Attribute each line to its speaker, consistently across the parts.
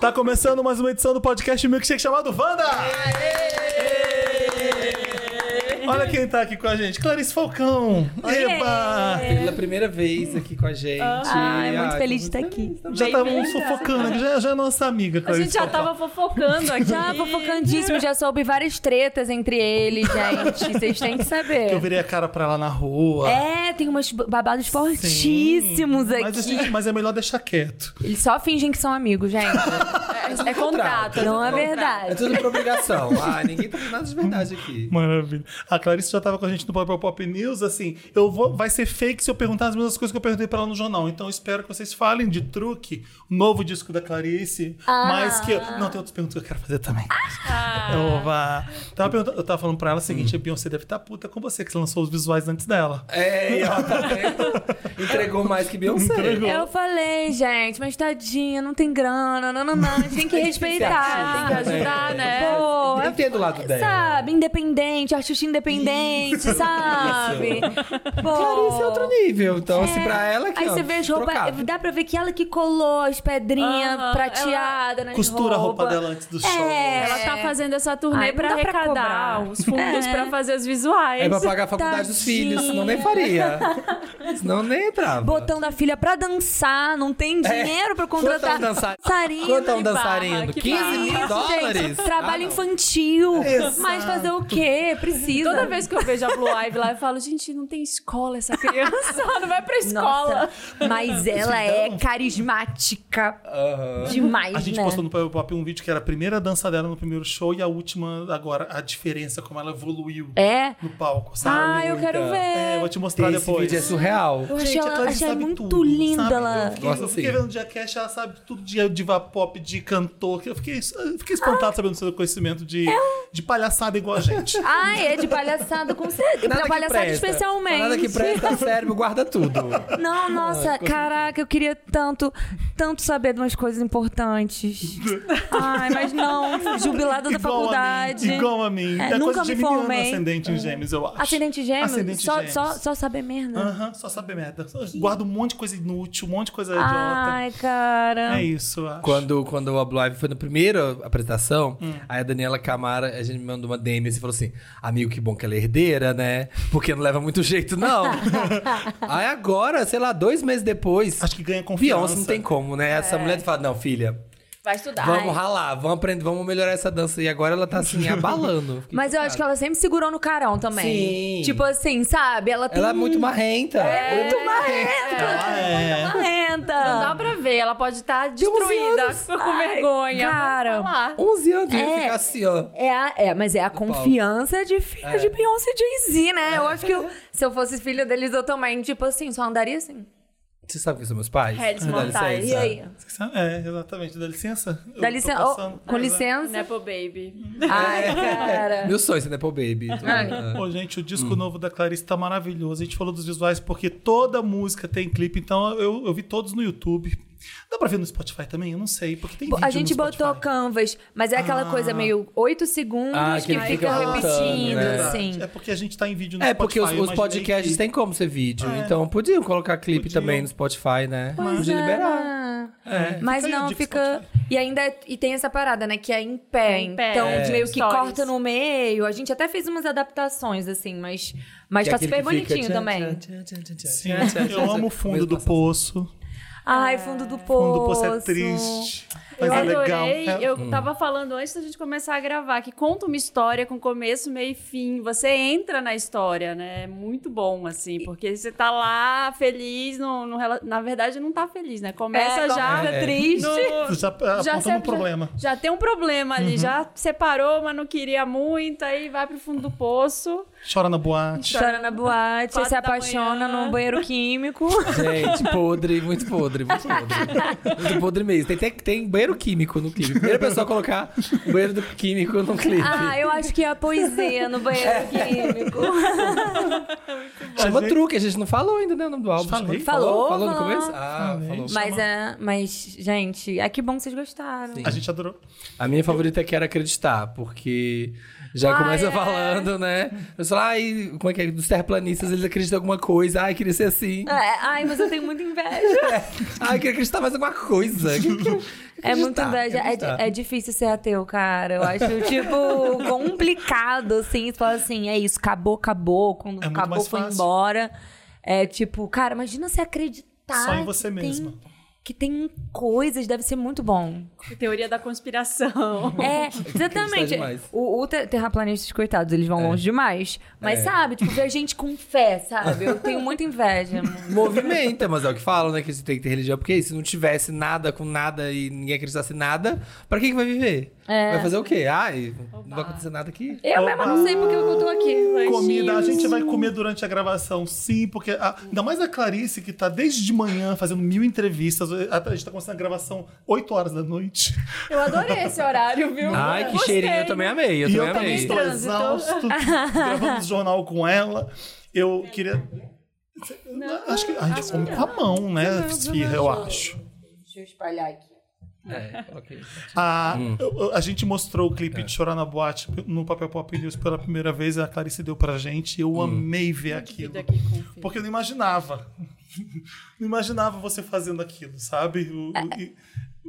Speaker 1: Tá começando mais uma edição do podcast Milkshake chamado Wanda! Olha quem tá aqui com a gente, Clarice Falcão!
Speaker 2: Oiê!
Speaker 1: Eba!
Speaker 3: Pela primeira vez aqui com a gente.
Speaker 2: Ah, Ai, muito feliz de
Speaker 3: tô
Speaker 2: estar
Speaker 3: muito
Speaker 2: aqui.
Speaker 3: feliz
Speaker 1: Já estavam
Speaker 4: Bem-vinda.
Speaker 1: sufocando, aqui, já, já é nossa amiga,
Speaker 4: A
Speaker 1: Clarice
Speaker 4: gente já tá
Speaker 1: Falcão.
Speaker 4: tava fofocando aqui.
Speaker 2: Já fofocandíssimo, já soube várias tretas entre eles, gente. Vocês têm que
Speaker 1: Eu
Speaker 2: saber.
Speaker 1: virei a cara pra lá na rua.
Speaker 2: É, tem umas babados fortíssimos
Speaker 1: Sim, Mas, a
Speaker 2: aqui.
Speaker 1: gente-
Speaker 3: tipo
Speaker 1: mas é melhor deixar quieto.
Speaker 2: Eles só fingem que são amigos, gente.
Speaker 3: tudo
Speaker 2: É contrato,
Speaker 3: contrato,
Speaker 2: não é
Speaker 3: tudo É
Speaker 2: verdade.
Speaker 3: tudo por obrigação. Ah, ninguém tá fazendo nada de verdade aqui.
Speaker 1: Maravilha. A Clarice já tava com a gente no Papel Pop News, assim, eu vou, vai ser fake se eu perguntar as mesmas coisas que eu perguntei pra ela no jornal. Então eu espero que vocês falem de truque, o novo disco da Clarice,
Speaker 2: Ah.
Speaker 1: mas que... Não, tem outras perguntas que eu quero fazer também. Oba. Tava perguntando- eu tava falando pra ela o seguinte, a
Speaker 3: Hum.
Speaker 1: Beyoncé deve estar puta com você, que você lançou os visuais antes dela.
Speaker 3: É, e ela tá vendo? Entregou mais que Beyoncé.
Speaker 1: Entregou.
Speaker 2: Eu falei, gente, mas tadinha, não tem grana, não, não, não. A gente tem que respeitar.
Speaker 4: Tem que ajudar, né?
Speaker 2: Pô, é
Speaker 3: Entendo o lado dela.
Speaker 2: Sabe, independente, artista independente, sabe? Pô.
Speaker 3: Clarice é outro nível. Então, assim, pra ela aqui,
Speaker 2: É. Aí
Speaker 3: ó,
Speaker 2: você vê as é roupas,
Speaker 3: trocado.
Speaker 2: dá pra ver que ela que colou as pedrinhas
Speaker 4: Aham,
Speaker 2: prateadas nas
Speaker 1: Costura a roupa
Speaker 2: roupas.
Speaker 1: dela antes do show.
Speaker 2: É.
Speaker 4: Ela tá fazendo essa turnê
Speaker 2: Ai, não
Speaker 4: pra
Speaker 2: dá pra
Speaker 4: arrecadar
Speaker 2: cobrar. É.
Speaker 4: os fundos pra fazer os visuais.
Speaker 3: É pra pagar a faculdade dos
Speaker 2: Tadinha.
Speaker 3: filhos, senão nem faria. Senão nem entrava.
Speaker 2: Botando a filha pra dançar, não tem dinheiro pra contratar
Speaker 3: É. Quanto é um dançar-
Speaker 2: dançarino.
Speaker 3: Quanto é um
Speaker 2: e
Speaker 3: dançarino?
Speaker 4: que
Speaker 3: 15 mil
Speaker 2: barra.
Speaker 3: dólares?
Speaker 2: Gente, trabalho
Speaker 3: Ah, não.
Speaker 2: infantil.
Speaker 3: Exato.
Speaker 2: Mas fazer o quê? Precisa.
Speaker 4: Toda vez que eu vejo a Blue Live lá, eu falo, gente, não tem escola essa criança, não vai pra escola.
Speaker 2: Nossa, mas ela é carismática
Speaker 3: Aham.
Speaker 2: demais,
Speaker 1: A gente
Speaker 2: né?
Speaker 1: postou no Papel Pop um vídeo que era a primeira dança dela no primeiro show e a última agora, a diferença, como ela evoluiu
Speaker 2: É.
Speaker 1: no palco, sabe?
Speaker 2: Ah, eu quero
Speaker 3: Muita.
Speaker 1: É,
Speaker 2: ver.
Speaker 1: vou te mostrar
Speaker 3: Esse
Speaker 1: depois.
Speaker 3: vídeo é surreal.
Speaker 2: Eu achei
Speaker 1: Gente, a
Speaker 2: ela,
Speaker 1: Clarice
Speaker 2: achei
Speaker 1: sabe
Speaker 2: muito
Speaker 1: tudo,
Speaker 2: linda
Speaker 1: sabe?
Speaker 2: ela.
Speaker 1: Eu fiquei,
Speaker 3: Nossa,
Speaker 1: eu fiquei
Speaker 3: sim.
Speaker 1: vendo Jackass, ela sabe tudo de diva pop, de cantor. que Eu fiquei, eu fiquei
Speaker 2: Ah.
Speaker 1: espantado sabendo do seu conhecimento de,
Speaker 2: É um-
Speaker 1: de palhaçada igual a gente.
Speaker 2: Ai, é de palhaçada com certeza.
Speaker 3: Nada
Speaker 2: Pra
Speaker 3: que
Speaker 2: palhaçada
Speaker 3: presta.
Speaker 2: especialmente.
Speaker 3: Nada que presta, cérebro, guarda tudo.
Speaker 2: Não, nossa, caraca, eu queria tanto, tanto saber de umas coisas importantes. Ai, mas não, jubilada
Speaker 1: igual
Speaker 2: da
Speaker 1: a
Speaker 2: tá faculdade.
Speaker 1: mim. Igual a mim.
Speaker 2: É,
Speaker 1: coisa de
Speaker 2: nunca me
Speaker 1: geminiano,
Speaker 2: formei. É.
Speaker 1: Ascendente em gêmeos, eu acho.
Speaker 2: Ascendente gêmeos,
Speaker 1: Ascendente
Speaker 2: só,
Speaker 1: gêmeos.
Speaker 2: Só, só saber merda.
Speaker 1: Aham, só saber merda. Só Guardo um monte de coisa inútil, um monte de coisa idiota.
Speaker 2: Ai, cara.
Speaker 1: É isso, eu acho.
Speaker 3: Quando, quando a Blue Ivy foi na primeira apresentação, aí a Daniela Camara, a gente me mandou uma DM e falou assim: Amigo, que bom que ela é herdeira, né? Porque não leva muito jeito, não. aí agora, sei lá, dois meses depois,
Speaker 1: Acho que ganha confiança.
Speaker 3: Beyoncé não tem como, né? Essa mulher fala: Não, filha,
Speaker 4: Vai estudar.
Speaker 3: vamos ralar, vamos aprender, vamos melhorar essa dança. E agora ela tá assim, abalando. Fiquei
Speaker 2: Mas eu acho que
Speaker 3: chocado.
Speaker 2: ela sempre segurou no carão também.
Speaker 3: Sim.
Speaker 2: Tipo assim, sabe? Ela tem
Speaker 3: Ela é muito marrenta. É, muito marrenta.
Speaker 1: Ah, é.
Speaker 2: renda.
Speaker 4: Não dá pra ver, ela pode estar
Speaker 3: onze
Speaker 4: destruída,
Speaker 3: anos.
Speaker 4: com
Speaker 2: Ai,
Speaker 4: vergonha.
Speaker 2: cara.
Speaker 4: Vamos lá.
Speaker 3: 11 anos, eu
Speaker 2: É.
Speaker 3: ia ficar assim, ó.
Speaker 2: É, a- é, mas é a
Speaker 3: palco.
Speaker 2: confiança de filho
Speaker 3: É.
Speaker 2: de Beyoncé e Jay-Z, né? Eu acho que eu- se eu fosse filho deles, eu também, tipo assim, só andaria assim.
Speaker 3: Você sabe quem são meus pais?
Speaker 4: Heads
Speaker 3: Me dá
Speaker 4: mortais.
Speaker 2: E
Speaker 3: licença.
Speaker 2: aí?
Speaker 1: É, exatamente. Dá licença. Eu
Speaker 2: Dá
Speaker 1: tô
Speaker 2: licença. ó,
Speaker 1: passando.
Speaker 2: com licença.
Speaker 4: Nepo é Baby.
Speaker 2: Ai, cara.
Speaker 3: Meu sonho é ser Nepo Baby.
Speaker 2: Ah,
Speaker 3: É.
Speaker 1: Pô, gente, o disco novo da Clarice tá maravilhoso. A gente falou dos visuais porque toda música tem clipe, então eu, eu vi todos no YouTube. Dá pra ver no Spotify também? Eu não sei, porque tem vídeo
Speaker 2: A
Speaker 1: no
Speaker 2: gente
Speaker 1: Spotify.
Speaker 2: botou canvas, mas é aquela
Speaker 1: Ah.
Speaker 2: coisa meio oito segundos
Speaker 3: Ah,
Speaker 2: que,
Speaker 3: que
Speaker 2: fica,
Speaker 3: fica voltando,
Speaker 2: repetindo,
Speaker 3: né?
Speaker 1: Verdade.
Speaker 2: assim.
Speaker 1: É porque a gente tá em vídeo no
Speaker 3: É,
Speaker 1: Spotify.
Speaker 3: porque os,
Speaker 1: eu
Speaker 3: os
Speaker 1: imaginei
Speaker 3: podcasts
Speaker 1: que-
Speaker 3: têm como ser vídeo.
Speaker 1: É.
Speaker 3: Então podiam colocar clipe
Speaker 1: Podiam.
Speaker 3: também no Spotify, né?
Speaker 2: Ah. Pois
Speaker 3: Podia
Speaker 2: é.
Speaker 3: liberar.
Speaker 1: É,
Speaker 2: Mas
Speaker 1: fica aí a
Speaker 2: não,
Speaker 1: dica
Speaker 2: fica. E ainda é- e tem essa parada, né? Que é em pé.
Speaker 4: É em pé.
Speaker 2: Então,
Speaker 4: É.
Speaker 2: meio que
Speaker 4: Stories.
Speaker 2: corta no meio. A gente até fez umas adaptações, assim, mas, mas
Speaker 3: Que é
Speaker 2: tá
Speaker 3: aquele
Speaker 2: super
Speaker 3: que fica
Speaker 2: bonitinho
Speaker 3: tchan,
Speaker 2: também.
Speaker 3: tchan, tchan, tchan, tchan,
Speaker 1: Sim,
Speaker 3: tchan, tchan,
Speaker 1: é assim. eu
Speaker 3: tchan,
Speaker 1: amo o fundo do
Speaker 3: tchan. assim, né? Mesmo assim.
Speaker 1: poço.
Speaker 2: Ai, fundo do poço.
Speaker 1: Fundo do poço é triste. Mas
Speaker 4: Eu
Speaker 1: é legal.
Speaker 4: adorei.
Speaker 1: É-
Speaker 4: Eu tava falando antes da gente começar a gravar que conta uma história com começo, meio e fim. Você entra na história, né? É muito bom, assim, porque você tá lá feliz. No, no rela- na verdade, não tá feliz, né? Começa
Speaker 2: É,
Speaker 4: já.
Speaker 2: começa triste.
Speaker 4: no-
Speaker 1: Já apontando um
Speaker 4: se-
Speaker 1: problema.
Speaker 4: Já, tem um problema ali.
Speaker 3: Uhum.
Speaker 4: Já separou, mas não queria muito. Aí vai pro fundo do poço.
Speaker 1: Chora na boate.
Speaker 2: Chora na boate,
Speaker 4: Quatro
Speaker 2: se
Speaker 4: da
Speaker 2: apaixona
Speaker 4: manhã.
Speaker 2: num banheiro químico.
Speaker 3: Gente, podre, muito podre, muito podre. Muito podre mesmo. Tem, tem, tem banheiro químico no clipe. Primeira pessoa a colocar banheiro do químico no clipe.
Speaker 2: ah, eu acho que é a poesia no
Speaker 1: É.
Speaker 2: banheiro químico.
Speaker 3: Chama
Speaker 1: A gente-
Speaker 3: truque, a gente não falou ainda, né? O nome do álbum.
Speaker 1: é- Falei.
Speaker 3: Falou,
Speaker 2: Falou,
Speaker 3: falou no
Speaker 2: falou.
Speaker 3: começo? Ah,
Speaker 1: Falei.
Speaker 3: falou.
Speaker 2: mas, é, mas, gente, é que bom que vocês gostaram.
Speaker 3: Sim.
Speaker 1: A gente adorou.
Speaker 3: A minha favorita é Quero Acreditar, porque já
Speaker 2: Ah,
Speaker 3: começa
Speaker 2: é.
Speaker 3: falando, né? Eu sou, ai, como é que é? Dos terraplanistas, eles acreditam em alguma coisa. Ai, queria ser assim.
Speaker 2: É, ai, mas eu tenho muita inveja.
Speaker 3: Ai, queria acreditar mais em alguma coisa. O que, que,
Speaker 2: É muito
Speaker 3: acreditar,
Speaker 2: inveja. É,
Speaker 3: acreditar.
Speaker 2: di- é difícil ser ateu, cara. Eu acho, tipo, complicado, assim. Você fala assim, é isso, acabou, acabou. Quando
Speaker 1: É muito
Speaker 2: acabou,
Speaker 1: mais
Speaker 2: foi
Speaker 1: fácil.
Speaker 2: embora. É tipo, cara, imagina você acreditar.
Speaker 1: Só em você
Speaker 2: que tá tem-
Speaker 1: mesma.
Speaker 2: que tem coisas, deve ser muito bom.
Speaker 4: Teoria da conspiração.
Speaker 2: É,
Speaker 3: Acreditar
Speaker 2: exatamente.
Speaker 3: demais.
Speaker 2: O, o ter- terraplanistas, coitados, eles vão longe demais. Mas
Speaker 3: É.
Speaker 2: sabe, tipo, ver gente com fé, sabe? Eu tenho muita inveja.
Speaker 3: Movimenta, mas é o que falam, né? Que você tem que ter religião. Porque se não tivesse nada com nada e ninguém acreditasse em nada, pra que, que vai viver?
Speaker 2: É.
Speaker 3: Vai fazer o quê? Ai, não vai acontecer nada aqui.
Speaker 1: É
Speaker 2: Eu mesma não sei porque eu tô aqui. mas-
Speaker 1: Comida, a gente vai comer durante a gravação, sim, porque a, ainda mais a Clarice, que tá desde de manhã fazendo mil entrevistas, a, a gente tá começando a gravação 8 horas da noite.
Speaker 4: Eu adorei esse horário, viu?
Speaker 3: Ai, que
Speaker 4: Gostei.
Speaker 3: cheirinho, eu também
Speaker 2: né?
Speaker 3: amei. Eu
Speaker 1: e
Speaker 3: também
Speaker 1: eu também
Speaker 3: amei.
Speaker 1: estou
Speaker 4: Trânsito.
Speaker 1: exausto, gravamos jornal com ela. Eu queria. acho que a gente come com a mão, né, Esfirra, eu acho.
Speaker 2: Deixa eu espalhar aqui.
Speaker 3: É, coloquei.
Speaker 1: A, eu- a gente mostrou o clipe de Chorar na Boate no Papel Pop News pela primeira vez, a Clarice deu pra gente. Eu amei ver aquilo.
Speaker 4: Aqui com o filho.
Speaker 1: Porque eu não imaginava. não imaginava você fazendo aquilo, sabe? O- o-
Speaker 2: É.
Speaker 1: e-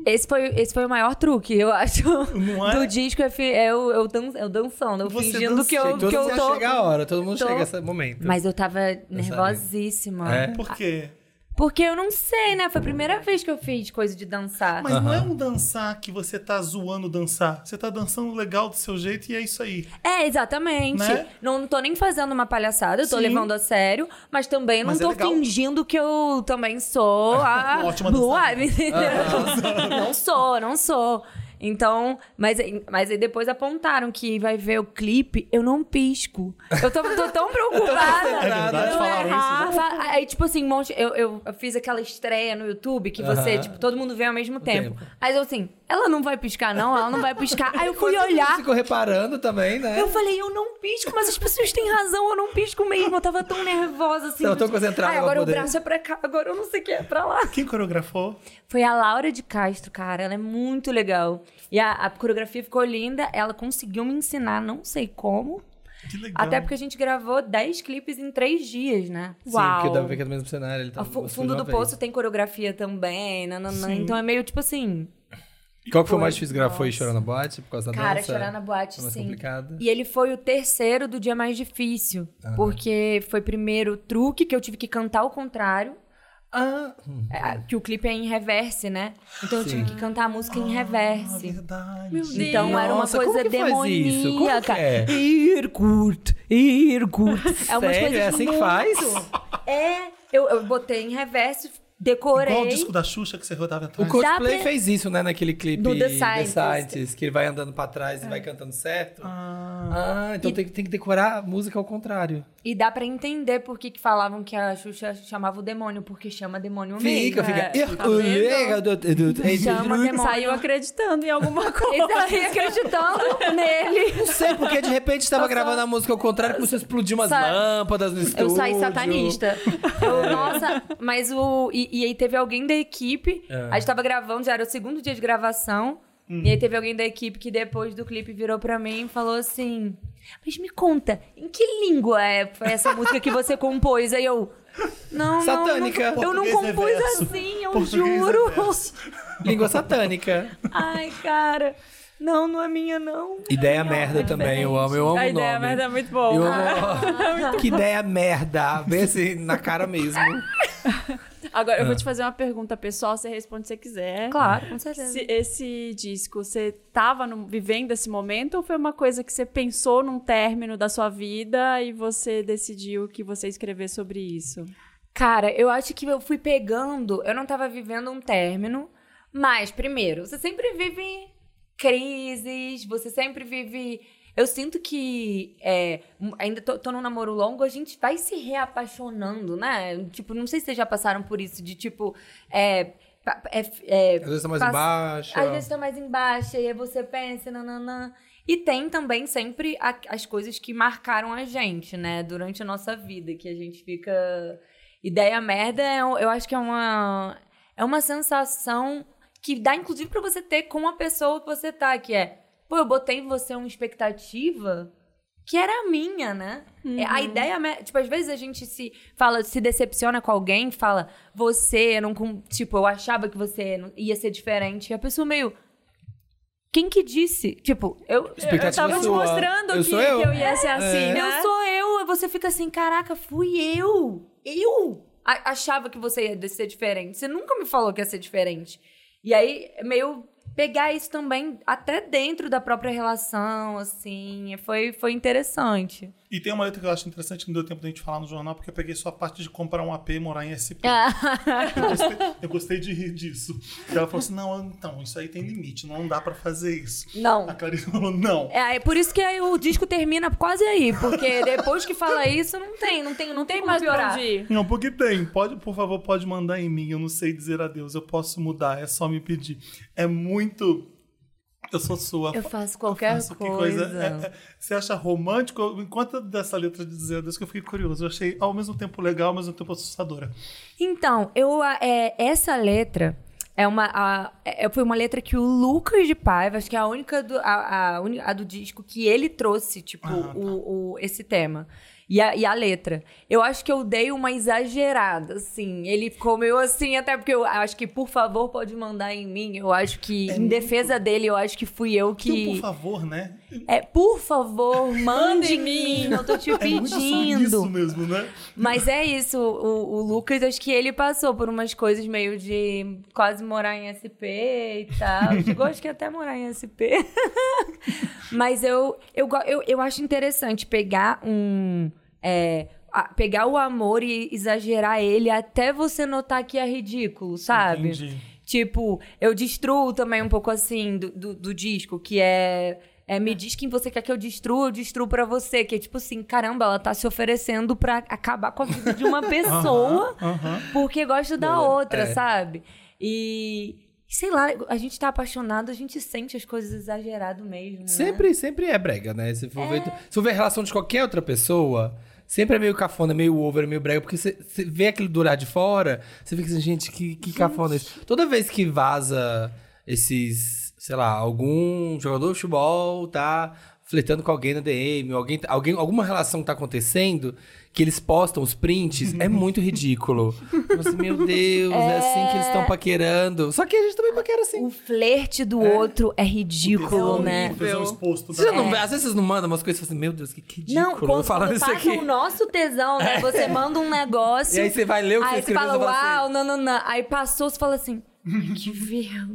Speaker 2: Esse foi, esse foi o maior truque, eu acho.
Speaker 1: Não é?
Speaker 2: Do disco, eu, fi- eu, eu, dan- eu dançando, eu
Speaker 1: Você
Speaker 2: fingindo que eu,
Speaker 1: dançando.
Speaker 3: Todo
Speaker 2: que eu
Speaker 3: mundo
Speaker 2: tô.
Speaker 3: chega a hora, todo mundo
Speaker 2: tô-
Speaker 3: chega a esse momento.
Speaker 2: Mas eu tava nervosíssima.
Speaker 3: É?
Speaker 1: Por quê?
Speaker 2: Porque eu não sei, né? Foi a primeira vez que eu fiz coisa de dançar.
Speaker 1: Mas não é um dançar que você tá zoando dançar. Você tá dançando legal do seu jeito e é isso aí.
Speaker 2: É, exatamente.
Speaker 1: Né?
Speaker 2: Não, não tô nem fazendo uma palhaçada, eu tô
Speaker 1: Sim.
Speaker 2: levando a sério, mas também não
Speaker 1: Mas é
Speaker 2: tô
Speaker 1: legal.
Speaker 2: fingindo que eu também sou a
Speaker 1: Ótima
Speaker 2: Blue
Speaker 1: dançarina.
Speaker 2: Ivy. entendeu? não sou, não sou. Então, mas, aí- mas aí depois apontaram que vai ver o clipe, eu não pisco. Eu tô, tô tão preocupada.
Speaker 1: É verdade,
Speaker 2: Eu
Speaker 1: falaram isso,
Speaker 2: errar. Fa- Aí, tipo assim, um monte. Eu, eu, eu fiz aquela estreia no YouTube que você,
Speaker 3: Aham.
Speaker 2: tipo, todo mundo vê ao mesmo tempo.
Speaker 3: tempo.
Speaker 2: Aí eu assim, ela não vai piscar, não, ela não vai piscar. Aí eu fui
Speaker 3: Todo mundo
Speaker 2: olhar.
Speaker 3: Ficou reparando também, né?
Speaker 2: Eu falei, eu não pisco, mas as pessoas têm razão, eu não pisco mesmo. Eu tava tão nervosa assim.
Speaker 3: Tava tão concentrada
Speaker 2: Ai,
Speaker 3: pra
Speaker 2: agora
Speaker 3: poder-
Speaker 2: o braço é pra cá, agora eu não sei o que é pra lá.
Speaker 1: Quem coreografou?
Speaker 2: Foi a Laura de Castro, cara. Ela é muito legal. E a, a coreografia ficou linda. Ela conseguiu me ensinar, não sei como.
Speaker 1: Que legal.
Speaker 2: Até porque a gente gravou 10 clipes em 3 dias, né?
Speaker 3: Sim, porque o Davi fica no mesmo cenário. Ele tá
Speaker 2: O fu-
Speaker 3: você foi de
Speaker 2: fundo do
Speaker 3: uma vez.
Speaker 2: poço tem coreografia também. Nananã,
Speaker 1: Sim.
Speaker 2: então é meio tipo assim.
Speaker 3: Qual que foi o mais
Speaker 2: Foi,
Speaker 3: difícil gravar? Foi
Speaker 2: nossa.
Speaker 3: chorar na boate por causa da
Speaker 2: Cara,
Speaker 3: dança?
Speaker 2: chorar na boate,
Speaker 3: Foi é mais
Speaker 2: sim.
Speaker 3: complicado.
Speaker 2: E ele foi o terceiro do dia mais difícil. Porque foi primeiro o truque, que eu tive que cantar ao contrário.
Speaker 3: Ah,
Speaker 2: É, Que o clipe é em reverse, né? Então eu tive
Speaker 3: Sim.
Speaker 2: que cantar a música em
Speaker 1: Ah,
Speaker 2: reverse.
Speaker 1: verdade.
Speaker 4: Meu Deus.
Speaker 2: Então era uma
Speaker 3: Nossa, como
Speaker 2: coisa
Speaker 3: que faz isso? Como que
Speaker 2: demoníaca.
Speaker 3: é?
Speaker 2: Irkut, Irkut. É umas
Speaker 3: sério?
Speaker 2: coisas
Speaker 3: É assim que
Speaker 2: muito-
Speaker 3: faz?
Speaker 2: É, eu, eu botei em reverso, decorei.
Speaker 1: Igual o disco da Xuxa que você rodava
Speaker 3: O
Speaker 1: atrás.
Speaker 2: Dá
Speaker 3: cosplay
Speaker 2: pra-
Speaker 3: fez isso, né? Naquele clipe
Speaker 2: Do The
Speaker 3: Scientist.
Speaker 2: Scientist. É.
Speaker 3: que ele vai andando pra trás e vai cantando certo. Ah,
Speaker 1: Ah,
Speaker 3: então tem, que- tem que decorar a música ao contrário.
Speaker 2: E dá pra entender por que, que falavam que a Xuxa chamava o demônio, porque chama demônio mesmo.
Speaker 3: Fica, fica.
Speaker 4: é, tá vendo?
Speaker 3: do- do- do-
Speaker 2: Chama
Speaker 3: do-
Speaker 2: demônio.
Speaker 4: Saiu acreditando em alguma
Speaker 2: Ele
Speaker 4: coisa.
Speaker 2: tava acreditando nele.
Speaker 3: Não sei porque de repente tava gravando a música ao contrário, começou a explodir umas
Speaker 2: Sa-
Speaker 3: lâmpadas no estúdio.
Speaker 2: Eu saí satanista. Eu, nossa, mas o. E, e aí teve alguém da equipe.
Speaker 3: É.
Speaker 2: A gente tava gravando, já era o segundo dia de gravação. E aí teve alguém da equipe que depois do clipe virou pra mim e falou assim: Mas me conta, em que língua é foi essa música que você compôs? Aí eu. Não, não,
Speaker 3: Satânica.
Speaker 2: não, eu não
Speaker 1: Português
Speaker 2: compus
Speaker 1: reverso.
Speaker 2: assim, eu
Speaker 1: Português
Speaker 2: juro.
Speaker 1: reverso.
Speaker 3: Língua satânica.
Speaker 2: Ai, cara. Não, não é minha, não.
Speaker 3: Ideia merda também, eu amo, eu amo
Speaker 4: é A
Speaker 3: o
Speaker 4: ideia,
Speaker 3: nome.
Speaker 4: mas é muito boa. é
Speaker 3: Eu amo. que ideia merda. Vê se na cara mesmo.
Speaker 4: Agora,
Speaker 3: Ah.
Speaker 4: eu vou te fazer uma pergunta pessoal, você responde se você quiser.
Speaker 2: Claro, com certeza.
Speaker 4: Se esse disco, você tava no- vivendo esse momento ou foi uma coisa que você pensou num término da sua vida e você decidiu que você ia escrever sobre isso?
Speaker 2: Cara, eu acho que eu fui pegando. Eu não tava vivendo um término, mas, primeiro, você sempre vive crises, você sempre vive. Eu sinto que é, m- ainda tô, tô num namoro longo, a gente vai se reapaixonando, né? Tipo, não sei se vocês já passaram por isso, de tipo. É, pa- é, f- é,
Speaker 3: Às vezes tá mais
Speaker 2: Passa-
Speaker 3: embaixo.
Speaker 2: às vezes tá mais embaixo, e aí você pensa, nananã. E tem também sempre a- as coisas que marcaram a gente, né? Durante a nossa vida, que a gente fica. Ideia merda, é um- eu acho que é uma. É uma sensação que dá, inclusive, pra você ter com a pessoa que você tá, que é. Pô, eu botei em você uma expectativa que era a minha, né? É, A ideia, me- tipo, às vezes a gente se fala, se decepciona com alguém, fala, você não, cum- tipo, eu achava que você não- ia ser diferente, e a pessoa meio quem que disse? Tipo, eu
Speaker 4: Eu
Speaker 3: Expectativa
Speaker 4: tava te
Speaker 3: sua.
Speaker 4: mostrando
Speaker 3: Eu
Speaker 4: que,
Speaker 3: sou eu. É.
Speaker 4: que eu ia ser assim, né?
Speaker 2: eu sou eu, aí você fica assim, caraca, fui eu. Eu A- achava que você ia ser diferente. Você nunca me falou que ia ser diferente. E aí, meio pegar isso também até dentro da própria relação, assim, foi, foi interessante.
Speaker 1: E tem uma letra que eu acho interessante, não deu tempo da gente falar no jornal, porque eu peguei só a parte de comprar um AP e morar em SP.
Speaker 2: Ah,
Speaker 1: Eu gostei, eu gostei de rir disso. E ela falou assim: não, então, isso aí tem limite, não dá pra fazer isso.
Speaker 2: Não.
Speaker 1: A Clarice falou: não.
Speaker 2: É, é por isso que aí o disco termina quase aí, porque depois que fala isso, não tem, não tem, não tem,
Speaker 4: Tem
Speaker 2: como
Speaker 4: mais pra
Speaker 2: piorar.
Speaker 4: onde ir.
Speaker 1: Não, porque tem. Pode, por favor, pode mandar em mim. Eu não sei dizer adeus. Eu posso mudar, é só me pedir. É muito. Eu sou sua.
Speaker 2: Eu faço qualquer
Speaker 1: Nossa, que
Speaker 2: coisa.
Speaker 1: é, é. você acha romântico? Enquanto dessa letra de dizer adeus, que eu fiquei curioso. Eu achei ao mesmo tempo legal, ao mesmo tempo assustadora.
Speaker 2: Então, eu a- é, essa letra é uma a- é- foi uma letra que o Lucas de Paiva, acho que é a única do a, a uni- a do disco que ele trouxe, tipo,
Speaker 1: tá.
Speaker 2: o, o- esse tema. E a, e a letra. Eu acho que eu dei uma exagerada, assim. Ele ficou meio assim, até porque eu acho que, por favor, pode mandar em mim. Eu acho que, em defesa dele, eu acho que fui eu que.
Speaker 1: É Então, por favor, né?
Speaker 2: É, por favor, mande
Speaker 4: Manda
Speaker 2: em
Speaker 4: em
Speaker 2: mim.
Speaker 4: mim.
Speaker 2: Eu tô te
Speaker 1: É muito sobre
Speaker 2: pedindo.
Speaker 1: isso mesmo, né?
Speaker 2: Mas é isso, o, o Lucas, acho que ele passou por umas coisas meio de quase morar em SP e tal. Chegou, acho que até morar em SP. Mas eu, eu, go- eu, eu acho interessante pegar um. é, a- pegar o amor e exagerar ele até você notar que é ridículo, sabe?
Speaker 1: Entendi.
Speaker 2: Tipo, eu destruo também um pouco assim do, do, do disco, que é, é, Me diz quem você quer que eu destrua, eu destruo pra você. Que é tipo assim, caramba, ela tá se oferecendo pra acabar com a vida de uma pessoa
Speaker 1: aham.
Speaker 2: porque gosta da
Speaker 3: Beleza.
Speaker 2: outra,
Speaker 3: É.
Speaker 2: sabe? E. Sei lá, a gente tá apaixonado, a gente sente as coisas exagerado mesmo. né?
Speaker 3: Sempre, sempre é brega, né? Se for, ver, se for ver a relação de qualquer outra pessoa, sempre é meio cafona, meio over, meio brega, porque você você vê aquilo durar de fora, você fica assim, gente, que, que cafona isso. Toda vez que vaza esses, sei lá, algum jogador de futebol tá flertando com alguém na DM, alguém, alguém, alguma relação que tá acontecendo, que eles postam os prints, é muito ridículo. Você, meu Deus, é... assim que eles estão paquerando. Só que a gente também paquera assim.
Speaker 2: O flerte do outro é ridículo, né?
Speaker 1: O tesão um- exposto.
Speaker 3: Você já
Speaker 1: da-
Speaker 3: não, Às vezes vocês não mandam umas coisas e falam assim, meu Deus, que, que ridículo.
Speaker 2: É. Não, quando,
Speaker 3: falando
Speaker 2: quando
Speaker 3: isso
Speaker 2: passa
Speaker 3: aqui. É.
Speaker 2: o nosso tesão, né? Você manda um negócio.
Speaker 3: E aí você vai ler o que você
Speaker 2: Aí você
Speaker 3: escreveu
Speaker 2: fala,
Speaker 3: e você fala
Speaker 2: uau,
Speaker 3: assim-
Speaker 2: não, não, não. Aí passou, você fala assim, "Ai, que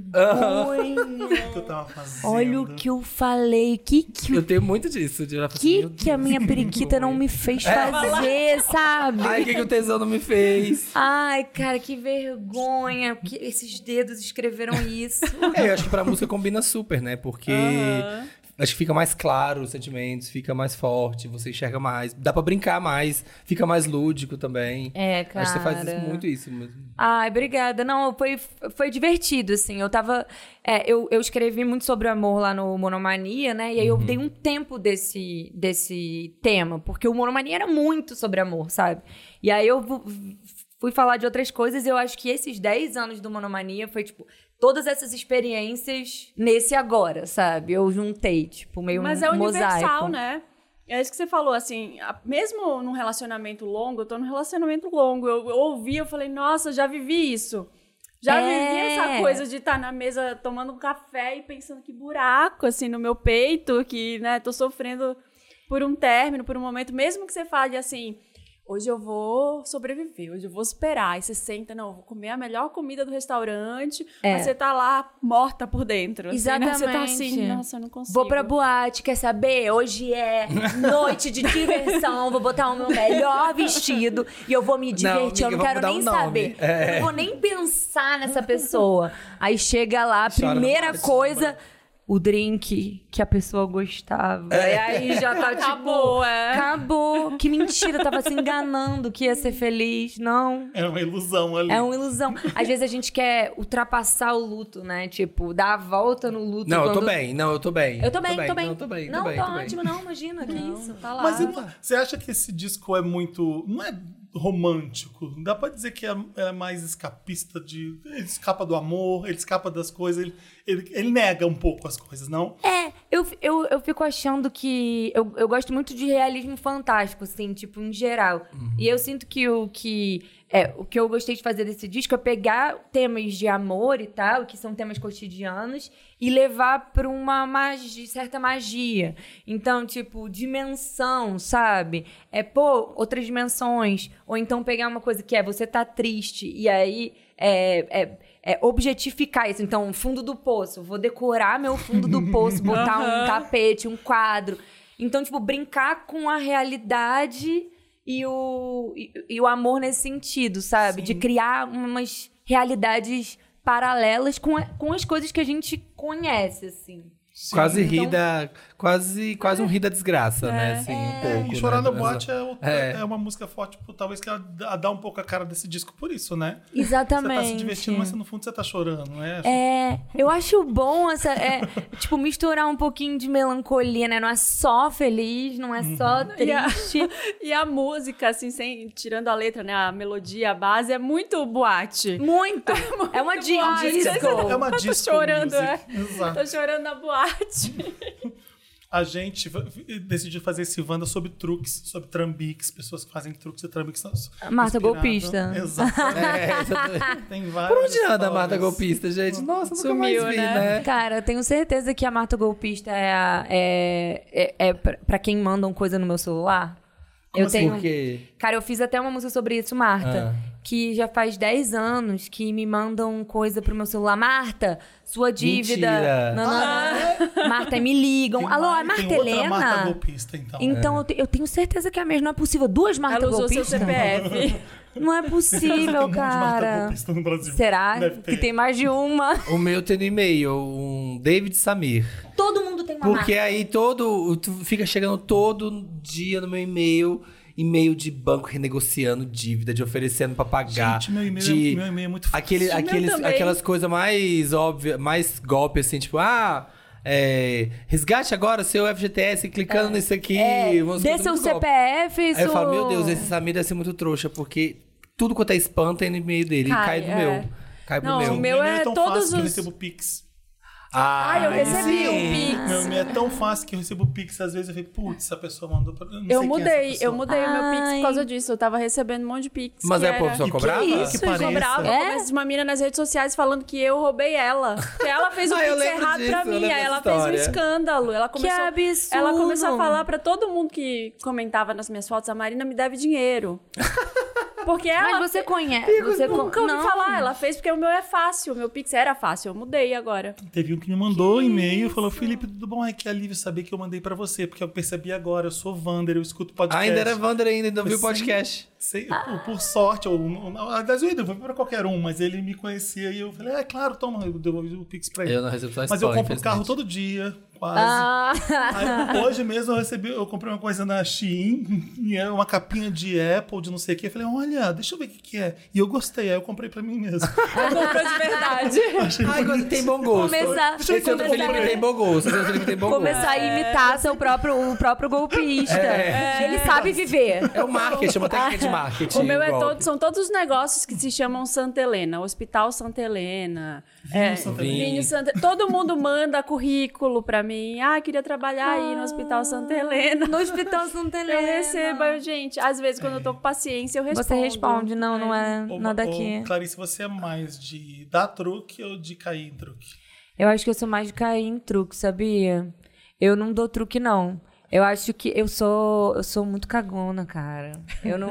Speaker 2: vergonha.
Speaker 1: que eu tava fazendo.
Speaker 2: Olha o que eu falei, que que,
Speaker 3: Eu
Speaker 2: o
Speaker 3: tenho muito disso. De olhar e falar assim,
Speaker 2: que,
Speaker 3: meu Deus. É.
Speaker 2: que a minha periquita não me fez fazer, sabe?
Speaker 3: Ai, o que, que o tesão não me fez?
Speaker 2: Ai, cara, que vergonha. Que esses dedos escreveram isso.
Speaker 3: É, eu acho que pra música combina super, né? Porque
Speaker 4: Aham.
Speaker 3: acho que fica mais claro os sentimentos, fica mais forte, você enxerga mais, dá pra brincar mais, fica mais lúdico também.
Speaker 2: É, cara.
Speaker 3: Acho que você faz isso- muito isso mesmo.
Speaker 2: Ai, obrigada. Não, foi, foi divertido, assim. Eu tava. é, eu, eu escrevi muito sobre o amor lá no Monomania, né? E aí eu dei um tempo desse, desse tema, porque o Monomania era muito sobre amor, sabe? E aí eu fu- fui falar de outras coisas e eu acho que esses 10 anos do Monomania foi, tipo, todas essas experiências nesse agora, sabe? Eu juntei, tipo, meio
Speaker 4: Mas
Speaker 2: um
Speaker 4: é
Speaker 2: mosaico.
Speaker 4: universal, né? É isso que você falou, assim, a- mesmo num relacionamento longo, eu tô num relacionamento longo, eu, eu ouvi, eu falei, nossa, já vivi isso. Já
Speaker 2: É.
Speaker 4: vivi essa coisa de estar na mesa tomando um café e pensando que buraco, assim, no meu peito, que, né, tô sofrendo por um término, por um momento, mesmo que você fale assim, hoje eu vou sobreviver, hoje eu vou superar, aí você senta, não, eu vou comer a melhor comida do restaurante,
Speaker 2: É.
Speaker 4: mas você tá lá morta por dentro. assim, né? Você tá assim,
Speaker 2: Exatamente.
Speaker 4: nossa, eu não consigo.
Speaker 2: Vou pra boate, quer saber? Hoje é noite de diversão. Vou botar o meu melhor vestido e eu vou me
Speaker 3: amiga,
Speaker 2: divertir. eu não quero
Speaker 3: vamos
Speaker 2: nem
Speaker 3: mudar o nome. É.
Speaker 2: saber. Eu não vou nem pensar nessa pessoa. Aí chega lá, a
Speaker 3: Chora no
Speaker 2: primeira
Speaker 3: quarto,
Speaker 2: coisa, o drink que a pessoa gostava.
Speaker 3: É.
Speaker 2: E aí já tá tipo.
Speaker 4: Acabou, é.
Speaker 2: Acabou. Que mentira, tava se enganando que ia ser feliz. Não.
Speaker 1: É uma ilusão ali.
Speaker 2: É uma ilusão. Às vezes a gente quer ultrapassar o luto, né? Tipo, dar a volta no luto.
Speaker 3: Não, eu tô
Speaker 2: quando-
Speaker 3: bem, não, eu tô bem.
Speaker 2: eu tô bem, tô bem.
Speaker 3: Não, tô bem,
Speaker 2: Não,
Speaker 3: tô bem.
Speaker 2: tá
Speaker 3: tô bem.
Speaker 2: ótimo, não, imagina, que isso, tá lá.
Speaker 1: Mas eu não- você acha que esse disco é muito. Não é romântico? Dá pra dizer que é, é mais escapista de. Ele escapa do amor, ele escapa das coisas, ele, ele, ele nega um pouco as coisas, não?
Speaker 2: É, Eu, eu, eu fico achando que. Eu, eu gosto muito de realismo fantástico, assim, tipo, em geral.
Speaker 3: Uhum.
Speaker 2: E eu sinto que o que. É, o que eu gostei de fazer desse disco é pegar temas de amor e tal, que são temas cotidianos, e levar pra uma magi- certa magia. Então, tipo, dimensão, sabe? É, pô, outras dimensões. Ou então pegar uma coisa que é você tá triste, e aí é, é, é objetificar isso. Então, fundo do poço. Vou decorar meu fundo do poço, botar um tapete, um quadro. Então, tipo, brincar com a realidade e o, e, e o amor nesse sentido, sabe? De criar umas realidades paralelas com, a- com as coisas que a gente conhece, assim.
Speaker 3: quase
Speaker 2: então- É.
Speaker 3: ri da. Quase, quase um ri da desgraça, né? Assim, um pouco.
Speaker 1: E Chorar
Speaker 3: né?
Speaker 1: na boate é, outra-
Speaker 3: É.
Speaker 1: é uma música forte, tipo, talvez que ela dá dá um pouco a cara desse disco por isso, né? Você
Speaker 2: Exatamente.
Speaker 1: tá se divertindo, mas no fundo você tá chorando, né?
Speaker 2: É, eu acho bom essa. é, tipo, misturar um pouquinho de melancolia, né? Não é só feliz, não é só
Speaker 1: Uhum.
Speaker 2: triste.
Speaker 4: E a música, assim, sem, tirando a letra, né? A melodia, a base, é muito boate.
Speaker 2: Muito! É uma
Speaker 4: Muito
Speaker 2: jean
Speaker 4: bom, acho que
Speaker 2: disco.
Speaker 4: essa-
Speaker 1: É uma
Speaker 4: Tô
Speaker 1: disco
Speaker 4: chorando,
Speaker 1: music.
Speaker 4: é.
Speaker 1: Exato.
Speaker 4: Tô chorando na boate.
Speaker 1: A gente fa- decidiu fazer esse Wanda sobre truques, sobre trambiques, pessoas que fazem truques e trambiques. são-
Speaker 2: Marta
Speaker 1: inspirado.
Speaker 2: golpista.
Speaker 1: Exato.
Speaker 3: É, exatamente.
Speaker 1: Tem várias
Speaker 3: Por onde anda a Marta
Speaker 1: histórias.
Speaker 3: Golpista, gente? Nossa, nunca
Speaker 4: Sumiu,
Speaker 3: mais vi,
Speaker 4: né?
Speaker 3: né?
Speaker 2: Cara, eu tenho certeza que a Marta Golpista é, a- é, é, é pra pra quem mandam coisa no meu celular. eu
Speaker 1: assim?
Speaker 2: tenho.
Speaker 3: Porque.
Speaker 2: Cara, eu fiz até uma música sobre isso, Marta.
Speaker 3: Ah.
Speaker 2: Que já faz 10 anos que me mandam coisa pro meu celular. Marta, sua dívida.
Speaker 3: Mentira.
Speaker 2: nananã. Marta, me ligam.
Speaker 1: Ah. Tem
Speaker 2: Alô,
Speaker 1: mais-
Speaker 2: é Marta
Speaker 1: tem outra
Speaker 2: Helena?
Speaker 1: Marta golpista, então.
Speaker 2: Então, eu, te- eu tenho certeza que é a mesma. Não é possível. Duas Marta
Speaker 4: Ela usou seu
Speaker 2: Golpistas?
Speaker 4: CPF.
Speaker 2: Não é
Speaker 1: Tem um
Speaker 2: possível,
Speaker 1: monte de Marta
Speaker 2: cara.
Speaker 1: golpista no Brasil.
Speaker 2: Será
Speaker 1: Deve ter.
Speaker 2: que tem mais de uma?
Speaker 3: O meu tem no e-mail, um David Samir.
Speaker 2: Todo mundo tem uma
Speaker 3: Porque
Speaker 2: Marta.
Speaker 3: aí todo. Tu fica chegando todo dia no meu e-mail. E-mail de banco renegociando dívida, de oferecendo pra pagar.
Speaker 1: Gente, meu e-mail
Speaker 3: de...
Speaker 1: é- meu e-mail é muito fácil.
Speaker 3: aquele,
Speaker 4: Meu
Speaker 3: aqueles,
Speaker 4: também.
Speaker 3: Aquelas coisas mais óbvias, mais golpe, assim, tipo, ah. é, resgate agora seu FGTS clicando nisso aqui.
Speaker 2: É,
Speaker 3: umas
Speaker 2: dê
Speaker 3: coisas
Speaker 2: seu
Speaker 3: muito golpe.
Speaker 2: CPF,
Speaker 3: Aí eu
Speaker 2: seu-
Speaker 3: falo, meu Deus, esse Samir deve ser muito trouxa, porque tudo quanto é spam tem no e-mail dele.
Speaker 4: Cai,
Speaker 3: e cai no
Speaker 4: é.
Speaker 3: meu. Cai pro
Speaker 4: Não,
Speaker 3: meu.
Speaker 4: o meu
Speaker 1: e-mail
Speaker 4: é
Speaker 1: tão
Speaker 4: todos
Speaker 1: fácil que eu
Speaker 4: os-
Speaker 1: recebo Pix.
Speaker 3: Ah,
Speaker 4: Ai, eu recebi
Speaker 3: sim.
Speaker 4: um Pix.
Speaker 1: Meu e-mail é tão fácil que eu recebo Pix. Às vezes eu fico, putz, a pessoa mandou pra não
Speaker 4: Eu
Speaker 1: sei quem é essa
Speaker 4: mudei,
Speaker 1: pessoa.
Speaker 4: eu mudei o meu Pix
Speaker 2: Ai.
Speaker 4: por causa disso. Eu tava recebendo um monte de Pix.
Speaker 3: Mas
Speaker 4: que
Speaker 3: é pouco
Speaker 4: era-
Speaker 3: só
Speaker 1: E que
Speaker 3: cobrava?
Speaker 1: isso?
Speaker 4: Isso, eu
Speaker 1: pareça.
Speaker 4: cobrava
Speaker 2: É?
Speaker 4: é? uma mina nas redes sociais falando que eu roubei ela. Que ela fez o
Speaker 3: Ah, eu
Speaker 4: pix
Speaker 3: lembro
Speaker 4: errado pra
Speaker 3: disso, eu
Speaker 4: mim.
Speaker 3: lembro
Speaker 4: Aí ela
Speaker 3: dessa
Speaker 4: fez um
Speaker 3: história.
Speaker 4: escândalo. Ela começou,
Speaker 2: absurdo.
Speaker 4: Ela começou a falar pra todo mundo que comentava nas minhas fotos, a Marina me deve dinheiro. Porque ela...
Speaker 2: Mas você conhece. Você con-
Speaker 4: Nunca ouvi
Speaker 2: Não.
Speaker 4: falar, ela fez porque o meu é fácil, o meu pix era fácil, eu mudei agora.
Speaker 1: Teve um que me mandou um e-mail e falou: Felipe, tudo bom? É que alívio saber que eu mandei pra você, porque eu percebi agora, eu sou Wander, eu escuto podcast.
Speaker 3: Ah, Ainda era Wander ainda, ainda viu o
Speaker 1: Sim.
Speaker 3: podcast.
Speaker 1: Sei, por, por sorte, ou, ou, aliás, eu ainda fui pra qualquer um, mas ele me conhecia e eu falei: é claro, toma, eu devolvi o Pix pra ele.
Speaker 3: Eu não recebo só
Speaker 1: mas
Speaker 3: spam,
Speaker 1: eu compro carro
Speaker 3: infelizmente.
Speaker 1: todo dia, quase.
Speaker 2: Ah,
Speaker 1: Aí, hoje mesmo eu recebi, eu comprei uma coisa na Shein, e é uma capinha de Apple, de não sei o que. Eu falei, olha, deixa eu ver o que, que é. E eu gostei, aí eu comprei pra mim mesmo.
Speaker 4: Ela comprou de verdade.
Speaker 3: Ai, agora tem bom gosto.
Speaker 2: Começar-
Speaker 3: Esse outro
Speaker 2: começar-
Speaker 3: Felipe tem bom gosto. Esse outro Felipe tem bom
Speaker 2: começar
Speaker 3: gosto.
Speaker 2: a
Speaker 4: É.
Speaker 2: imitar seu próprio, o próprio golpista.
Speaker 3: É.
Speaker 2: Ele sabe viver.
Speaker 3: É o marketing, é uma técnica de marketing.
Speaker 4: O meu é
Speaker 3: um golpe.
Speaker 4: todo, são todos os negócios que se chamam Santa Helena, Hospital Santa Helena, é,
Speaker 1: Santa
Speaker 3: Helena.
Speaker 4: Vinho Santa- Todo mundo manda currículo pra mim. Ah, queria trabalhar aí no Hospital Ah, Santa Helena.
Speaker 2: No hospital Santa
Speaker 4: Eu
Speaker 2: Helena.
Speaker 4: recebo, eu, gente. Às vezes, quando eu tô com paciência, eu respondo.
Speaker 2: Você responde, não, não é
Speaker 1: Ô,
Speaker 2: nada
Speaker 1: ô,
Speaker 2: aqui.
Speaker 1: Clarice, você é mais de dar truque ou de cair em truque?
Speaker 2: Eu acho que eu sou mais de cair em truque, sabia? Eu não dou truque, não. Eu acho que eu sou. Eu sou muito cagona, cara. Eu não.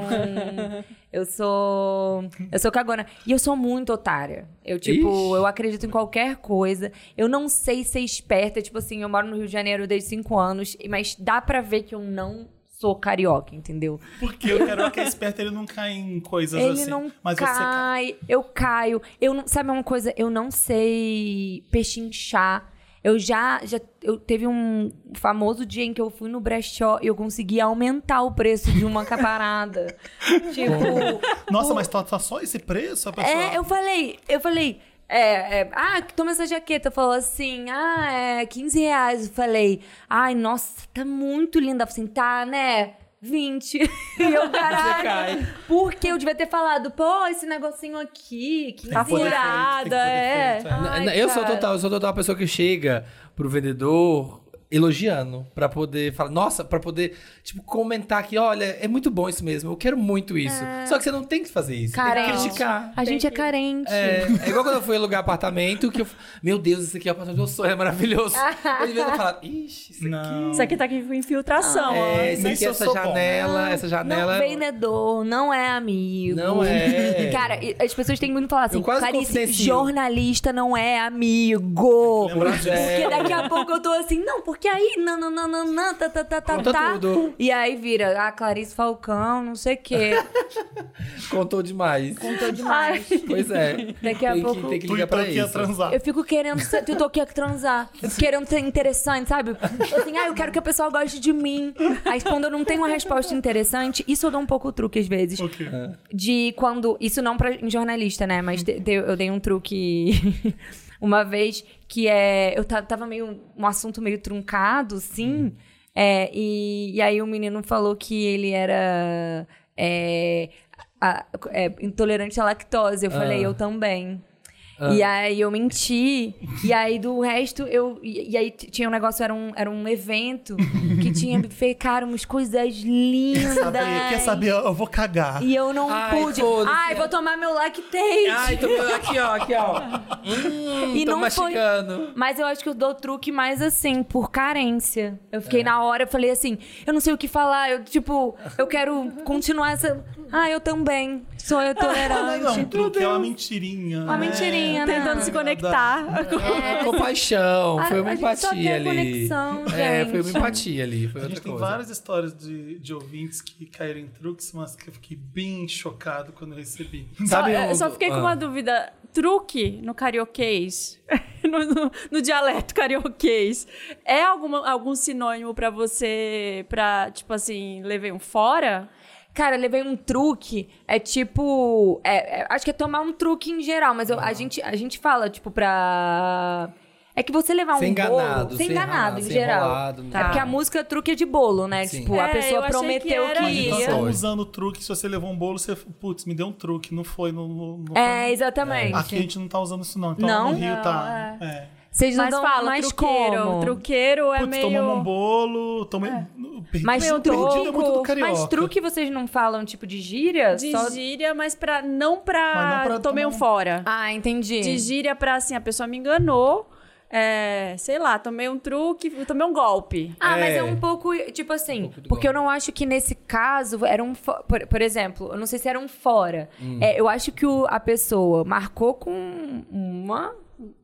Speaker 2: eu sou. Eu sou cagona. E eu sou muito otária. Eu, tipo,
Speaker 3: Ixi.
Speaker 2: eu acredito em qualquer coisa. Eu não sei ser esperta. Tipo assim, eu moro no Rio de Janeiro desde cinco anos, mas dá pra ver que eu não sou carioca, entendeu?
Speaker 1: Porque o cara que é esperto, ele não cai em coisas
Speaker 2: Ele
Speaker 1: assim.
Speaker 2: não
Speaker 1: mas
Speaker 2: cai,
Speaker 1: você cai.
Speaker 2: eu caio. Eu não, sabe uma coisa? Eu não sei pechinchar. Eu já, já eu teve um famoso dia em que eu fui no brechó e eu consegui aumentar o preço de uma caparada. tipo,
Speaker 1: Nossa, mas tá, tá só esse preço? A pessoa...
Speaker 2: é, eu falei, eu falei, é, é, ah, toma essa jaqueta. Falou assim, ah, é 15 reais. Eu falei, ai, nossa, tá muito linda. Eu falei assim, tá, né? 20. E eu, caralho.
Speaker 3: cai.
Speaker 2: Porque eu devia ter falado, pô, esse negocinho aqui, 15
Speaker 1: Tem que pôr
Speaker 2: reais.
Speaker 1: defeito, tem que pôr
Speaker 4: furada, é.
Speaker 1: defeito,
Speaker 3: Na-
Speaker 2: Ai,
Speaker 3: na- eu sou
Speaker 2: cara.
Speaker 3: total, eu sou total a pessoa que chega pro vendedor elogiando pra poder falar, nossa, pra poder, tipo, comentar que, olha, é muito bom isso mesmo, eu quero muito isso. Só que você não tem que fazer isso, tem
Speaker 2: Carente.
Speaker 3: que criticar.
Speaker 2: A gente é carente.
Speaker 3: É, é igual quando eu fui alugar apartamento, que eu meu Deus, esse aqui é o apartamento do meu sonho, é maravilhoso. Ele veio falar, ixi, isso aqui.
Speaker 1: Não.
Speaker 4: Isso aqui tá aqui com infiltração,
Speaker 3: É,
Speaker 4: ó.
Speaker 3: isso
Speaker 1: Nem
Speaker 3: aqui,
Speaker 1: se eu
Speaker 3: essa
Speaker 1: sou bom.
Speaker 3: janela, essa janela. é
Speaker 2: Não vendedor, não é amigo.
Speaker 3: Não é.
Speaker 2: Cara, e as pessoas têm muito falar assim,
Speaker 3: Eu quase
Speaker 2: Clarice,
Speaker 3: confidencio.
Speaker 2: jornalista não é amigo.
Speaker 1: Lembrar disso.
Speaker 2: Porque daqui a pouco eu tô assim, não, porque aí, não, não, não, não, não, tá, tá, tá, tá,
Speaker 3: Conta
Speaker 2: tá.
Speaker 3: tudo.
Speaker 2: E aí vira, ah, Clarice Falcão, não sei o quê.
Speaker 3: Contou demais.
Speaker 2: Contou demais.
Speaker 3: Pois é.
Speaker 2: Daqui a
Speaker 3: tem
Speaker 2: pouco-
Speaker 3: Que, tem que
Speaker 1: Tu
Speaker 3: ligar
Speaker 1: então
Speaker 3: pra
Speaker 1: aqui a
Speaker 3: isso.
Speaker 1: transar.
Speaker 2: Eu fico querendo ser, eu tô aqui a transar. Eu fico querendo ser interessante, sabe? Assim, ah, eu quero que a pessoa goste de mim. Aí quando eu não tenho uma resposta interessante, isso eu dou um pouco o truque às vezes.
Speaker 1: O quê?
Speaker 2: de quando. Isso não pra, em jornalista, né? Mas de- de- eu dei um truque uma vez que é. Eu ta- tava meio. um assunto meio truncado, sim. É, e, e aí o menino falou que ele era. é, a- é, intolerante à lactose. Eu falei, eu também. E aí eu menti. E aí do resto eu. E, e aí t- tinha um negócio, era um, era um evento que tinha buffet, cara, umas coisas lindas.
Speaker 1: Saber, quer saber? Eu vou cagar.
Speaker 2: E eu não
Speaker 3: Ai,
Speaker 2: pude.
Speaker 3: foda-se.
Speaker 2: Ai, vou tomar meu lactate.
Speaker 3: Ai, tô aqui, ó, aqui, ó. Hum,
Speaker 2: E
Speaker 3: tô
Speaker 2: não foi-
Speaker 3: mastigando.
Speaker 2: Mas eu acho que eu dou truque mais assim, por carência. Eu fiquei na hora, eu falei assim, eu não sei o que falar, eu tipo, eu quero continuar essa. Ah, eu também. Sou eu
Speaker 1: Não,
Speaker 2: tolerante.
Speaker 1: não, um truque é uma mentirinha.
Speaker 4: Tá
Speaker 2: Uma
Speaker 1: né?
Speaker 2: mentirinha, né?
Speaker 4: Tentando se conectar.
Speaker 3: Compaixão,
Speaker 2: A-
Speaker 3: foi uma
Speaker 2: a gente só
Speaker 3: empatia
Speaker 2: quer
Speaker 3: ali.
Speaker 2: conexão,
Speaker 3: É,
Speaker 2: gente.
Speaker 3: foi uma empatia ali, foi
Speaker 1: A
Speaker 3: outra
Speaker 1: gente tem
Speaker 3: coisa.
Speaker 1: várias histórias de, de ouvintes que caíram em truques, mas que eu fiquei bem chocado quando eu recebi.
Speaker 4: Só,
Speaker 3: Sabe
Speaker 4: eu
Speaker 3: um-
Speaker 4: só fiquei com
Speaker 3: ah.
Speaker 4: uma dúvida. Truque no carioquês, no, no- no dialeto carioquês, é alguma, algum sinônimo pra você, pra, tipo assim, levei um fora?
Speaker 2: Cara, eu levei um truque. É tipo. é- é- acho que é tomar um truque em geral, mas eu- a, gente, a gente fala, tipo, pra. É que você levar
Speaker 3: Ser
Speaker 2: um
Speaker 3: enganado, ser
Speaker 2: bolo. Ser enganado,
Speaker 3: enrolado,
Speaker 2: em
Speaker 3: ser
Speaker 2: geral.
Speaker 3: enrolado,
Speaker 2: Tá.
Speaker 3: né?
Speaker 2: É porque a música é truque de bolo, né?
Speaker 3: Sim.
Speaker 2: Tipo,
Speaker 4: É,
Speaker 2: a
Speaker 4: eu
Speaker 2: pessoa
Speaker 4: achei
Speaker 2: prometeu
Speaker 4: que
Speaker 2: que,
Speaker 4: era
Speaker 1: Mas então
Speaker 2: ia.
Speaker 1: estão
Speaker 3: Foi.
Speaker 1: usando o truque, se você levou um bolo, você. Putz, me deu um truque, não foi. Não, não- não
Speaker 2: É,
Speaker 1: foi.
Speaker 2: exatamente.
Speaker 1: Aqui a gente não tá usando isso, não. Então
Speaker 2: Não?
Speaker 1: no Rio
Speaker 4: Não,
Speaker 1: tá. É.
Speaker 2: Vocês não
Speaker 4: Mas
Speaker 2: dão
Speaker 4: fala,
Speaker 2: mais
Speaker 4: truqueiro.
Speaker 2: como.
Speaker 4: Truqueiro é
Speaker 1: Putz,
Speaker 4: meio... É.
Speaker 1: tomamos um bolo, tomei. Perdi,
Speaker 2: Mas
Speaker 1: Meu, perdido é muito do
Speaker 2: truco,
Speaker 1: carioca.
Speaker 2: mas truque vocês não falam, tipo, de gíria?
Speaker 4: De
Speaker 2: Só-
Speaker 4: gíria, mas pra, não pra,
Speaker 1: Mas não pra
Speaker 4: tomei um
Speaker 1: tomar um-
Speaker 4: fora.
Speaker 2: Ah, entendi.
Speaker 4: De gíria pra, assim, a pessoa me enganou, é, sei lá, tomei um truque, tomei um golpe.
Speaker 2: Ah, mas
Speaker 3: É.
Speaker 2: é um pouco, tipo assim,
Speaker 3: pouco do
Speaker 2: porque
Speaker 3: golpe.
Speaker 2: eu não acho que nesse caso era um. fo- Por, por exemplo, eu não sei se era um fora. É, eu acho que o- a pessoa marcou com uma,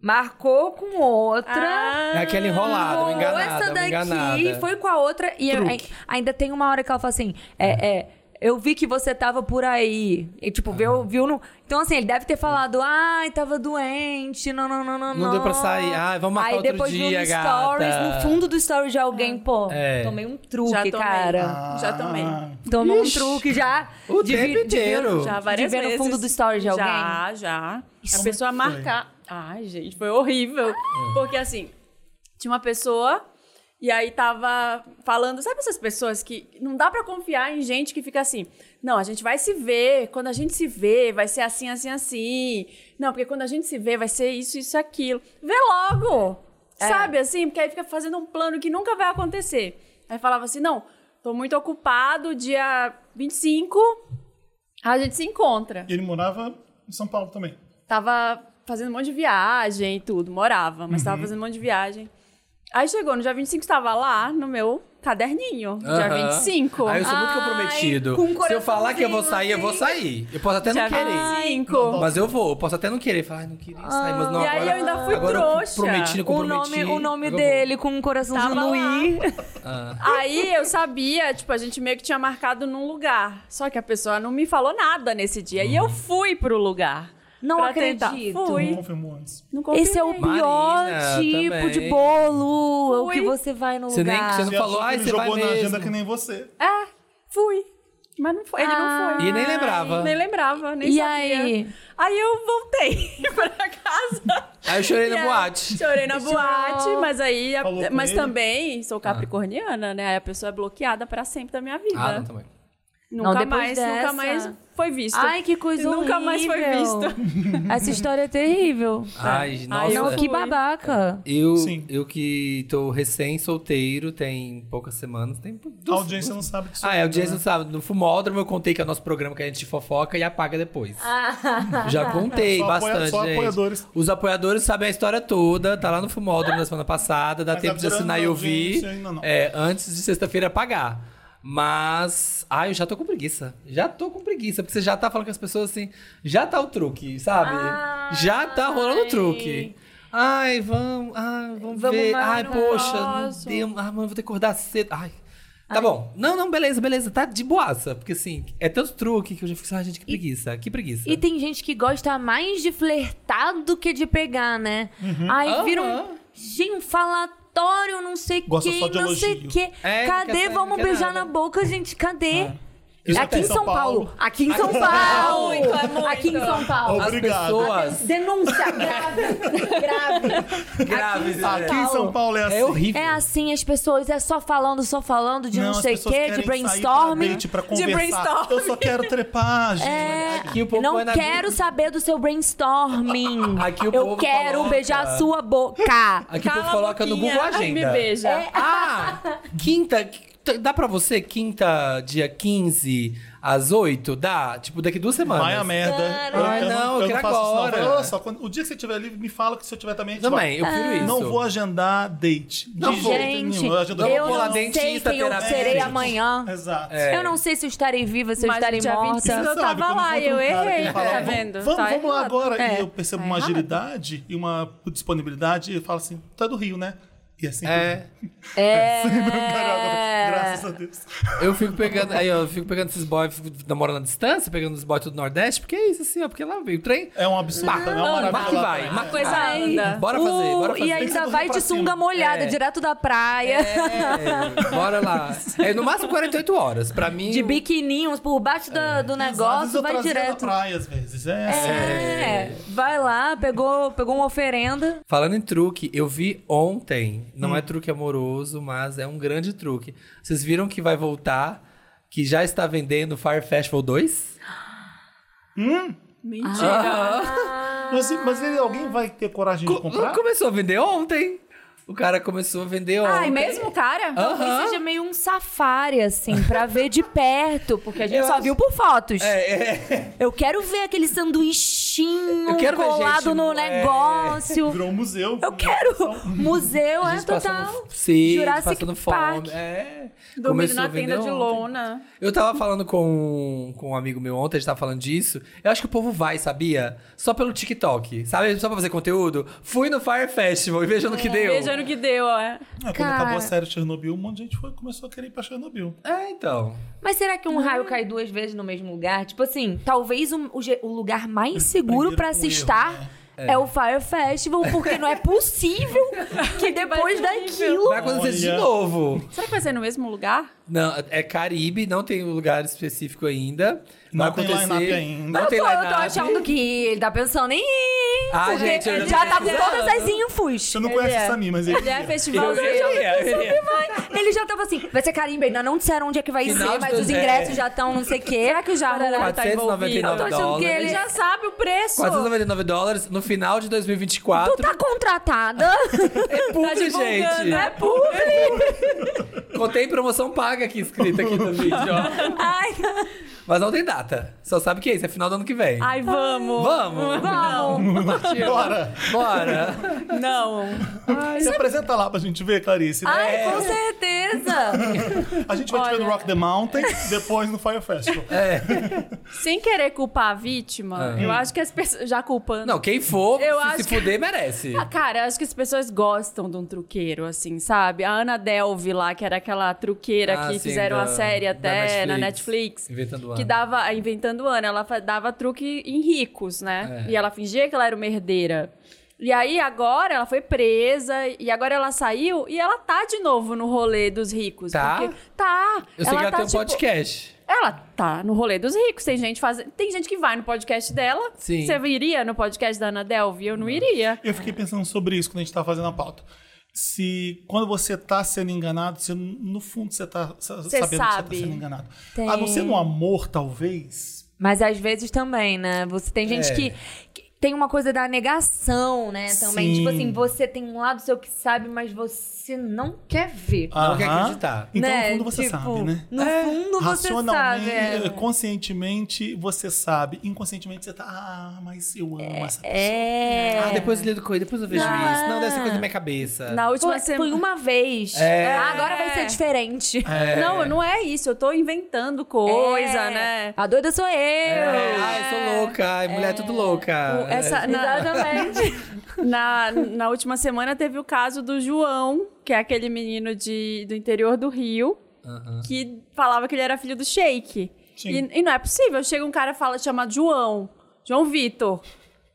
Speaker 2: marcou com
Speaker 4: Ah,
Speaker 2: outra.
Speaker 3: É aquele enrolado, uma
Speaker 2: enrolou
Speaker 3: enganada, uma enganada.
Speaker 2: foi com a outra e eu-
Speaker 1: Truque.
Speaker 2: ai- ainda tem uma hora que ela fala assim, é, é, eu vi que você tava por aí. E, tipo,
Speaker 3: Ah.
Speaker 2: viu, viu no... Então, assim, ele deve ter falado, ai, tava doente, não, não, não, não,
Speaker 3: Não deu pra sair. Ai, vamos marcar
Speaker 2: Aí
Speaker 3: outro
Speaker 2: depois viu
Speaker 3: dia,
Speaker 2: no
Speaker 3: gata.
Speaker 2: stories, no fundo do story de alguém, pô,
Speaker 3: É.
Speaker 2: tomei um truque,
Speaker 4: Já tomei.
Speaker 2: cara.
Speaker 1: Ah,
Speaker 4: Já tomei.
Speaker 2: Tomou um truque já.
Speaker 3: O
Speaker 2: de
Speaker 3: tempo
Speaker 2: vi- de ver-
Speaker 3: inteiro.
Speaker 4: Já várias
Speaker 2: de ver no
Speaker 4: vezes.
Speaker 2: fundo do story de alguém?
Speaker 4: Já, já. a pessoa
Speaker 1: foi?
Speaker 4: marcar. Ai, gente, foi horrível.
Speaker 2: Ah.
Speaker 4: Porque assim, tinha uma pessoa e aí tava falando, sabe essas pessoas que não dá pra confiar em gente que fica assim: "Não, a gente vai se ver, quando a gente se vê, vai ser assim, assim, assim". Não, porque quando a gente se vê, vai ser isso, isso, aquilo. Vê logo. Sabe assim? Porque aí fica fazendo um plano que nunca vai acontecer. Aí falava assim: "Não, tô muito ocupado, dia 25, a gente se encontra.
Speaker 1: E ele morava em São Paulo também.
Speaker 4: Tava fazendo um monte de viagem e tudo, morava, mas
Speaker 3: Uhum.
Speaker 4: tava fazendo um monte de viagem. Aí chegou no dia 25, estava lá no meu caderninho, dia
Speaker 3: Aham.
Speaker 4: 25.
Speaker 3: Aí eu sou muito
Speaker 2: Ai,
Speaker 3: comprometido.
Speaker 2: com um
Speaker 3: Se eu falar que eu vou sair, eu vou
Speaker 2: coraçãozinho,
Speaker 3: sair. Eu posso até
Speaker 4: dia
Speaker 3: não querer.
Speaker 4: 25.
Speaker 3: Mas eu vou, eu posso até não querer. Falar, ai, não queria sair, mas não
Speaker 4: e aí
Speaker 3: agora.
Speaker 4: eu ainda fui
Speaker 3: agora eu
Speaker 4: trouxa.
Speaker 3: prometi, não
Speaker 2: O
Speaker 3: comprometi.
Speaker 2: nome, o nome
Speaker 3: agora eu vou.
Speaker 2: dele com um coraçãozinho
Speaker 4: Tava
Speaker 2: no
Speaker 4: lá.
Speaker 2: i.
Speaker 3: Ah.
Speaker 4: Aí eu sabia, tipo, a gente meio que tinha marcado num lugar. Só que a pessoa não me falou nada nesse dia.
Speaker 3: Uhum.
Speaker 4: E eu fui pro lugar.
Speaker 2: Não
Speaker 4: pra
Speaker 2: acredito.
Speaker 4: Tentar.
Speaker 1: Não
Speaker 4: Fui.
Speaker 1: confirmou antes.
Speaker 4: Não confirmei.
Speaker 2: Esse é o pior
Speaker 3: Marina,
Speaker 2: tipo
Speaker 3: também.
Speaker 2: de bolo. É o
Speaker 4: Fui.
Speaker 2: que você vai no
Speaker 3: Você nem-
Speaker 2: lugar.
Speaker 3: você não-
Speaker 1: Você
Speaker 3: falou,
Speaker 1: achou que
Speaker 3: "Ai,
Speaker 1: ele
Speaker 3: você vai
Speaker 1: jogou na
Speaker 3: mesmo."
Speaker 1: agenda que nem você.
Speaker 4: É, fui. Mas não foi, ele não foi.
Speaker 3: E nem lembrava.
Speaker 4: Nem lembrava, nem
Speaker 2: Ah. E
Speaker 4: sabia.
Speaker 2: aí?
Speaker 4: Aí eu voltei pra casa.
Speaker 3: Aí eu chorei na
Speaker 4: E aí,
Speaker 3: boate.
Speaker 4: Chorei na boate, mas aí... a-
Speaker 1: Falou com
Speaker 4: mas
Speaker 1: ele?
Speaker 3: Ah.
Speaker 4: também sou capricorniana, né? Aí a pessoa é bloqueada pra sempre da minha vida.
Speaker 3: Ah, não, também.
Speaker 4: Nunca
Speaker 2: depois
Speaker 4: mais, nunca
Speaker 2: dessa.
Speaker 4: mais foi visto.
Speaker 2: Ai, que coisa
Speaker 4: E nunca mais foi
Speaker 2: horrível. Essa história é terrível.
Speaker 3: Ai, nossa.
Speaker 4: Ai,
Speaker 2: Não,
Speaker 4: eu
Speaker 2: que
Speaker 4: fui.
Speaker 2: babaca.
Speaker 3: Eu,
Speaker 1: Sim.
Speaker 3: eu que tô recém-solteiro, tem poucas semanas, tem...
Speaker 2: É.
Speaker 1: A audiência não sabe disso.
Speaker 3: Ah, é, o Jason sabe, no Fumódromo eu contei que é o nosso programa que a gente fofoca e apaga depois.
Speaker 2: Ah,
Speaker 3: Já contei
Speaker 1: Só apoia-
Speaker 3: bastante,
Speaker 1: só
Speaker 3: gente.
Speaker 1: apoiadores.
Speaker 3: Os apoiadores sabem a história toda, tá lá no Fumódromo da semana passada, dá
Speaker 1: Mas
Speaker 3: tempo de
Speaker 1: a
Speaker 3: assinar e ouvir.
Speaker 1: audiência ainda não.
Speaker 3: É, antes de sexta-feira apagar. Mas, ai, eu já tô com preguiça. Já tô com preguiça, porque você já tá falando com as pessoas assim, já tá o truque, sabe? já tá rolando o
Speaker 2: Ah, Ai.
Speaker 3: truque. Ai, vamos, ai, vamos,
Speaker 2: Vamos
Speaker 3: ver.
Speaker 2: mais
Speaker 3: Ai,
Speaker 2: no
Speaker 3: poxa,
Speaker 4: próximo.
Speaker 3: não deu ah, mano, vou ter que acordar cedo. Ai. Tá bom. Não, não, beleza, beleza. Tá de boaça. Porque assim, é tanto truque que eu já fico assim, ah, gente, que preguiça, que preguiça.
Speaker 2: E tem gente que gosta mais de flertar do que de pegar, né? Aí vira um,
Speaker 3: Aham.
Speaker 2: gente, um falatório, não sei
Speaker 1: Gosta
Speaker 2: quem,
Speaker 1: só de
Speaker 2: não sei
Speaker 1: elogio.
Speaker 2: que.
Speaker 3: É, não quer
Speaker 2: Cadê?
Speaker 3: saber,
Speaker 2: Vamos
Speaker 3: não quer
Speaker 2: beijar
Speaker 3: nada.
Speaker 2: na boca, gente, cadê?
Speaker 1: Isso
Speaker 2: É Aqui
Speaker 1: acontece
Speaker 2: em
Speaker 1: em
Speaker 2: São
Speaker 1: São
Speaker 2: Paulo.
Speaker 1: Paulo.
Speaker 2: Aqui em São
Speaker 3: em São
Speaker 2: Paulo.
Speaker 3: Paulo. É muito, é
Speaker 2: Aqui em São Paulo.
Speaker 3: As
Speaker 1: Obrigado.
Speaker 3: pessoas
Speaker 2: Denúncia grave, grave.
Speaker 3: graves. né?
Speaker 1: Aqui em São Paulo é assim.
Speaker 3: É horrível.
Speaker 2: É assim, as pessoas é só falando, só falando de não,
Speaker 1: as
Speaker 2: sei o
Speaker 1: pessoas
Speaker 2: quê,
Speaker 1: querem
Speaker 2: de
Speaker 1: sair
Speaker 2: brainstorming.
Speaker 1: Pra date, pra conversar.
Speaker 4: brainstorming.
Speaker 1: Eu um só quero trepar, gente.
Speaker 2: É.
Speaker 3: Aqui o povo
Speaker 2: não
Speaker 3: vai na-
Speaker 2: quero saber do seu brainstorming.
Speaker 3: Aqui o
Speaker 2: Eu
Speaker 3: povo
Speaker 2: quero
Speaker 3: coloca-
Speaker 2: beijar a sua boca.
Speaker 3: Aqui o
Speaker 4: Cala
Speaker 3: povo
Speaker 4: a
Speaker 3: coloca no
Speaker 4: boquinha,
Speaker 3: Google
Speaker 4: ai,
Speaker 3: Agenda.
Speaker 4: me beija.
Speaker 3: Ah, quinta. quinta- Dá pra você quinta, dia 15 às 8? Dá? Tipo, daqui duas semanas.
Speaker 1: Vai a merda.
Speaker 3: Ai, não, eu quero
Speaker 1: faço isso, não.
Speaker 3: agora.
Speaker 1: Fala, Olha só, quando- o dia que você estiver livre, me fala que se eu tiver também. a gente
Speaker 3: Também, eu
Speaker 1: vai.
Speaker 3: prefiro isso.
Speaker 1: Não vou agendar date. De
Speaker 3: Não vou.
Speaker 1: jeito
Speaker 2: Gente,
Speaker 1: nenhum.
Speaker 2: eu,
Speaker 1: agendo
Speaker 3: vou
Speaker 1: qualquer
Speaker 3: pular
Speaker 2: não
Speaker 1: um.
Speaker 2: sei
Speaker 3: dentista,
Speaker 2: quem eu
Speaker 3: terapeuta.
Speaker 2: serei
Speaker 1: gente.
Speaker 2: amanhã.
Speaker 1: Exato.
Speaker 3: É.
Speaker 2: Eu não sei se eu estarei viva, se eu
Speaker 4: Mas
Speaker 2: estarei
Speaker 4: dia
Speaker 1: Você
Speaker 4: 25
Speaker 2: morta.
Speaker 1: sabe,
Speaker 4: Eu tava
Speaker 1: quando
Speaker 4: lá,
Speaker 1: encontra um
Speaker 4: eu
Speaker 1: cara que
Speaker 4: errei,
Speaker 1: fala,
Speaker 4: tá
Speaker 1: "Vamos-
Speaker 4: vendo?
Speaker 1: Vamos,
Speaker 4: Tá
Speaker 1: vamos lá
Speaker 4: errado."
Speaker 1: agora. E
Speaker 4: É,
Speaker 1: eu percebo
Speaker 4: tá
Speaker 1: uma
Speaker 4: errado.
Speaker 1: agilidade e uma disponibilidade e falo assim, tu é do Rio, né? E assim,
Speaker 3: É,
Speaker 2: É.
Speaker 4: É.
Speaker 1: carioca, graças a Deus.
Speaker 3: eu fico pegando, aí ó, eu fico pegando esses boys, fico namorando à distância, pegando os boys do Nordeste, porque é isso assim, ó, porque lá veio o trem.
Speaker 1: É um absurdo também, é uma
Speaker 3: Não,
Speaker 1: maravilha
Speaker 3: vai que
Speaker 1: lá
Speaker 3: vai,
Speaker 1: também.
Speaker 3: mas que
Speaker 4: Coisa
Speaker 3: vai.
Speaker 4: anda.
Speaker 3: Bora fazer, bora fazer.
Speaker 2: E
Speaker 1: Tem que ser
Speaker 2: ainda
Speaker 1: do
Speaker 2: vai
Speaker 1: Rio
Speaker 2: de
Speaker 1: pra cima.
Speaker 2: sunga molhada,
Speaker 3: É.
Speaker 2: direto da praia.
Speaker 3: É, bora lá. É no máximo 48 horas. Pra mim.
Speaker 2: De biquininhos por baixo da- do
Speaker 1: Às vezes
Speaker 2: negócio,
Speaker 1: eu
Speaker 2: vai
Speaker 1: trazia na
Speaker 2: direto.
Speaker 1: praia às vezes, é. assim.
Speaker 2: É, vai lá, pegou, pegou uma oferenda.
Speaker 3: Falando em truque, eu vi ontem, não é truque amoroso, mas é um grande truque. Vocês viram que vai voltar, que já está vendendo Fire Festival 2? Ah.
Speaker 4: Mentira.
Speaker 1: Mas, mas ele- alguém vai ter coragem de comprar?
Speaker 3: Começou a vender ontem. O cara começou a vender ontem.
Speaker 4: Ai, mesmo o cara?
Speaker 3: Aham.
Speaker 2: Talvez seja meio um safari, assim, pra ver de perto, porque a gente
Speaker 3: Eu
Speaker 2: só
Speaker 3: acho-
Speaker 2: viu por fotos.
Speaker 3: É, é.
Speaker 2: Eu quero ver aquele sanduichinho
Speaker 3: Eu quero ver
Speaker 2: colado
Speaker 3: gente-
Speaker 2: no
Speaker 3: é.
Speaker 2: negócio.
Speaker 1: Virou um museu.
Speaker 2: Eu quero museu,
Speaker 3: A
Speaker 2: é
Speaker 3: gente passando
Speaker 2: total.
Speaker 3: sede,
Speaker 2: Jurassic
Speaker 3: passando
Speaker 2: Park.
Speaker 3: fome. É.
Speaker 4: Dormindo
Speaker 3: Começou a
Speaker 4: na
Speaker 3: vender
Speaker 4: tenda de
Speaker 3: ontem.
Speaker 4: lona.
Speaker 3: Eu tava falando com, com um amigo meu ontem, a gente tava falando disso. Eu acho que o povo vai, sabia? Só pelo TikTok, sabe? Só pra fazer conteúdo. Fui no Fire Festival e veja no que
Speaker 4: É,
Speaker 3: deu.
Speaker 4: Beijando que deu, ó.
Speaker 1: É, quando
Speaker 2: Cara.
Speaker 1: acabou a série de Chernobyl, um monte de gente foi, começou a querer ir pra Chernobyl.
Speaker 3: É, então.
Speaker 2: Mas será que um raio cai duas vezes no mesmo lugar? Tipo assim, talvez o, o je- o lugar mais seguro
Speaker 1: Aprenderam
Speaker 2: pra
Speaker 1: com
Speaker 2: se
Speaker 1: erro,
Speaker 2: estar
Speaker 1: né?
Speaker 2: é. o Fire Festival, porque não é possível que depois
Speaker 4: vai ser
Speaker 2: daquilo.
Speaker 3: Vai acontecer isso de
Speaker 1: Olha.
Speaker 3: novo.
Speaker 4: Será que vai ser no mesmo lugar?
Speaker 3: Não, é Caribe, não tem um lugar específico ainda. Vai
Speaker 1: Não tem
Speaker 3: acontecer.
Speaker 1: line-up ainda.
Speaker 3: Não tem
Speaker 2: Pô, eu
Speaker 3: line-up.
Speaker 2: tô achando que ele tá pensando em.
Speaker 3: Ah,
Speaker 2: porque
Speaker 3: gente, eu
Speaker 2: já
Speaker 3: já
Speaker 2: tá
Speaker 3: tô
Speaker 2: com todas as
Speaker 3: pensando.
Speaker 2: infos.
Speaker 1: Você não
Speaker 4: Ele
Speaker 1: conhece
Speaker 4: é.
Speaker 1: o Samir, mas ele.
Speaker 4: Ele é
Speaker 3: Eu é.
Speaker 4: festivalzinho.
Speaker 3: iria, eu iria.
Speaker 2: Ele já tava assim, vai ser carimba, ainda não disseram onde é que vai
Speaker 3: Final
Speaker 2: ser,
Speaker 3: de
Speaker 2: mas os
Speaker 3: dois-
Speaker 2: ingressos
Speaker 3: é.
Speaker 2: já estão não sei o quê. Será que já
Speaker 4: Caralho, tá
Speaker 3: 499
Speaker 4: envolvido. Tá
Speaker 2: tô achando que
Speaker 3: dólares.
Speaker 4: Ele já sabe o preço.
Speaker 3: 499 dólares no final de
Speaker 2: Tu
Speaker 3: 2024.
Speaker 2: tá contratada?
Speaker 3: É
Speaker 4: Tá
Speaker 3: público,
Speaker 4: divulgando,
Speaker 3: gente.
Speaker 4: é público.
Speaker 3: Contei promoção paga aqui escrita aqui no vídeo, ó.
Speaker 2: Ai,
Speaker 3: Mas não tem data. Só sabe que é isso, é final do ano que vem.
Speaker 4: Ai, vamos.
Speaker 3: Vamos!
Speaker 2: vamos.
Speaker 1: Bora!
Speaker 3: Bora!
Speaker 4: Não.
Speaker 1: Se apresenta lá pra gente ver, Clarice. né?
Speaker 2: Ai,
Speaker 3: É.
Speaker 2: com certeza.
Speaker 1: A gente vai te ver no
Speaker 4: Olha.
Speaker 1: Rock the Mountain, depois no Fire Festival.
Speaker 3: É.
Speaker 4: Sem querer culpar a vítima, eu acho que as pessoas. Já culpando.
Speaker 3: Não, quem for,
Speaker 4: Eu
Speaker 3: se,
Speaker 4: acho
Speaker 3: se
Speaker 4: que-
Speaker 3: fuder, merece.
Speaker 4: Ah, Cara, eu acho que as pessoas gostam de um truqueiro, assim, sabe? A Ana Delve lá, que era aquela truqueira
Speaker 3: Ah,
Speaker 4: que
Speaker 3: sim,
Speaker 4: fizeram
Speaker 3: da-
Speaker 4: a série
Speaker 3: da
Speaker 4: até na Netflix.
Speaker 3: Inventando
Speaker 4: Que
Speaker 3: Ana.
Speaker 4: dava, a inventando Ana, ela fa- dava truque em ricos, né?
Speaker 3: É.
Speaker 4: E ela fingia que ela era uma herdeira. E aí, agora ela foi presa, e agora ela saiu, e ela tá de novo no rolê dos ricos.
Speaker 3: Tá?
Speaker 4: Porque, tá.
Speaker 3: Eu sei
Speaker 4: ela
Speaker 3: que ela
Speaker 4: tá,
Speaker 3: tem um
Speaker 4: tipo,
Speaker 3: podcast.
Speaker 4: Ela tá no rolê dos ricos. Tem gente fazendo. Tem gente que vai no podcast dela.
Speaker 3: Sim.
Speaker 4: Você iria no podcast da Ana Delve? Eu não iria.
Speaker 1: Eu fiquei pensando sobre isso quando a gente tava fazendo a pauta. se quando você tá sendo enganado, você, no fundo você tá sa-
Speaker 4: Você
Speaker 1: sabendo que
Speaker 4: sabe.
Speaker 1: você tá sendo enganado.
Speaker 2: Tem.
Speaker 1: A não ser no amor, talvez.
Speaker 2: Mas às vezes também, né? Você tem gente
Speaker 3: É.
Speaker 2: que, que tem uma coisa da negação, né? Também.
Speaker 1: Sim.
Speaker 2: Tipo assim, você tem um lado seu que sabe, mas você não quer ver.
Speaker 3: Não quer
Speaker 1: Aham.
Speaker 3: acreditar.
Speaker 1: Então,
Speaker 2: né?
Speaker 1: no fundo, você
Speaker 2: Tipo,
Speaker 1: sabe, né?
Speaker 2: No fundo, Tipo, você sabe.
Speaker 1: Racionalmente,
Speaker 2: é.
Speaker 1: conscientemente, você sabe. Inconscientemente, você tá. Ah, mas eu amo essa pessoa.
Speaker 2: É.
Speaker 3: Ah, depois eu lido com ele, depois eu vejo
Speaker 2: Não.
Speaker 3: isso. Não, deve ser coisa da minha cabeça.
Speaker 4: Na última
Speaker 2: Foi,
Speaker 4: semana.
Speaker 2: foi um uma vez.
Speaker 3: É.
Speaker 2: Ah, agora vai ser diferente.
Speaker 4: Não, não é isso. Eu tô inventando coisa,
Speaker 2: É.
Speaker 4: né?
Speaker 2: A doida sou eu.
Speaker 3: É, Ai, sou louca. Ai, mulher, é tudo louca.
Speaker 4: É. O- essa-
Speaker 2: Exatamente.
Speaker 4: Na, na última semana teve o caso do João, que é aquele menino de, do interior do Rio,
Speaker 3: Aham.
Speaker 4: que falava que ele era filho do Sheik.
Speaker 1: Sim.
Speaker 4: E, e não é possível. Chega um cara fala chamado João, João Vitor,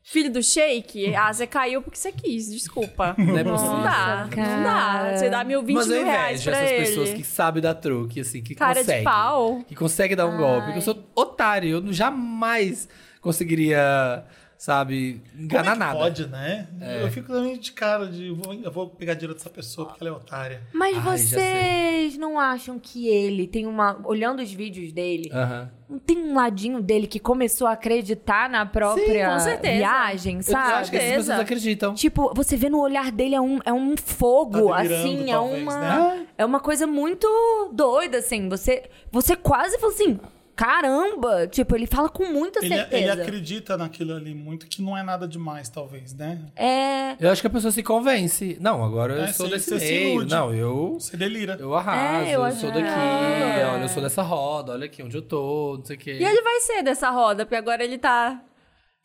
Speaker 4: filho do Sheik. Ah, você caiu porque você quis, desculpa.
Speaker 3: Não é possível.
Speaker 4: Não dá, não dá.
Speaker 2: cara.
Speaker 4: Você dá mil, vinte
Speaker 3: Mas eu
Speaker 4: mil reais
Speaker 3: invejo
Speaker 4: pra
Speaker 3: essas
Speaker 4: ele.
Speaker 3: pessoas que sabem dar truque, assim, que
Speaker 4: Cara de
Speaker 3: conseguem.
Speaker 4: pau.
Speaker 3: Que consegue dar um golpe. Porque eu sou otário, eu não- jamais conseguiria, sabe,
Speaker 1: Como é
Speaker 3: enganar
Speaker 1: que
Speaker 3: nada.
Speaker 1: Pode, né?
Speaker 3: É.
Speaker 1: Eu fico também de cara de. Vou, eu vou pegar dinheiro dessa pessoa porque ela é otária.
Speaker 2: Mas
Speaker 3: Ai, já
Speaker 2: vocês não acham que ele tem uma. Olhando os vídeos dele,
Speaker 3: Aham.
Speaker 2: não tem um ladinho dele que começou a acreditar na própria
Speaker 4: Sim, com certeza.
Speaker 2: viagem,
Speaker 3: Eu acho que
Speaker 2: sabe?
Speaker 3: essas
Speaker 4: Certeza.
Speaker 3: pessoas acreditam.
Speaker 2: Tipo, você vê no olhar dele é um, é um fogo,
Speaker 1: Tá delirando,
Speaker 2: assim, é
Speaker 1: talvez,
Speaker 2: uma.
Speaker 1: né?
Speaker 2: É uma coisa muito doida, assim. Você, você quase falou assim, caramba! Tipo, ele fala com muita
Speaker 1: Ele, ele
Speaker 2: certeza.
Speaker 1: acredita naquilo ali muito, que não é nada demais, talvez, né?
Speaker 2: É.
Speaker 3: Eu acho que a pessoa se convence. Não, agora eu
Speaker 1: É,
Speaker 3: sou
Speaker 1: sim,
Speaker 3: desse
Speaker 1: você se
Speaker 3: meio.
Speaker 1: ilude.
Speaker 3: Não, eu...
Speaker 1: Você delira.
Speaker 3: Eu arraso, É.
Speaker 2: É, eu
Speaker 3: eu,
Speaker 2: acho
Speaker 3: sou
Speaker 2: que-
Speaker 3: daqui,
Speaker 2: Ah.
Speaker 3: olha, eu sou dessa roda, olha aqui onde eu tô, não sei o quê.
Speaker 4: E ele vai ser dessa roda, porque agora ele tá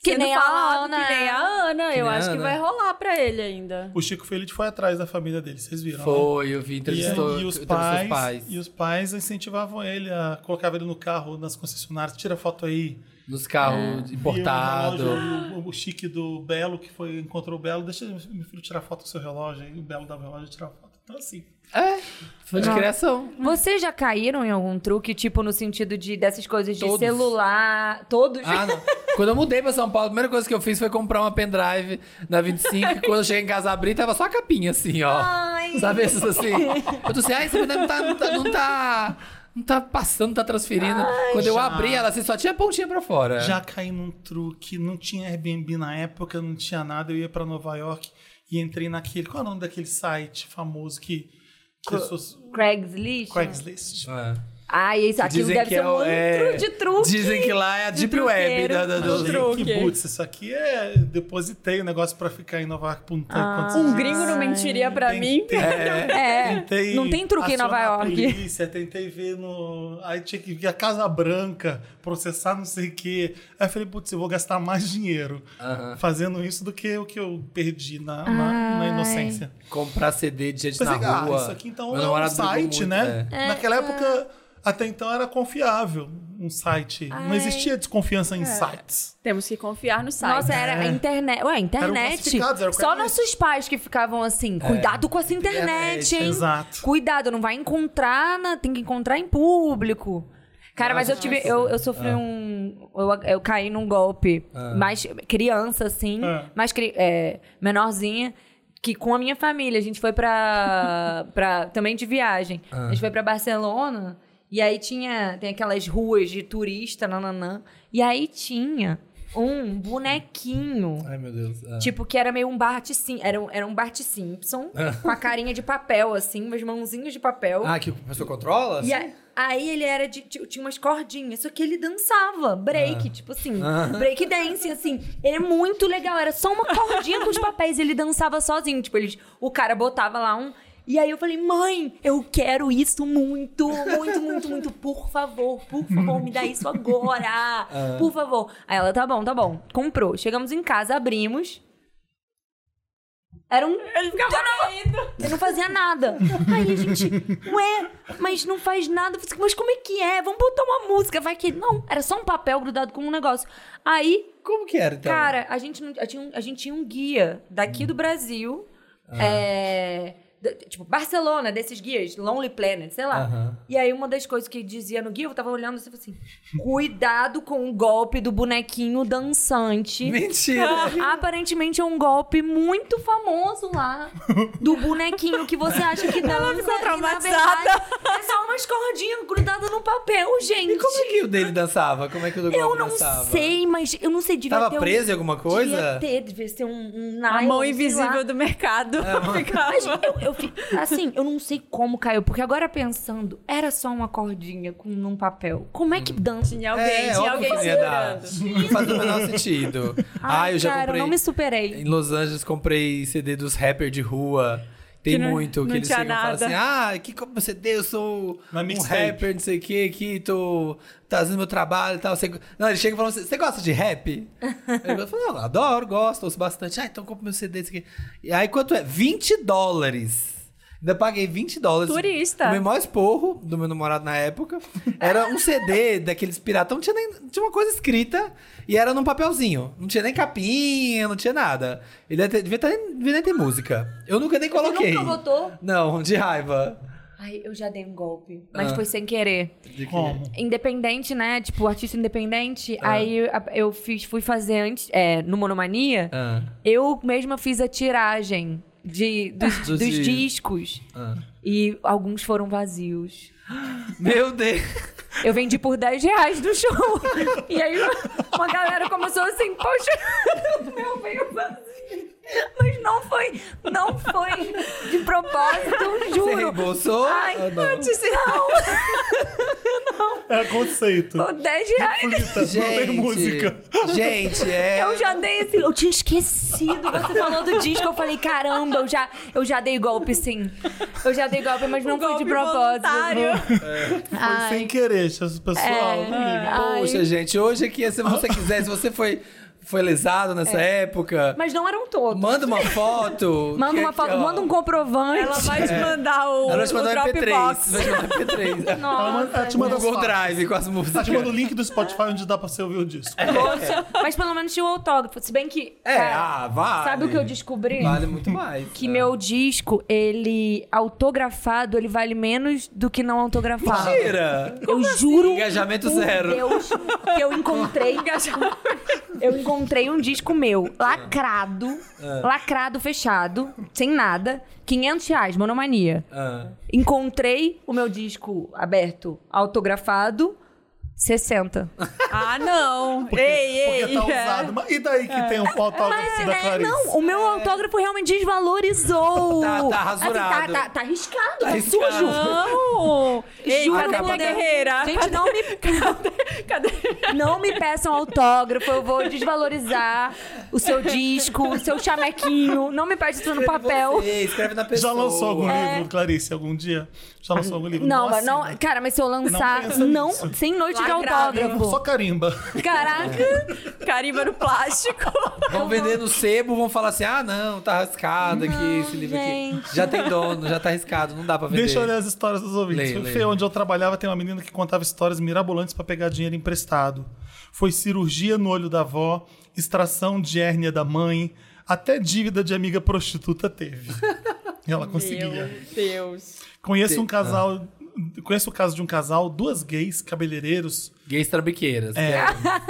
Speaker 2: Que
Speaker 4: sendo
Speaker 2: nem a
Speaker 4: falado
Speaker 2: Ana.
Speaker 4: que nem a Ana.
Speaker 3: Que
Speaker 4: eu
Speaker 3: nem a
Speaker 4: acho que
Speaker 3: Ana.
Speaker 4: vai rolar pra ele ainda.
Speaker 1: O Chico Feliz foi atrás da família dele, vocês viram? né?
Speaker 3: Foi, eu vi,
Speaker 1: E,
Speaker 3: entrevistou,
Speaker 1: e os
Speaker 3: entrevistou
Speaker 1: pais,
Speaker 3: os pais.
Speaker 1: e os pais incentivavam ele a colocar ele no carro nas concessionárias, tira foto aí.
Speaker 3: Nos carros importados.
Speaker 1: E o, relógio, o, o chique do Belo que foi encontrou o Belo, deixa meu filho tirar foto com seu relógio, aí o Belo dava o relógio e tirava foto. Então assim,
Speaker 3: É, foi de criação.
Speaker 2: Vocês já caíram em algum truque, tipo, no sentido de dessas coisas de
Speaker 3: Todos.
Speaker 2: celular? Todos?
Speaker 3: Ah, não. Quando eu mudei pra São Paulo, a primeira coisa que eu fiz foi comprar uma pendrive na 25. e quando eu cheguei em casa abri, tava só a capinha, assim, ó.
Speaker 2: Ai.
Speaker 3: Sabe esses assim? Eu tô assim, ai, essa pendrive não tá, não tá, não tá, não tá passando, não tá transferindo. quando eu
Speaker 1: já.
Speaker 3: abri, ela assim, só tinha a pontinha pra fora.
Speaker 1: já caí num truque, não tinha Airbnb na época, não tinha nada, eu ia pra Nova York e entrei naquele, qual é o nome daquele site famoso que que as pessoas
Speaker 2: Craigslist?
Speaker 1: Craigslist.
Speaker 3: É.
Speaker 2: Ai, isso, aquilo
Speaker 3: Dizem
Speaker 2: deve
Speaker 3: que
Speaker 2: ser
Speaker 3: é o-
Speaker 2: um
Speaker 3: é,
Speaker 2: truque de truque.
Speaker 3: Dizem que lá é a Deep Web
Speaker 4: truqueiro.
Speaker 3: da, da, do-
Speaker 4: Mas,
Speaker 1: Falei,
Speaker 4: truque.
Speaker 1: Ah, Que putz, isso aqui é. Depositei o negócio pra ficar em Nova York por um tempo. quantos
Speaker 4: Um
Speaker 1: dias.
Speaker 4: gringo não mentiria pra mim.
Speaker 1: Tentei-
Speaker 2: É.
Speaker 1: tentei
Speaker 2: Não tem truque em Nova
Speaker 1: acionar a
Speaker 2: York.
Speaker 1: Polícia, tentei ver no. Aí tinha que vir a Casa Branca, processar não sei o quê. Aí eu falei, putz, eu vou gastar mais dinheiro
Speaker 3: Aham.
Speaker 1: fazendo isso do que o que eu perdi na, na, na
Speaker 2: Ai.
Speaker 1: inocência.
Speaker 3: Comprar CD de gente
Speaker 1: Pensei,
Speaker 3: na
Speaker 1: ah,
Speaker 3: rua.
Speaker 1: isso aqui então
Speaker 3: Meu
Speaker 1: é um
Speaker 3: namorado brigou
Speaker 1: site,
Speaker 3: muito,
Speaker 1: né?
Speaker 3: é.
Speaker 1: Naquela época, até então era confiável um site. Não
Speaker 2: Ai. É.
Speaker 1: existia desconfiança em sites.
Speaker 4: Temos que confiar no site.
Speaker 2: Nossa, era
Speaker 3: É.
Speaker 2: a internet. Ué, a internet.
Speaker 1: classificados, era
Speaker 2: Só
Speaker 1: quase-
Speaker 2: nossos pais que ficavam assim, cuidado com essa internet,
Speaker 3: É. Internet,
Speaker 2: hein?
Speaker 1: Exato.
Speaker 2: Cuidado, não vai encontrar, na... tem que encontrar em público. Cara, mas eu tive. Eu, eu sofri
Speaker 1: Ah.
Speaker 2: um. Eu, eu caí num golpe. Mais criança, assim.
Speaker 1: Ah.
Speaker 2: Mais cri- é, menorzinha. Que com a minha família. A gente foi pra. pra também de viagem. A
Speaker 1: Ah.
Speaker 2: gente foi pra Barcelona. E aí tinha. Tem aquelas ruas de turista, nananã. E aí tinha um bonequinho.
Speaker 3: Ai, meu Deus.
Speaker 1: é.
Speaker 3: ah.
Speaker 2: Tipo, que era meio um Bart Simpson. Era um, era um Bart Simpson com a carinha de papel, assim, umas mãozinhas de papel.
Speaker 3: Ah, que a pessoa controla?
Speaker 2: e a- aí ele era de. ti- Tinha umas cordinhas, só que ele dançava. Break, tipo assim. Break dance, assim. Ele é muito legal. Era só uma cordinha com os papéis. Ele dançava sozinho. Tipo, eles, o cara botava lá um. E aí eu falei, mãe, eu quero isso muito, muito, muito, muito. Por favor, por favor, me dá isso agora. Por favor. Aí ela, tá bom, tá bom. Comprou. Chegamos em casa, abrimos. Era um. Ele não fazia nada. Aí a gente, ué, mas não faz nada. Eu falei assim, Mas como é que é? Vamos botar uma música. Vai que. Não, era só um papel grudado com um negócio. Aí,
Speaker 3: Como que era, então?
Speaker 2: cara, a gente, não, a, tinha um, a gente tinha um guia daqui do Brasil. é, d- Tipo, Barcelona, desses guias, Lonely Planet, sei lá.
Speaker 3: Aham.
Speaker 2: E aí, uma das coisas que dizia no guia, eu tava olhando assim, assim: cuidado com o golpe do bonequinho dançante.
Speaker 3: Mentira!
Speaker 2: Aparentemente é um golpe muito famoso lá do bonequinho que você acha que dança. Ela ficou
Speaker 5: traumatizada.
Speaker 2: é só umas cordinhas grudadas no papel, gente.
Speaker 3: E como é que o dele dançava? Como é que o do
Speaker 2: Eu
Speaker 3: Globo
Speaker 2: não
Speaker 3: dançava?
Speaker 2: sei, mas eu não sei. Devia
Speaker 3: Tava
Speaker 2: ter um-
Speaker 3: preso em alguma coisa?
Speaker 2: Devia ter, devia ser um, um nylon,
Speaker 4: A mão
Speaker 2: sei lá.
Speaker 4: invisível do mercado
Speaker 3: É,
Speaker 2: Mas
Speaker 4: ficava.
Speaker 2: eu, eu fi- assim, eu não sei como caiu, porque agora pensando, era só uma cordinha com um papel. Como é
Speaker 3: Hum.
Speaker 2: que dança?
Speaker 4: Tinha alguém,
Speaker 3: é,
Speaker 4: tinha
Speaker 3: óbvio que
Speaker 4: alguém
Speaker 3: não ia dar.
Speaker 4: segurando.
Speaker 3: Não faz o menor sentido. Ah, eu já
Speaker 2: cara,
Speaker 3: comprei.
Speaker 2: eu não me superei.
Speaker 3: Em Los Angeles comprei CD dos rappers de rua. Tem
Speaker 4: Que não-
Speaker 3: muito que
Speaker 4: não
Speaker 3: eles
Speaker 4: tinha
Speaker 3: chegam e falam
Speaker 4: nada.
Speaker 3: assim: Ah, que como você deu? Eu sou
Speaker 1: Uma
Speaker 3: um
Speaker 1: mixtape.
Speaker 3: rapper, não sei o que, aqui, tô trazendo meu trabalho e tal. Você... Não, eles chegam e falam: assim, Você gosta de rap? Aí eu falo: Não, adoro, gosto, ouço bastante. Ah, então compra meu CD, isso aqui. E aí quanto é? 20 dólares. Ainda paguei 20 dólares.
Speaker 4: Turista.
Speaker 3: O meu maior esporro do meu namorado na época era um CD daqueles piratão. Não tinha, nem, não tinha uma coisa escrita e era num papelzinho. Não tinha nem capinha, não tinha nada. Ele até- devia, ter, devia nem ter música. Eu nunca nem coloquei.
Speaker 2: nunca botou?
Speaker 3: Não, de raiva.
Speaker 2: Ai, eu já dei um golpe, mas
Speaker 3: Ah.
Speaker 2: foi sem querer.
Speaker 3: De que-
Speaker 1: Como?
Speaker 2: Independente, né? Tipo, artista independente.
Speaker 3: Ah.
Speaker 2: Aí eu- eu fiz, fui fazer antes, é, no Monomania,
Speaker 3: Ah,
Speaker 2: eu mesma fiz a tiragem de, dos,
Speaker 3: Dos
Speaker 2: dos
Speaker 3: di-
Speaker 2: discos.
Speaker 3: ah.
Speaker 2: E alguns foram vazios.
Speaker 3: Meu Deus.
Speaker 2: Eu vendi por 10 reais do show. E aí uma- uma galera começou assim, poxa, meu veio vazio. Mas não foi, não foi de propósito,
Speaker 3: Você
Speaker 2: juro.
Speaker 3: reembolsou?
Speaker 2: Ai,
Speaker 3: Ah, não.
Speaker 1: É conceito.
Speaker 2: Por 10 reais.
Speaker 1: Bonita, não tem música.
Speaker 3: gente, é.
Speaker 2: Eu já dei esse. Eu tinha esquecido. Você falou do disco. Eu falei, caramba, eu já, eu já dei golpe, sim. Eu já dei golpe, mas não foi de
Speaker 4: Um golpe
Speaker 2: propósito.
Speaker 4: voluntário.
Speaker 1: Foi sem querer, esse pessoal.
Speaker 2: É.
Speaker 1: não liga.
Speaker 3: Poxa,
Speaker 2: Ai.
Speaker 3: gente, hoje aqui, se você quiser, se você foi, foi lesado nessa época,
Speaker 2: É. Mas não eram todos.
Speaker 3: manda uma foto.
Speaker 2: Manda
Speaker 3: que
Speaker 2: uma
Speaker 3: aqui,
Speaker 2: foto,
Speaker 3: ó.
Speaker 2: manda um comprovante.
Speaker 4: Ela vai te mandar o,
Speaker 3: É. Ela vai te
Speaker 4: o
Speaker 3: mandar um MP3.
Speaker 4: Dropbox.
Speaker 3: Vai te mandar um MP3.
Speaker 1: Ela manda- ela te
Speaker 3: O
Speaker 1: manda as
Speaker 3: um Google
Speaker 1: fotos.
Speaker 3: Drive com as
Speaker 1: Ela
Speaker 3: músicas.
Speaker 1: Tá te manda o link do Spotify onde dá pra você ouvir o disco.
Speaker 2: Mas pelo menos tinha o autógrafo. Se bem que.
Speaker 3: É,
Speaker 2: cara,
Speaker 3: ah, vale.
Speaker 2: Sabe o que eu descobri?
Speaker 3: Vale muito mais.
Speaker 2: Que
Speaker 3: É.
Speaker 2: meu disco, ele autografado, ele vale menos do que não autografado.
Speaker 3: Mentira!
Speaker 2: Eu
Speaker 4: assim?
Speaker 2: juro.
Speaker 3: Engajamento
Speaker 2: por
Speaker 3: zero.
Speaker 2: Deus, que eu encontrei. eu encontrei um disco meu, lacrado, lacrado, fechado, sem nada, 500 reais, monomania.
Speaker 3: Ah.
Speaker 2: Encontrei o meu disco aberto, autografado, 60.
Speaker 4: Ah, não. ei, ei.
Speaker 1: Porque tá
Speaker 4: é.
Speaker 1: usado. Mas e daí que tem um
Speaker 2: Mas,
Speaker 1: autógrafo da
Speaker 2: é,
Speaker 1: Clarice?
Speaker 2: não, o meu autógrafo realmente desvalorizou.
Speaker 3: Tá- tá
Speaker 2: Assim,
Speaker 3: rasurado.
Speaker 2: tá, tá, tá arriscado, tá,
Speaker 3: arriscado.
Speaker 2: sujo.
Speaker 3: um
Speaker 4: Não! Ei,
Speaker 2: Juro,
Speaker 4: cadê minha
Speaker 2: cadê-
Speaker 4: guerreira?
Speaker 2: Gente, não me,
Speaker 4: Cadê?
Speaker 2: não me peçam autógrafo, eu vou desvalorizar o seu disco, o seu chamequinho. Não me peça isso no papel.
Speaker 3: Você, escreve na
Speaker 1: Já
Speaker 3: pessoa.
Speaker 1: lançou algum livro, Clarice, algum dia? Já lançou algum livro?
Speaker 2: É. Não, mas
Speaker 1: Nossa, né?
Speaker 2: não, cara, mas se eu lançar,
Speaker 1: Não pensa
Speaker 2: não,
Speaker 1: nisso.
Speaker 2: sem noite
Speaker 4: Lacrado,
Speaker 2: de
Speaker 1: Só
Speaker 2: autógrafo.
Speaker 1: carimba.
Speaker 2: Caraca, é
Speaker 4: Carimba no plástico.
Speaker 3: Vão vender no sebo, vão falar assim: ah, não, tá arriscado aqui esse livro
Speaker 2: gente.
Speaker 3: aqui. Já tem dono, já tá arriscado, não dá pra vender.
Speaker 1: Deixa eu ler as histórias dos ouvintes.
Speaker 3: Leia,
Speaker 1: Fê,
Speaker 3: leia.
Speaker 1: onde eu trabalhava, tem uma menina que contava histórias mirabolantes pra pegar dinheiro emprestado. Foi cirurgia no olho da avó, extração de hérnia da mãe, até dívida de amiga prostituta teve. E Ela conseguia.
Speaker 4: Meu Deus.
Speaker 1: Conheço um casal.
Speaker 3: Ah.
Speaker 1: Conheço o caso de um casal, duas gays, cabeleireiros.
Speaker 3: Gays trambiqueiras.
Speaker 1: É,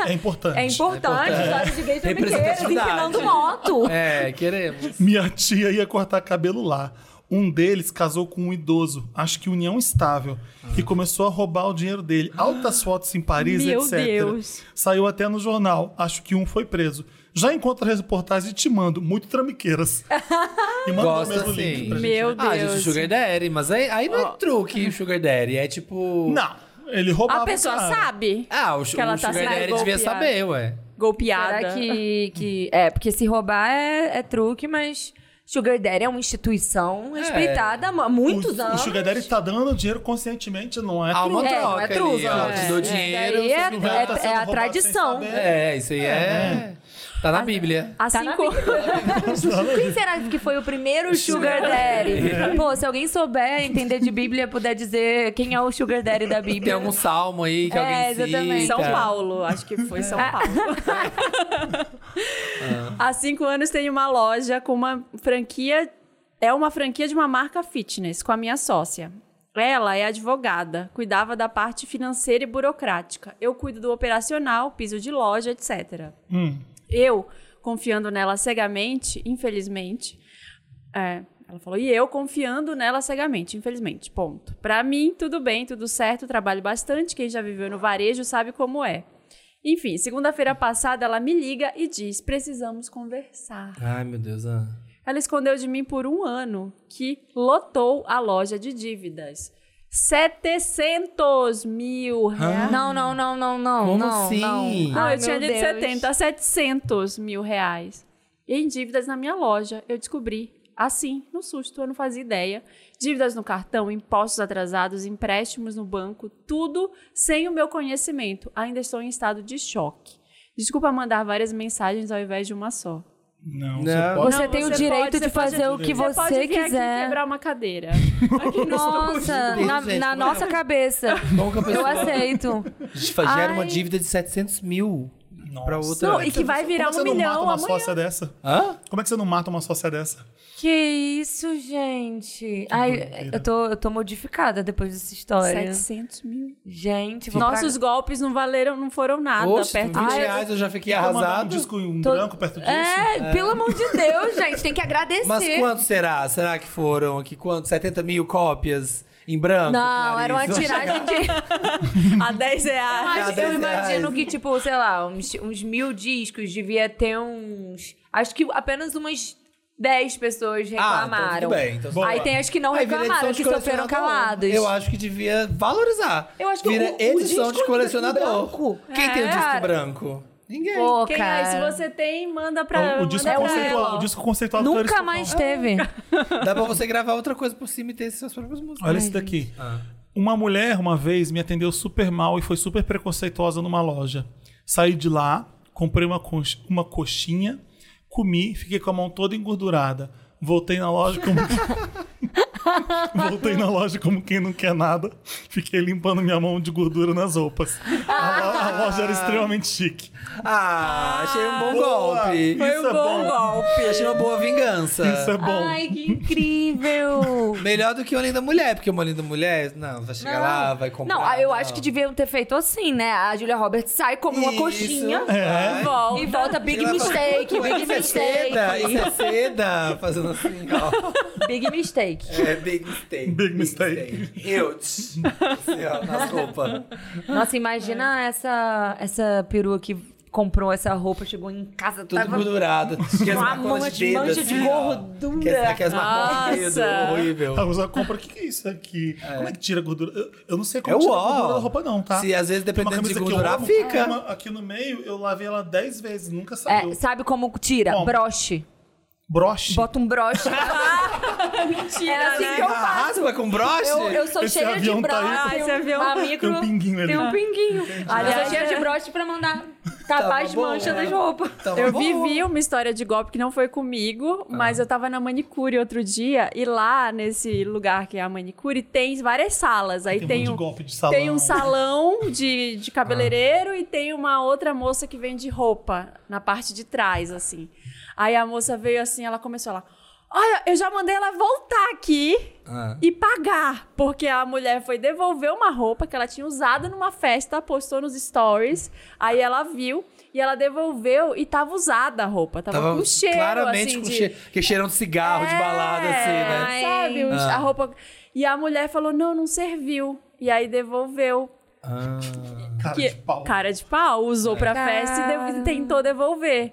Speaker 1: é importante.
Speaker 2: é importante, história de gays trambiqueiros,
Speaker 3: Representatividade.
Speaker 2: empinando moto.
Speaker 3: É, queremos.
Speaker 1: Minha tia ia cortar cabelo lá. Um deles casou com um idoso, acho que união estável,
Speaker 3: Ah.
Speaker 1: e começou a roubar o dinheiro dele. Altas fotos em Paris,
Speaker 4: Meu
Speaker 1: etc.
Speaker 4: Deus.
Speaker 1: Saiu até no jornal, acho que um foi preso. Já encontro as reportagens e te mando, muito tramiqueiras. E mandou
Speaker 3: Gosta
Speaker 1: o mesmo
Speaker 3: sim.
Speaker 1: link pra gente.
Speaker 4: Meu
Speaker 3: Ah, gente,
Speaker 4: Deus.
Speaker 3: Sugar Daddy, mas aí, aí não é truque Sugar Daddy, é tipo.
Speaker 1: Não, ele roubava.
Speaker 4: A pessoa
Speaker 1: o cara.
Speaker 4: sabe?
Speaker 3: Ah, o, su-
Speaker 4: Que ela
Speaker 3: o Sugar
Speaker 4: tá sendo
Speaker 3: Daddy devia
Speaker 4: golpeada.
Speaker 3: saber, ué.
Speaker 4: É. Golpeada.
Speaker 2: Será que, que. É, porque se roubar é, é truque, mas Sugar Daddy é uma instituição respeitada há muitos
Speaker 1: É. o,
Speaker 2: anos.
Speaker 1: O Sugar Daddy tá dando dinheiro conscientemente, não é?
Speaker 3: Há uma
Speaker 2: É, não
Speaker 3: troca
Speaker 2: é
Speaker 3: ali,
Speaker 2: truque,
Speaker 3: ó.
Speaker 2: né?
Speaker 3: Te dou
Speaker 2: É.
Speaker 3: dinheiro.
Speaker 2: Daí é-
Speaker 3: você me dá-
Speaker 1: Tá sendo
Speaker 2: é a
Speaker 1: roubado
Speaker 2: tradição.
Speaker 1: sem saber.
Speaker 3: É, isso aí é. Tá na Bíblia.
Speaker 2: Assim
Speaker 4: na
Speaker 2: como. Quem será que foi o primeiro Sugar Daddy? Pô, se alguém souber entender de Bíblia, puder dizer quem é o Sugar Daddy da
Speaker 3: Tem
Speaker 2: Bíblia.
Speaker 3: algum salmo aí que
Speaker 2: É,
Speaker 3: alguém
Speaker 2: exatamente.
Speaker 3: cita.
Speaker 4: São Paulo, acho que foi São Paulo. Há cinco anos tem uma loja com uma franquia é uma franquia de uma marca fitness com a minha sócia. Ela é advogada, cuidava da parte financeira e burocrática. Eu cuido do operacional, piso de loja, etc.
Speaker 1: Hum.
Speaker 4: Eu, confiando nela cegamente, infelizmente. É, ela falou, e eu confiando nela cegamente, infelizmente. Ponto. Pra mim, tudo bem, tudo certo, trabalho bastante. Quem já viveu no varejo sabe como é. Enfim, segunda-feira passada ela me liga e diz: precisamos conversar.
Speaker 3: Ai, meu Deus. ah.
Speaker 4: Ela escondeu de mim por um ano que lotou a loja de dívidas. 700 mil reais.
Speaker 2: Não, não, não, não, não.
Speaker 3: Como
Speaker 2: não,
Speaker 3: assim?
Speaker 2: Não,
Speaker 4: Não,
Speaker 2: Ai,
Speaker 4: Ah, eu tinha
Speaker 2: Ah, meu
Speaker 4: dito
Speaker 2: Deus.
Speaker 4: 70, a 700 mil reais. E em dívidas na minha loja, eu descobri, assim, no susto, eu não fazia ideia. Dívidas no cartão, impostos atrasados, empréstimos no banco, tudo sem o meu conhecimento. Ainda estou em estado de choque. Desculpa mandar várias mensagens ao invés de uma só.
Speaker 1: Não,
Speaker 3: Não.
Speaker 1: você pode.
Speaker 2: Você
Speaker 4: Não,
Speaker 2: tem o
Speaker 4: você
Speaker 2: direito
Speaker 4: pode,
Speaker 2: de
Speaker 4: você pode-
Speaker 2: fazer o que
Speaker 4: Você
Speaker 2: você,
Speaker 4: pode vir aqui
Speaker 2: quiser.
Speaker 4: quebrar uma cadeira.
Speaker 2: Nossa,
Speaker 3: Deus,
Speaker 2: na,
Speaker 3: gente,
Speaker 2: na
Speaker 3: como
Speaker 2: nossa
Speaker 3: é?
Speaker 2: cabeça.
Speaker 3: Bom que a
Speaker 2: Eu
Speaker 3: pessoa
Speaker 2: aceito.
Speaker 3: gera uma
Speaker 2: Ai.
Speaker 3: dívida de 700 mil
Speaker 1: Nossa.
Speaker 3: pra outra.
Speaker 4: Não, e que vai virar
Speaker 1: Como é
Speaker 4: um
Speaker 1: que você não
Speaker 4: milhão
Speaker 1: mata uma
Speaker 4: amanhã.
Speaker 1: sócia dessa?
Speaker 3: Hã?
Speaker 1: Como é que você não mata uma sócia dessa?
Speaker 3: É
Speaker 2: Que isso, gente. Ai,
Speaker 1: doideira.
Speaker 2: eu tô, eu tô modificada depois dessa história.
Speaker 4: 700 mil.
Speaker 2: Gente, vou
Speaker 4: Nossos
Speaker 2: pagar-
Speaker 4: golpes não valeram, não foram
Speaker 2: Ah, tá
Speaker 4: nada.
Speaker 3: Oxe,
Speaker 4: perto
Speaker 3: 20
Speaker 4: de
Speaker 3: reais eu já fiquei
Speaker 1: Quer mandar Um
Speaker 3: arrasado.
Speaker 1: disco em um
Speaker 2: Tô-
Speaker 1: branco perto disso?
Speaker 2: É, pelo amor de Deus, gente. Tem que agradecer.
Speaker 3: Mas quanto será? Será que foram aqui? Quanto? 70 mil cópias em branco?
Speaker 2: Não,
Speaker 3: Clarice?
Speaker 2: era uma tiragem de.
Speaker 4: a 10 reais.
Speaker 2: Mas eu
Speaker 3: dez
Speaker 2: imagino
Speaker 3: reais.
Speaker 2: que, tipo, sei lá, uns, uns mil discos devia ter uns. Acho que apenas umas 10 pessoas
Speaker 3: Ah,
Speaker 2: reclamaram.
Speaker 3: então tudo bem. Então,
Speaker 1: Boa.
Speaker 2: Aí tem as que não
Speaker 3: Aí vira
Speaker 2: reclamaram,
Speaker 3: edição de
Speaker 2: que sofreram
Speaker 3: colecionador.
Speaker 2: calados.
Speaker 3: Eu acho que devia valorizar.
Speaker 2: Eu acho que
Speaker 3: vira
Speaker 2: o- o
Speaker 3: edição
Speaker 2: disco
Speaker 3: de colecionador.
Speaker 2: branco.
Speaker 3: Quem tem o disco
Speaker 2: Cara.
Speaker 3: branco? Ninguém.
Speaker 2: Pô,
Speaker 4: Quem
Speaker 2: cara.
Speaker 4: aí, se você tem, manda pra,
Speaker 1: Então, O, o
Speaker 4: manda
Speaker 1: disco
Speaker 4: pra
Speaker 1: conceitual,
Speaker 4: ela.
Speaker 1: o disco conceitual do Clarice
Speaker 2: Nunca
Speaker 1: Falcão.
Speaker 2: mais teve.
Speaker 3: Dá pra você gravar outra coisa por cima e ter suas próprias músicas.
Speaker 1: Olha esse daqui. Uma mulher, uma vez, me atendeu super mal e foi super preconceituosa numa loja. Saí de lá, comprei uma, conch- uma coxinha, comi, fiquei com a mão toda engordurada. Voltei na loja como. Voltei na loja como quem não quer nada. Fiquei limpando minha mão de gordura nas roupas. A, lo- a loja era extremamente chique.
Speaker 3: Ah, achei um bom
Speaker 1: Boa!
Speaker 3: golpe.
Speaker 1: Isso
Speaker 2: um
Speaker 1: é bom.
Speaker 3: Achei uma boa vingança.
Speaker 1: Isso é bom.
Speaker 2: Ai, que incrível!
Speaker 3: Melhor do que uma linda mulher, porque uma linda mulher, não, vai chegar lá, vai comprar.
Speaker 2: Não, eu acho que deviam ter feito assim, né? A Julia Roberts sai como uma
Speaker 3: Isso.
Speaker 2: coxinha
Speaker 1: É.
Speaker 4: Volta.
Speaker 2: e volta Big Mistake, Big
Speaker 3: Isso é
Speaker 2: Mistake.
Speaker 3: seda, isso é seda, fazendo assim, ó.
Speaker 2: Big Mistake.
Speaker 3: É, big mistake.
Speaker 1: Big mistake.
Speaker 3: Eu, tch, assim, ó,
Speaker 4: Tá
Speaker 3: nas roupas.
Speaker 2: Nossa, imagina essa, essa perua que comprou essa roupa, chegou em casa,
Speaker 4: Tá
Speaker 3: Tudo
Speaker 2: tava...
Speaker 3: gordurado. Tinha as
Speaker 2: Uma
Speaker 3: marconas de
Speaker 2: mancha-
Speaker 3: dedo,
Speaker 2: mancha de
Speaker 3: assim, ó.
Speaker 2: gordura.
Speaker 3: Que essa daqui é as marconas de
Speaker 4: Nossa.
Speaker 3: dedo, horrível.
Speaker 1: A pessoa compra, o que, que é isso aqui? Como é que tira gordura? Eu, eu não sei como
Speaker 3: É o
Speaker 1: tira
Speaker 3: ó.
Speaker 1: gordura da roupa, não, tá?
Speaker 3: Se às vezes,
Speaker 1: Tem uma
Speaker 3: dependendo
Speaker 1: camisa
Speaker 3: de
Speaker 1: que eu
Speaker 3: gordurar,
Speaker 1: amo,
Speaker 3: fica.
Speaker 1: uma aqui no meio, eu lavei ela 10 vezes, nunca saiu.
Speaker 2: É, sabe como tira?
Speaker 1: Como?
Speaker 2: Broche.
Speaker 1: Broche.
Speaker 2: Bota um broche.
Speaker 4: Mentira,
Speaker 2: É assim
Speaker 4: né?
Speaker 2: que eu
Speaker 3: Ah,
Speaker 2: faço.
Speaker 3: raspa com broche?
Speaker 2: Eu, eu sou
Speaker 1: Esse
Speaker 2: cheia de
Speaker 1: avião
Speaker 2: broche.
Speaker 1: tá aí.
Speaker 4: Ah, esse
Speaker 2: tem um-
Speaker 4: avião-
Speaker 2: uma micro,
Speaker 1: tem um pinguinho ali.
Speaker 2: Tem um pinguinho. eu
Speaker 4: Aliás,
Speaker 2: sou cheia
Speaker 4: é-
Speaker 2: de broche pra mandar tapar
Speaker 3: Tava
Speaker 2: as
Speaker 3: boa. né?
Speaker 2: manchas das roupas.
Speaker 3: Tava
Speaker 4: Eu
Speaker 3: bom.
Speaker 4: vivi uma história de golpe que não foi
Speaker 1: Ah.
Speaker 4: comigo, mas eu tava na manicure outro dia e lá nesse lugar que é a manicure tem várias salas. Aí
Speaker 1: Tem um
Speaker 4: tem
Speaker 1: monte
Speaker 4: um,
Speaker 1: de golpe de salão. Ah.
Speaker 4: tem um salão de, de cabeleireiro e tem uma outra moça que vende roupa na parte de trás, assim. Aí a moça veio assim, ela começou, ela... Olha, eu já mandei ela voltar aqui
Speaker 3: Ah.
Speaker 4: e pagar. Porque a mulher foi devolver uma roupa que ela tinha usado numa festa, postou nos stories. Aí ela viu e ela devolveu e tava usada a roupa. Tava,
Speaker 3: Tava
Speaker 4: com cheiro,
Speaker 3: claramente
Speaker 4: assim,
Speaker 3: com
Speaker 4: de... É.
Speaker 3: cheiro, que cheirão de cigarro, de balada, assim, né?
Speaker 2: Ai.
Speaker 4: Sabe, o-
Speaker 3: Ah.
Speaker 4: a roupa... E a mulher falou, não, não serviu. E aí devolveu.
Speaker 3: Ah.
Speaker 1: Cara
Speaker 4: que-
Speaker 1: de pau.
Speaker 4: Cara de pau, usou pra
Speaker 2: Cara.
Speaker 4: festa e deve- tentou devolver.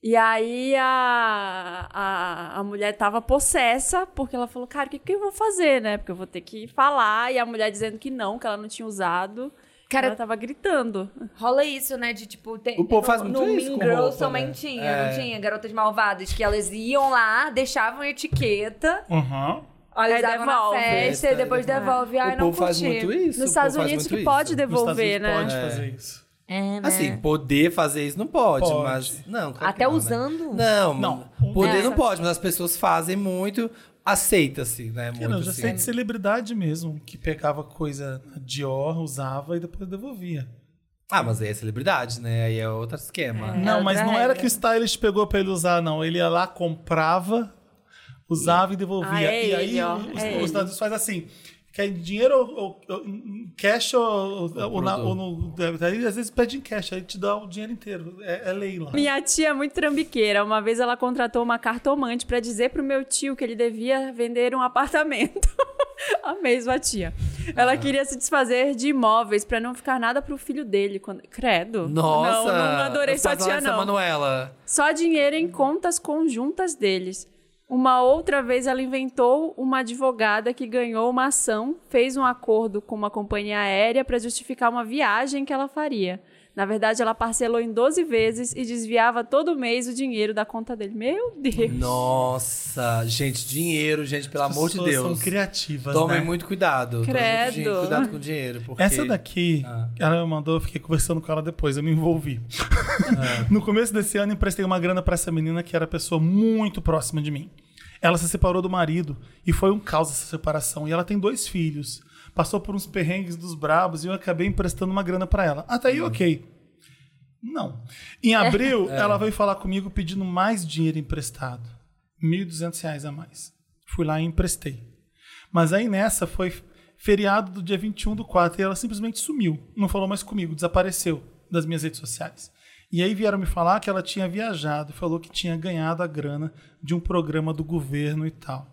Speaker 4: E aí a, a, a mulher tava possessa, porque ela falou, cara, o que, que eu vou fazer, né? Porque eu vou ter que falar. E a mulher dizendo que não, que ela não tinha usado.
Speaker 2: Cara-
Speaker 4: ela tava gritando.
Speaker 2: Rola isso, né? De tipo, tem,
Speaker 3: O povo faz
Speaker 2: no,
Speaker 3: muito
Speaker 2: no
Speaker 3: isso
Speaker 2: Mean
Speaker 3: com
Speaker 2: Girls
Speaker 3: roupa,
Speaker 2: também
Speaker 3: né?
Speaker 2: tinha,
Speaker 3: É.
Speaker 2: não tinha? Garotas malvadas, que elas iam lá, deixavam etiqueta,
Speaker 1: Aham.
Speaker 2: elas
Speaker 4: Aí
Speaker 2: davam
Speaker 4: devolve.
Speaker 2: na festa e depois devolve. Ai,
Speaker 3: né? o
Speaker 2: não
Speaker 3: povo faz
Speaker 2: curti.
Speaker 3: muito isso. o
Speaker 4: Nos
Speaker 3: povo
Speaker 4: Estados
Speaker 3: faz
Speaker 4: Unidos
Speaker 3: muito
Speaker 4: que
Speaker 3: isso.
Speaker 4: pode
Speaker 1: Nos Estados
Speaker 4: devolver,
Speaker 1: Unidos
Speaker 4: né?
Speaker 1: pode fazer isso.
Speaker 2: É, né?
Speaker 3: Assim, poder fazer isso não pode,
Speaker 1: Pode.
Speaker 3: mas. Não, claro que
Speaker 2: Até
Speaker 3: não, né?
Speaker 2: usando.
Speaker 3: Não,
Speaker 1: Não.
Speaker 3: Poder
Speaker 2: É.
Speaker 3: não pode, mas as pessoas fazem muito, aceita-se, né? Muito
Speaker 1: Cara, eu já
Speaker 3: assim.
Speaker 1: sei de celebridade mesmo, que pegava coisa na Dior, usava e depois devolvia.
Speaker 3: Ah, mas aí é celebridade, né? Aí é outro esquema.
Speaker 1: Não, mas
Speaker 2: outra
Speaker 1: não era
Speaker 2: regra.
Speaker 1: que o stylist pegou pra ele usar, não. Ele ia lá, comprava, usava e devolvia.
Speaker 4: Ah, é
Speaker 1: e aí
Speaker 4: ele, ó.
Speaker 1: os, os
Speaker 4: É ele.
Speaker 1: Estados Unidos faz assim. Quer em dinheiro ou, ou- ou em cash ou, ou, na, ou no. Aí, às vezes pede em cash, aí te dá o dinheiro inteiro. É, é lei lá.
Speaker 4: Minha tia é muito trambiqueira. Uma vez ela contratou uma cartomante pra dizer pro meu tio que ele devia vender um apartamento. a mesma tia. Ela queria se desfazer de imóveis pra não ficar nada pro filho dele. Quando... Credo.
Speaker 3: Nossa!
Speaker 4: Não, não adorei
Speaker 3: os
Speaker 4: sua tia,
Speaker 3: personagens da
Speaker 4: não.
Speaker 3: Manuela.
Speaker 4: Só dinheiro em contas conjuntas deles. Uma outra vez ela inventou uma advogada que ganhou uma ação, fez um acordo com uma companhia aérea para justificar uma viagem que ela faria. Na verdade, ela parcelou em 12 vezes e desviava todo mês o dinheiro da conta dele. Meu Deus!
Speaker 3: Nossa, gente, dinheiro, gente, pelo amor de
Speaker 1: As pessoas
Speaker 3: Deus.
Speaker 1: São criativas.
Speaker 3: Tomem
Speaker 1: né?
Speaker 3: muito cuidado. tomem muito dinhe-
Speaker 4: Credo.
Speaker 3: Cuidado com o dinheiro. Porque...
Speaker 1: Essa daqui,
Speaker 3: Ah.
Speaker 1: ela me mandou, eu fiquei conversando com ela depois, eu me envolvi.
Speaker 3: Ah.
Speaker 1: no começo desse ano, emprestei uma grana pra essa menina que era pessoa muito próxima de mim. Ela se separou do marido e foi um caos essa separação. E ela tem dois filhos. Passou por uns perrengues dos brabos e eu acabei emprestando uma grana pra ela. Até
Speaker 3: Hum.
Speaker 1: aí, ok. Não. Em abril, ela veio falar comigo pedindo mais dinheiro emprestado. R$ 1.200 a mais. Fui lá e emprestei. Mas aí nessa foi feriado do dia 21 do 4 e ela simplesmente sumiu. Não falou mais comigo, desapareceu das minhas redes sociais. E aí vieram me falar que ela tinha viajado, falou que tinha ganhado a grana de um programa do governo e tal.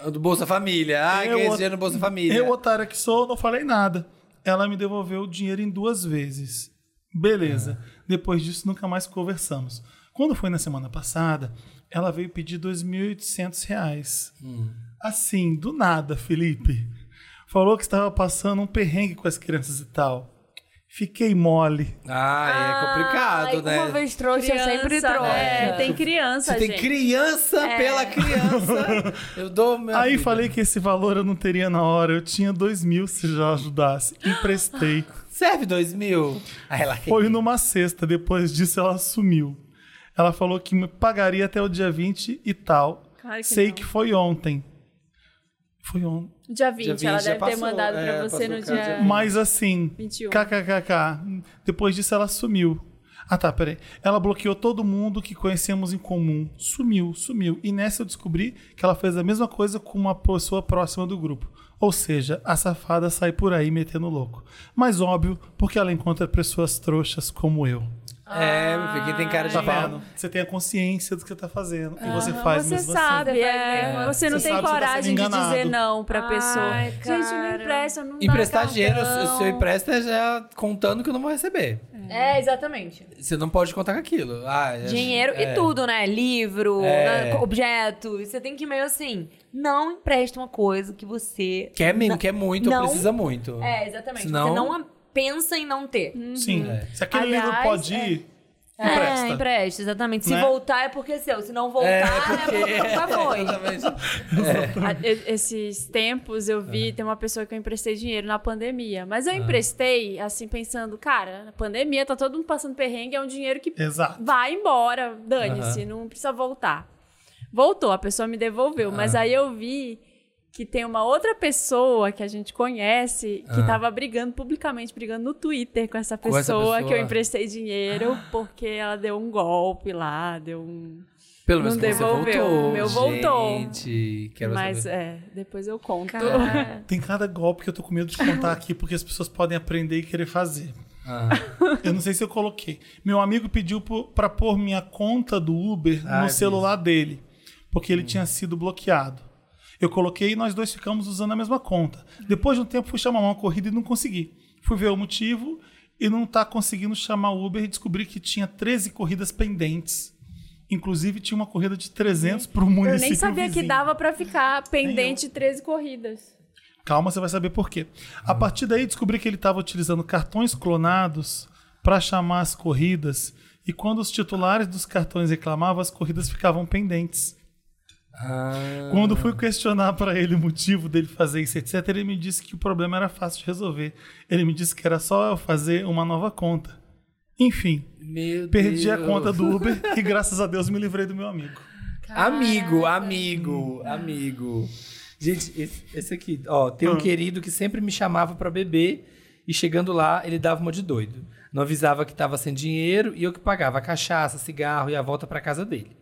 Speaker 3: é Do Bolsa Família. Ah,
Speaker 1: Eu
Speaker 3: ganhei esse
Speaker 1: É ot-
Speaker 3: dinheiro no Bolsa Família.
Speaker 1: Eu, otário que sou, não falei nada. Ela me devolveu o dinheiro em duas vezes. Beleza.
Speaker 3: É.
Speaker 1: Depois disso, nunca mais conversamos. Quando foi na semana passada, ela veio pedir 2.800 reais.
Speaker 3: Hum.
Speaker 1: Assim, do nada, Felipe. Falou que estava passando um perrengue com as crianças e tal. Fiquei mole.
Speaker 3: Ah, é complicado,
Speaker 2: Ai,
Speaker 3: né?
Speaker 2: Uma vez trouxa, sempre
Speaker 4: Criança,
Speaker 2: trouxa. É,
Speaker 4: né? Tem criança,
Speaker 3: Se tem
Speaker 4: gente. É.
Speaker 3: criança pela criança, eu dou meu.
Speaker 1: Aí falei que esse valor eu não teria na hora. Eu tinha dois mil se já ajudasse. Emprestei.
Speaker 3: Serve dois mil. Aí ela
Speaker 1: Foi numa sexta, depois disso ela sumiu. Ela falou que me pagaria até o dia 20 e tal.
Speaker 4: Claro que
Speaker 1: Sei
Speaker 4: não.
Speaker 1: que foi ontem. Foi ontem.
Speaker 4: Dia 20,
Speaker 3: Dia 20,
Speaker 4: ela
Speaker 3: já
Speaker 4: deve
Speaker 3: passou,
Speaker 4: ter mandado
Speaker 3: é,
Speaker 4: pra você
Speaker 3: passou
Speaker 4: no
Speaker 3: o cara,
Speaker 4: dia...
Speaker 3: dia
Speaker 1: Mas assim,
Speaker 4: 21.
Speaker 1: kkkk. Depois disso ela sumiu. Ah tá, peraí. Ela bloqueou todo mundo que conhecemos em comum. Sumiu, sumiu. E nessa eu descobri que ela fez a mesma coisa com uma pessoa próxima do grupo. Ou seja, a safada sai por aí metendo louco. Mas óbvio, porque ela encontra pessoas trouxas como eu.
Speaker 3: É, meu filho, quem tem cara de
Speaker 1: Tá
Speaker 3: pau.
Speaker 1: vendo? Você tem a consciência do que você tá fazendo. e você faz
Speaker 4: você
Speaker 1: mesmo
Speaker 4: sabe,
Speaker 1: assim.
Speaker 4: é. Você não
Speaker 1: Você sabe
Speaker 4: tem
Speaker 1: que você tá sendo
Speaker 4: coragem de dizer
Speaker 1: enganado.
Speaker 4: não pra
Speaker 2: Ai,
Speaker 4: pessoa. Gente, não
Speaker 2: cara.
Speaker 4: empresta, não dá
Speaker 3: Emprestar dinheiro,
Speaker 4: cartão.
Speaker 3: se eu empresta é já contando que eu não vou receber.
Speaker 2: É, exatamente.
Speaker 3: Você não pode contar com aquilo. Ah, é-
Speaker 2: Dinheiro
Speaker 3: é.
Speaker 2: e tudo, né? Livro,
Speaker 3: É.
Speaker 2: né, objetos. Você tem que ir meio assim. Não empresta uma coisa que você.
Speaker 3: Quer mesmo, quer muito,
Speaker 2: Não.
Speaker 3: precisa muito.
Speaker 2: É, exatamente.
Speaker 3: é Senão-
Speaker 2: Você não a- pensa em não ter.
Speaker 1: Sim.
Speaker 3: É.
Speaker 1: Se aquele
Speaker 2: Uhum. Aliás,
Speaker 1: livro pode
Speaker 2: é.
Speaker 1: ir,
Speaker 2: É,
Speaker 1: empresta.
Speaker 2: empresta, exatamente. Se
Speaker 1: Né?
Speaker 2: voltar é porque é seu. Se não voltar,
Speaker 3: É,
Speaker 2: é porque, nunca foi.
Speaker 3: Exatamente.
Speaker 4: A- Ah, e- Esses tempos eu vi, tem uma pessoa que eu emprestei dinheiro na pandemia. Mas
Speaker 3: Ah.
Speaker 4: eu emprestei, assim, pensando, cara, na pandemia tá todo mundo passando perrengue, é um dinheiro que
Speaker 1: Exato.
Speaker 4: vai embora, dane-se, não precisa voltar. Voltou, a pessoa me devolveu, mas
Speaker 3: É.
Speaker 4: aí eu vi que tem uma outra pessoa que a gente conhece que
Speaker 3: Ah.
Speaker 4: tava brigando publicamente, brigando no Twitter com essa
Speaker 3: Com essa
Speaker 4: pessoa, que eu
Speaker 3: pessoa. Ah.
Speaker 4: emprestei dinheiro porque ela deu um golpe lá, deu um.
Speaker 3: Pelo menos
Speaker 4: Não
Speaker 3: você
Speaker 4: devolveu,
Speaker 3: voltou.
Speaker 4: o meu voltou.
Speaker 3: Gente, quero
Speaker 4: mas
Speaker 3: saber.
Speaker 4: é, depois eu conto.
Speaker 2: Cara,
Speaker 1: Tem cada golpe que eu tô com medo de contar aqui, porque as pessoas podem aprender e querer fazer.
Speaker 4: é.
Speaker 3: Ah.
Speaker 1: Eu não sei se eu coloquei. Meu amigo pediu po- pra pôr minha conta do Uber
Speaker 3: Ah,
Speaker 1: no
Speaker 3: vi.
Speaker 1: celular dele, porque ele tinha sido bloqueado. Eu coloquei e nós dois ficamos usando a mesma conta. Depois de um tempo, fui chamar uma corrida e não consegui. Fui ver o motivo e não tá conseguindo chamar o Uber e descobri que tinha 13 corridas pendentes. Inclusive, tinha uma corrida de 300 pro município
Speaker 4: Eu nem sabia
Speaker 1: vizinho.
Speaker 4: que dava pra ficar pendente 13 corridas.
Speaker 1: Calma, você vai saber por quê. A partir daí, descobri que ele estava utilizando cartões clonados para chamar as corridas. E quando os titulares dos cartões reclamavam, as corridas ficavam pendentes.
Speaker 3: Ah.
Speaker 1: Quando fui questionar para ele o motivo dele fazer isso, etc., ele me disse que o problema era fácil de resolver. Ele me disse que era só eu fazer uma nova conta. Enfim,
Speaker 3: Meu
Speaker 1: perdi a
Speaker 3: Deus.
Speaker 1: conta do Uber e graças a Deus me livrei do meu amigo.
Speaker 3: Amigo, amigo, amigo. Gente, esse, esse aqui, ó, tem um querido que sempre me chamava pra beber e chegando lá ele dava uma de doido. Não avisava que tava sem dinheiro e eu que pagava a cachaça, cigarro e a volta pra casa dele.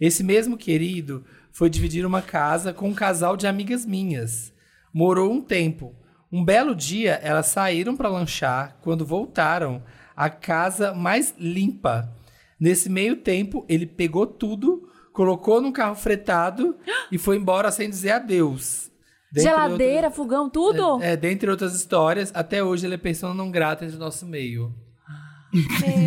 Speaker 3: Esse mesmo querido foi dividir uma casa com um casal de amigas minhas. Morou um tempo. Um belo dia, elas saíram para lanchar. Quando voltaram, a casa mais limpa. Nesse meio tempo, ele pegou tudo, colocou num carro fretado e foi embora sem dizer adeus. Dentre
Speaker 4: Geladeira, fogão, tudo?
Speaker 3: outras- é, dentre outras histórias, até hoje ele é persona não grata entre o nosso meio. Ah.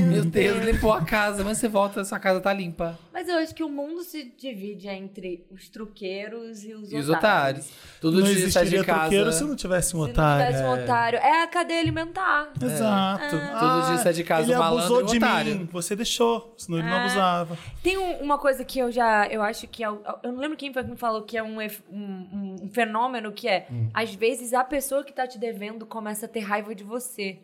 Speaker 3: Meu Deus, limpou a casa, mas você volta, sua casa tá limpa.
Speaker 2: Mas eu acho que o mundo se divide entre os truqueiros e os
Speaker 3: E os
Speaker 2: otários.
Speaker 3: otários. Todo
Speaker 1: não
Speaker 3: dia sai de
Speaker 1: existiria truqueiro
Speaker 3: casa.
Speaker 1: se não tivesse um
Speaker 2: Se não
Speaker 1: otário.
Speaker 2: tivesse um otário. É a cadeia alimentar.
Speaker 1: Exato.
Speaker 3: É.
Speaker 2: Ah.
Speaker 3: Todo dia sai de casa
Speaker 1: ele
Speaker 3: um malandro
Speaker 1: abusou
Speaker 3: e um
Speaker 1: de
Speaker 3: otário.
Speaker 1: mim. Você deixou, senão ele não
Speaker 2: Ah.
Speaker 1: abusava.
Speaker 2: Tem um- uma coisa que eu já. Eu acho que é. o- Eu não lembro quem foi que me falou que é um, ef- um- um fenômeno que é.
Speaker 3: Hum.
Speaker 2: Às vezes a pessoa que tá te devendo começa a ter raiva de você.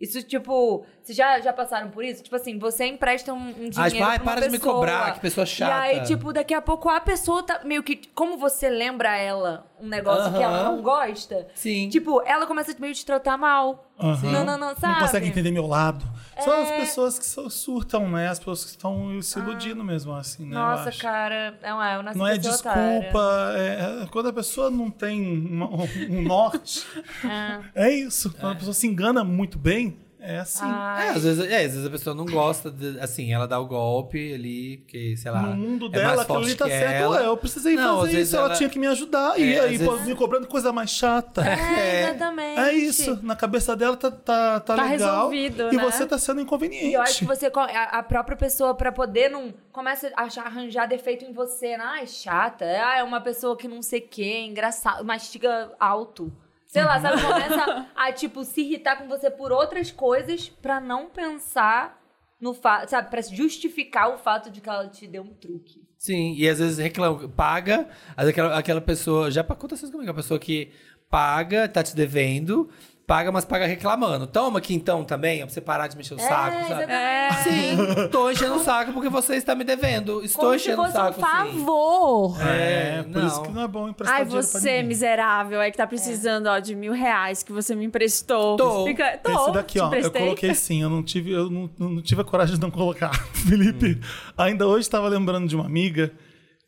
Speaker 2: Isso, tipo, vocês já, já passaram por isso? Tipo assim, você empresta um, um dinheiro.
Speaker 3: Ah, tipo,
Speaker 2: pra
Speaker 3: ai,
Speaker 2: uma
Speaker 3: para de me
Speaker 2: pessoa,
Speaker 3: cobrar, que pessoa chata.
Speaker 2: E aí, tipo, daqui a pouco a pessoa tá meio que. Como você lembra ela um negócio que ela
Speaker 3: Aham.
Speaker 2: não gosta,
Speaker 3: Sim.
Speaker 2: tipo, ela começa meio que te tratar mal.
Speaker 1: Aham.
Speaker 2: Não, não, não, sabe? É.
Speaker 1: Não consegue entender meu lado. São as pessoas que são- surtam, né? As pessoas que estão se iludindo mesmo, assim, né? Eu
Speaker 2: Ah. Nossa,
Speaker 1: acho.
Speaker 2: cara. Não é, eu nasci
Speaker 1: Não
Speaker 2: pra
Speaker 1: é
Speaker 2: ser otária.
Speaker 1: desculpa. é- é- quando a pessoa não tem uma- um, um norte,
Speaker 2: Ah.
Speaker 1: é. isso. Quando a pessoa se engana muito bem, é assim.
Speaker 2: Ah.
Speaker 3: É, às vezes, é, às vezes a pessoa não gosta, de- assim, ela dá o golpe ali, porque, sei lá.
Speaker 1: No mundo
Speaker 3: é mais
Speaker 1: dela, aquilo
Speaker 3: forte
Speaker 1: ali tá
Speaker 3: que
Speaker 1: certo.
Speaker 3: ela.
Speaker 1: Ué, eu precisei
Speaker 3: Não, às
Speaker 1: fazer
Speaker 3: vezes
Speaker 1: isso, ela...
Speaker 3: ela-
Speaker 1: tinha que me ajudar. e
Speaker 3: É,
Speaker 1: aí,
Speaker 3: às
Speaker 1: pô,
Speaker 3: vezes-
Speaker 1: me cobrando coisa mais chata.
Speaker 2: É, exatamente.
Speaker 1: É isso, na cabeça dela tá, tá, tá,
Speaker 4: Tá
Speaker 1: legal.
Speaker 4: resolvido,
Speaker 1: e
Speaker 4: né?
Speaker 1: você tá sendo inconveniente.
Speaker 2: E eu acho que você, co- a a própria pessoa, pra poder não. Começa a achar- arranjar defeito em você. né? Ah, é chata. Ah, é uma pessoa que não sei o quê, é engraçada, mastiga alto. Sei lá, sabe? Começa a, tipo, se irritar com você por outras coisas pra não pensar no fato, sabe? Pra justificar o fato de que ela te deu um truque.
Speaker 3: Sim, e às vezes reclama, paga, às vezes aquela, aquela pessoa, já pa- aconteceu isso comigo, a pessoa que paga, tá te devendo, paga, mas paga reclamando. Toma aqui então também, ó, pra você parar de mexer o saco, sabe?
Speaker 2: É,
Speaker 4: É,
Speaker 2: exatamente.
Speaker 3: Sim, tô enchendo o saco porque você está me devendo. Estou
Speaker 2: Como se
Speaker 3: enchendo o
Speaker 2: fosse um
Speaker 3: saco. sim.
Speaker 4: favor!
Speaker 1: É,
Speaker 3: É,
Speaker 1: por
Speaker 3: não.
Speaker 1: isso que não é bom emprestar
Speaker 4: Ai,
Speaker 1: dinheiro pra
Speaker 4: você,
Speaker 1: ninguém.
Speaker 4: miserável,
Speaker 1: É.
Speaker 4: aí que tá precisando, ó, de mil reais que você me emprestou.
Speaker 3: Tô.
Speaker 4: Fica... Tô,
Speaker 1: Esse daqui,
Speaker 4: te
Speaker 1: ó, eu
Speaker 4: emprestei.
Speaker 1: coloquei sim, eu não tive, eu não, não- não tive a coragem de não colocar. Felipe,
Speaker 3: Hum.
Speaker 1: ainda hoje estava lembrando de uma amiga